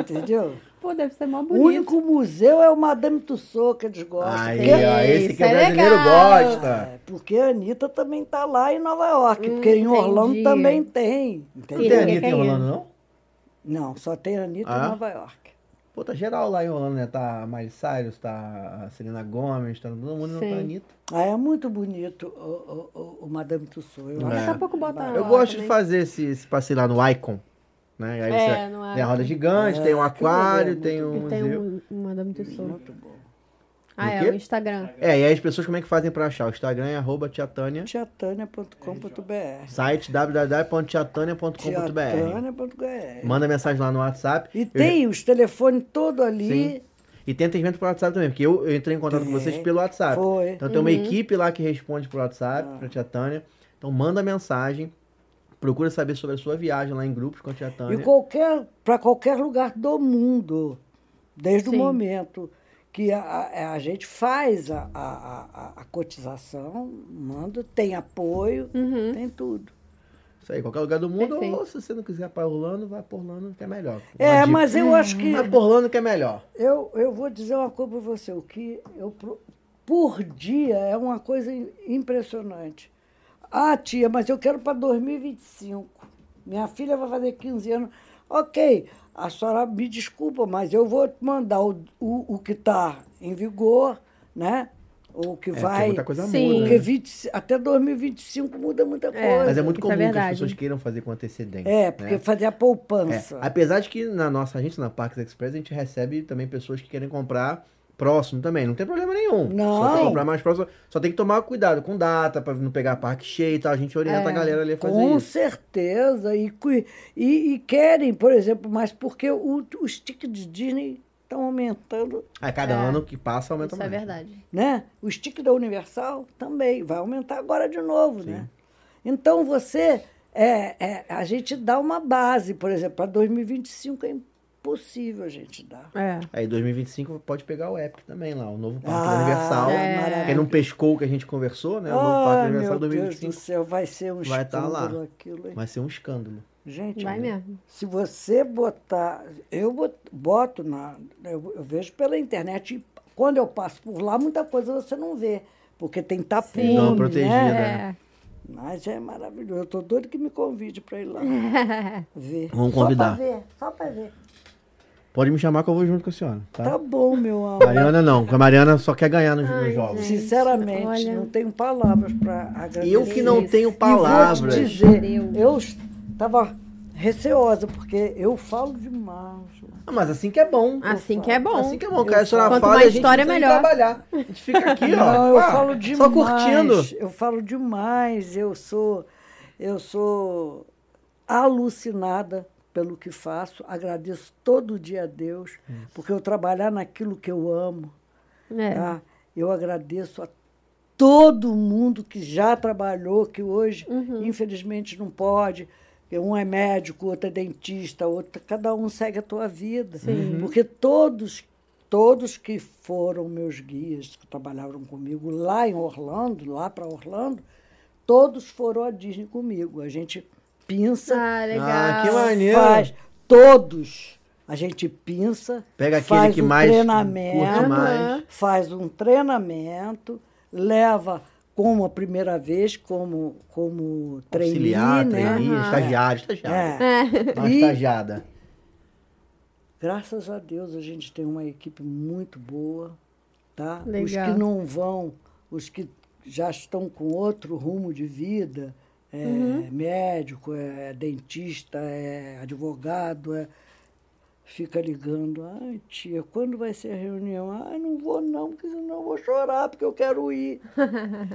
Entendeu?
Pô, deve ser mó
O
bonito.
único museu é o Madame Tussauds que eles gostam.
Aí,
porque-
ó, esse que
Isso é
o brasileiro
legal.
gosta.
É, porque a Anitta também está lá em Nova York, porque em
Hum, entendi.
Orlando também tem.
Não
Entendeu?
tem
Ele
Anitta
quer
em
ir.
Orlando, não?
Não, só tem a Anitta
Ah.
em Nova York.
Pô, tá geral lá em Orlando, né? Tá a Miley Cyrus, tá a Selena Gomez, tá todo mundo, não tá a
Sim.
Anitta.
Ah, é muito bonito o, o- o- o Madame Tussauds. Eu
Daqui
acho.
a pouco bota
Eu
lá
gosto de
Ah, também.
fazer esse, esse passeio lá no Icon. Né? Aí
É, no
você tem a
Icon. É,
roda gigante, tem um aquário,
que
tem um
E tem
museu.
um, um Madame Tussauds.
Muito bom.
Ah,
quê?
é, o Instagram.
É, e aí as pessoas como é que fazem pra achar? O Instagram é arroba tiatânia,
Tiatânia.com.br
site www.tiatânia.com.br.
Tiatânia.com.br
Manda mensagem lá no WhatsApp.
E
Eu
tem os telefones todos ali.
Sim. E tem atendimento pelo WhatsApp também, porque eu, eu entrei em contato com vocês pelo WhatsApp.
Foi. Ah.
Então tem uma
Uhum.
equipe lá que responde por WhatsApp, pra tia Tânia. Então manda mensagem, procura saber sobre a sua viagem lá em grupos com a tia Tânia.
E qualquer, para qualquer lugar do mundo, desde o
Sim.
momento que a- é, a, a gente faz a, a, a, a cotização, manda, tem apoio, tem tudo.
Isso aí, qualquer lugar do mundo,
Perfeito.
ou se você não quiser para Orlando, vai para Orlando que é melhor.
É,
Uma dica.
mas eu acho que.
Vai para Orlando que é melhor.
Eu, eu vou dizer uma coisa para você, o que eu pro- por dia é uma coisa im- impressionante. Ah, tia, mas eu quero para 2025. Minha filha vai fazer 15 anos. Ok, a senhora me desculpa, mas eu vou te mandar o, o, o que está em vigor, né? O que
É, porque
vai.
muita coisa
Sim.
muda.
Porque
né?
20 até 2025 muda muita coisa.
É,
Mas é muito
Isso é
comum que as
verdade.
pessoas queiram fazer com antecedência.
É, porque
né?
fazer a
É,
poupança.
Apesar de que na nossa gente, na Parques Express, a gente recebe também pessoas que querem comprar próximo também. Não tem problema nenhum. Só tem que
Não.
comprar mais próximo. Só tem que tomar cuidado com data, pra não pegar parque cheio e tal. A gente orienta a galera ali a fazer
É, Com
isso.
certeza. E, cu- e- e querem, por exemplo, mas porque o- os tickets de Disney estão aumentando,
Aí cada ano que passa aumenta
Isso é
mais.
verdade.
né? Os tickets da Universal também. Vai aumentar agora de novo, né? Então você. é- é, a gente dá uma base, por exemplo, para 2025 é impossível a gente dar.
É.
Aí 2025 pode pegar o Epic também lá, o novo parque
Ah,
universal.
é maravilha.
Quem não pescou o que a gente conversou, né? O novo
Ai,
parque universal
meu Deus do
2025
céu, vai ser um
vai estar lá.
escândalo aquilo, hein?
Vai ser um escândalo.
Gente,
Vai mesmo.
Se você botar, eu bot- boto na, eu, eu vejo pela internet e quando eu passo por lá muita coisa você não vê, porque tem tapume,
Não protegida,
né?
né?
Mas é maravilhoso. Eu tô doido que me convide para ir lá ver.
Vamos
Só
convidar.
para ver, só para ver.
Pode me chamar que eu vou junto com a senhora, tá?
Tá bom, meu amor.
Mariana não, porque a Mariana só quer ganhar nos, nos jogos.
Sinceramente,
Olha.
não tenho palavras para agradecer.
Eu que não tenho
E vou
palavras.
te dizer,
Deus.
eu estava receosa porque eu falo demais.
Ah, mas assim que é bom.
Assim que é bom.
Assim que é bom, cara. A senhora
Quanto
fala e
mais
a gente
história,
não tem que
melhor.
trabalhar. A gente fica aqui, ó.
Não, eu
pá,
falo demais.
Só curtindo.
Eu falo demais. Eu sou, eu sou alucinada pelo que faço. Agradeço todo dia a Deus,
Ah,
porque eu trabalhar naquilo que eu amo.
É.
tá? Eu agradeço a todo mundo que já trabalhou, que hoje,
Uhum.
infelizmente, não pode. porque Um é médico, outro é dentista, outro, cada um segue a tua vida.
Sim.
Porque todos, todos que foram meus guias, que trabalharam comigo lá em Orlando, lá para Orlando, todos foram à Disney comigo. A gente pinça.
Ah, legal.
Ah, que maneiro.
Faz todos. A gente pinça,
Pega aquele
faz
que
um
mais curte
treinamento,
mais.
faz um treinamento, leva como a primeira vez, como, como trainee,
Auxiliar,
né?
trainee, estagiário, estagiário.
É.
Uma
E-
estagiada.
Graças a Deus a gente tem uma equipe muito boa, tá? Os
Legal.
que não vão, os que já estão com outro rumo de vida, é médico, é dentista, é advogado, é- fica ligando, ai tia, quando vai ser a reunião? Ai, não vou não, porque senão eu vou chorar, porque eu quero ir.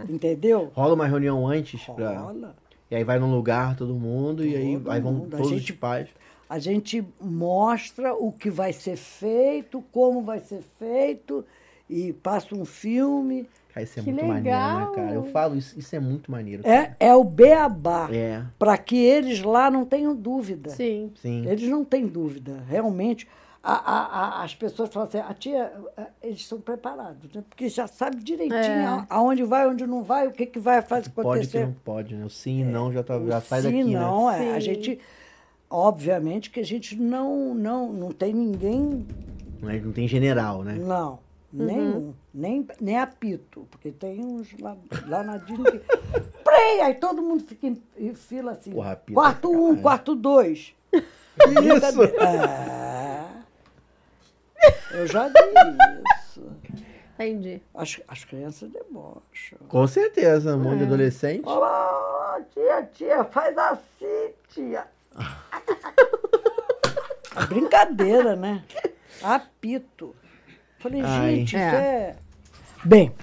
Entendeu?
Rola uma reunião antes pra-
Rola.
E aí vai num lugar todo mundo e aí,
Todo
aí vão
mundo. A
todos
gente-
os pais.
A gente mostra o que vai ser feito, como vai ser feito, e passa um filme.
Cara, isso é
Que
muito maneiro,
legal.
né, cara? Eu falo isso, isso é muito maneiro.
É, é o beabá,
cara. É,
para que eles lá não tenham dúvida.
Sim.
sim.
Eles não têm dúvida, realmente. A- a- a- as pessoas falam assim, a tia, a- eles são preparados, né? porque já sabe direitinho
É.
a- aonde vai, onde não vai, o que, que vai fazer
Pode que
acontecer.
não pode, né? O sim e não já, tá,
O
já sai
sim,
daqui, né?
não, é. A
Sim.
gente, obviamente que a gente não, não, não tem ninguém
Não, é- não tem general, né?
Não, nenhum. Nem, nem apito, porque tem uns lá, lá na Disney que. Prei! Aí todo mundo fica em, em fila assim.
Porra, apita,
quarto um,
caralho.
quarto dois.
Isso!
É. Eu já vi isso.
Entendi.
As, as crianças debocham.
Com certeza, um monte de adolescente.
Olha lá, É. ó, tia, tia, faz assim, tia. É brincadeira, né? Apito. Falei,
Ai.
gente,
É.
isso é. Bem,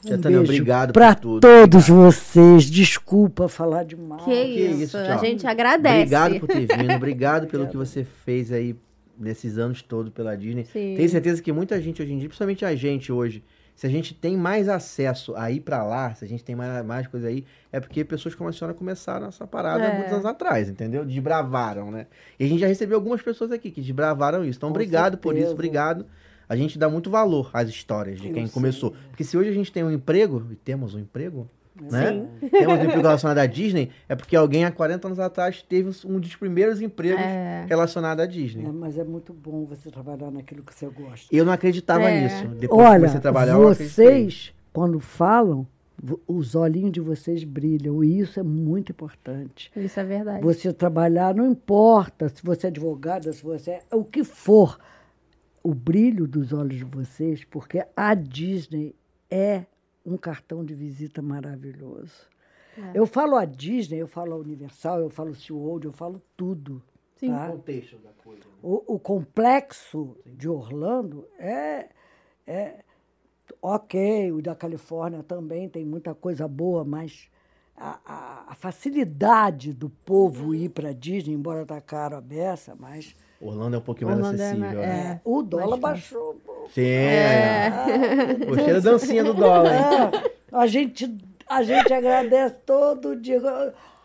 Tia
um
Tânia,
beijo
tá, obrigado
pra
por tudo.
todos vocês. Desculpa falar demais.
Que, isso.
Ah, isso,
a
tchau.
gente agradece.
Obrigado por ter vindo, obrigado pelo que você fez aí nesses anos todos pela Disney.
Sim.
Tenho certeza que muita gente hoje em dia, principalmente a gente hoje, se a gente tem mais acesso a ir pra lá, se a gente tem mais, mais coisa aí, é porque pessoas como a senhora começaram essa parada há
É.
muitos anos atrás, entendeu? Desbravaram, né? E a gente já recebeu algumas pessoas aqui que desbravaram isso. Então,
Com
obrigado por isso,
certeza.
obrigado. A gente dá muito valor às histórias de
Eu
quem
sei.
começou. Porque se hoje a gente tem um emprego, e temos um emprego, né? Temos um emprego relacionado à Disney, é porque alguém há 40 anos atrás teve um dos primeiros empregos
É.
relacionado à Disney.
É, mas é muito bom você trabalhar naquilo que você gosta.
Eu não acreditava
É.
nisso. Depois que
Olha,
comecei a trabalhar, eu acreditei.
vocês, quando falam, vo- os olhinhos de vocês brilham. E isso é muito importante.
Isso é verdade.
Você trabalhar, não importa se você é advogada, se você é o que for, o brilho dos olhos de vocês, porque a Disney é um cartão de visita maravilhoso.
É.
Eu falo a Disney, eu falo a Universal, eu falo SeaWorld, eu falo tudo.
Sim.
tá?
contexto da coisa.
O, o complexo de Orlando é, é- ok, o da Califórnia também tem muita coisa boa, mas a, a- a facilidade do povo ir para Disney, embora tá caro a beça, mas
Orlando é um pouquinho mais
Orlando é
acessível.
mais-
né?
É,
o dólar
mais
baixou. pô. Ah,
Sim. É.
É.
Gostei da dancinha do dólar, hein?
É, a gente a gente agradece todo dia.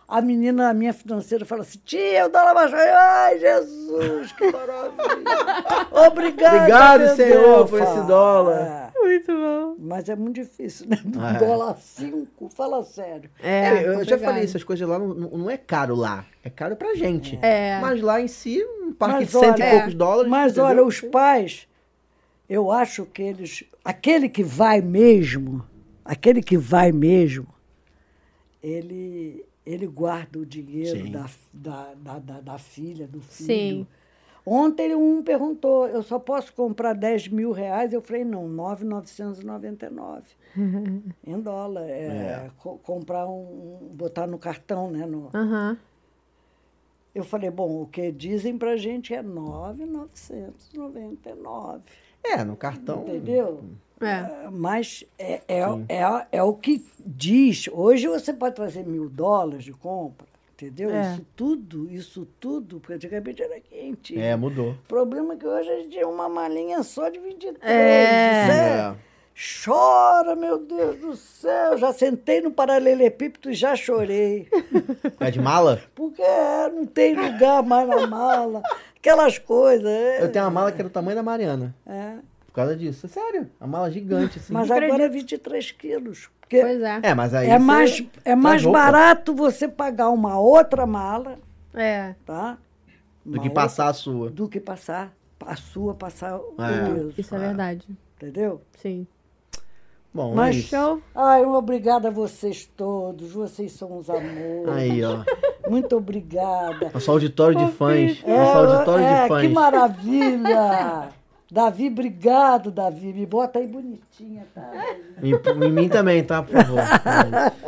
A menina, a minha financeira, fala assim: tia, o dólar baixou. Eu, Ai, Jesus, que maravilha. Obrigado.
Obrigado, Senhor, por esse dólar.
Muito bom.
É, Mas é muito difícil, né? Do
É.
dólar 5, fala sério.
É,
É, eu já
complicado.
falei, essas coisas lá não, não é caro lá. É caro pra gente.
É.
Mas lá em si, um parque
Mas
de cento
olha-
e poucos dólares.
Mas
entendeu?
olha, os pais, eu acho que eles. Aquele que vai mesmo, aquele que vai mesmo, ele, ele guarda o dinheiro
Sim.
da, da, da, da- da filha, do filho.
Sim.
Ontem um perguntou, eu só posso comprar 10 mil reais? Eu falei, não, 9,999 em dólar. É, co- comprar um, botar no cartão, né? no-
Aham.
eu falei, bom, o que dizem pra gente é 9,999,
É, no cartão.
entendeu?
É.
Mas é, é, é, é o que diz. Hoje você pode trazer mil dólares de compra, entendeu?
É.
Isso tudo, isso tudo, porque antigamente era quente.
É, mudou.
O problema é que hoje a gente tem uma malinha só de 23.
É.
isso é- Chora, meu Deus do céu! Já sentei no paralelepípedo e já chorei.
É de mala?
Porque é, não tem lugar mais na mala. Aquelas coisas. é.
Eu tenho uma mala que era do tamanho da Mariana.
É.
Por causa disso. Sério, a mala gigante, assim.
Mas agora é 23 quilos. Porque
Pois é.
É, mas aí.
é
você tá
mais, é
traz
mais
roupa
barato você pagar uma outra mala,
É.
tá?
Do
Uma
que passar a sua.
outra, do que passar a sua, passar o
É.
peso.
Isso é verdade.
Entendeu?
Sim.
Bom,
Mas
é isso.
Show.
Ai, um obrigada a vocês todos. Vocês são os amores.
Aí, ó.
Muito obrigada.
Nosso auditório de fãs.
É,
Nosso auditório
é,
de fãs.
que maravilha! Davi, obrigado, Davi. Me bota aí bonitinha, tá?
Em, em mim também, tá? Por favor.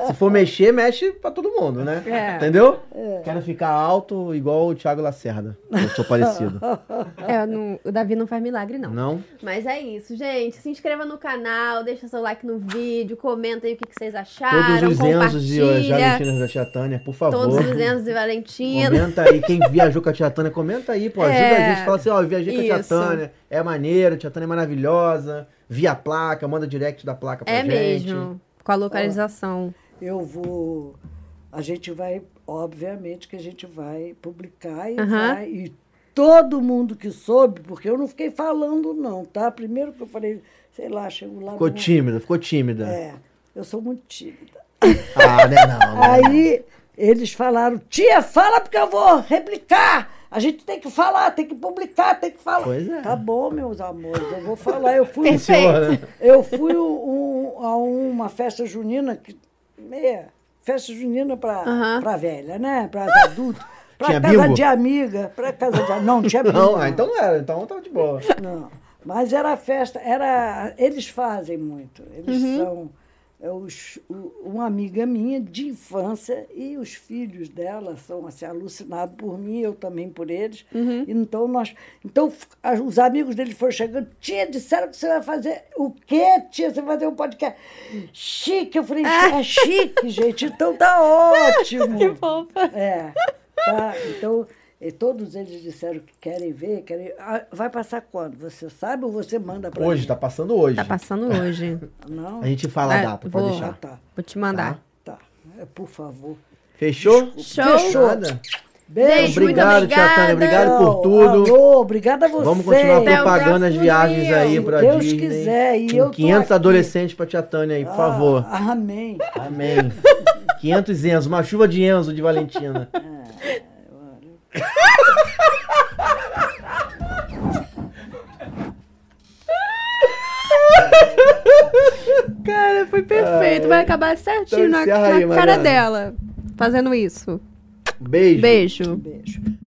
Se for mexer, mexe pra todo mundo, né?
É.
Entendeu? Quero ficar alto igual o Thiago Lacerda. Eu sou parecido.
É, não- o Davi não faz milagre, não.
Não?
Mas é isso, gente. Se inscreva no canal, deixa seu like no vídeo, comenta aí o que, que vocês acharam,
Todos os Enzos e as
compartilha.
Valentinas da Tia Tânia, por favor.
Todos os Enzos e Valentina.
Comenta aí, quem viajou com a Tia Tânia, comenta aí, pô. Ajuda
É.
a gente, fala assim, ó, eu viajei com a Tia
Isso.
Tânia, é maneiro, a Tia Tânia é maravilhosa. Vi a placa, manda direct da placa pra
É
gente.
mesmo. Com a localização.
Eu vou. A gente vai, obviamente, que a gente vai publicar e,
Aham.
vai- e todo mundo que soube, porque eu não fiquei falando, não, tá? Primeiro que eu falei, sei lá, chego lá.
Ficou
não-
tímida, ficou tímida.
É, eu sou muito tímida.
Ah, né, não, né?
Aí eles falaram, tia, fala porque eu vou replicar. A gente tem que falar, tem que publicar, tem que falar.
Pois é.
Tá bom, meus amores, eu vou falar. Eu fui,
Funciona.
eu fui um- um- a uma festa junina que. É, festa junina para
Aham.
pra velha, né? Para adulto. Para
Tinha
casa
bingo?
de amiga, para casa de Não, não tinha bingo.
Não, ah, então não era, então tava de boa.
Não. Mas era festa, era. Eles fazem muito. Eles são. é, os- o- uma amiga minha de infância e os filhos dela são assim, alucinados por mim, eu também por eles. Então, nós, então f- a- os amigos dele foram chegando. Tia, disseram que você vai fazer o quê, tia? Você vai fazer um podcast chique. Eu falei, é chique, gente. Então tá ótimo. que fofa. É. Tá? Então, e todos eles disseram que querem ver, querem. Ah, vai passar quando? Você sabe ou você manda para
Hoje, tá passando hoje.
Tá passando hoje.
Não?
A gente fala a
É,
data, pode
vou.
Ah,
deixar.
tá.
Vou te mandar.
Tá. É, por favor.
Fechou?
Show.
Fechou.
Nada.
Beijo, muito
Obrigado, Tia
obrigada.
Tânia. Obrigado por
Não,
tudo.
Alô, obrigada a vocês.
Vamos continuar
Até o
propagando as
próximo
viagens
dia.
aí
é Se
pra
Deus
Disney.
quiser, e
Com
eu tô
500
aqui.
adolescentes pra Tia Tânia aí, por favor.
Ah, amém.
Amém. 500 Enzo, uma chuva de Enzo de Valentina.
Cara, foi perfeito. Vai acabar certinho
Então
na,
encerra
na
aí,
cara
Mariana.
dela. Fazendo isso.
Beijo.
Beijo.
Beijo.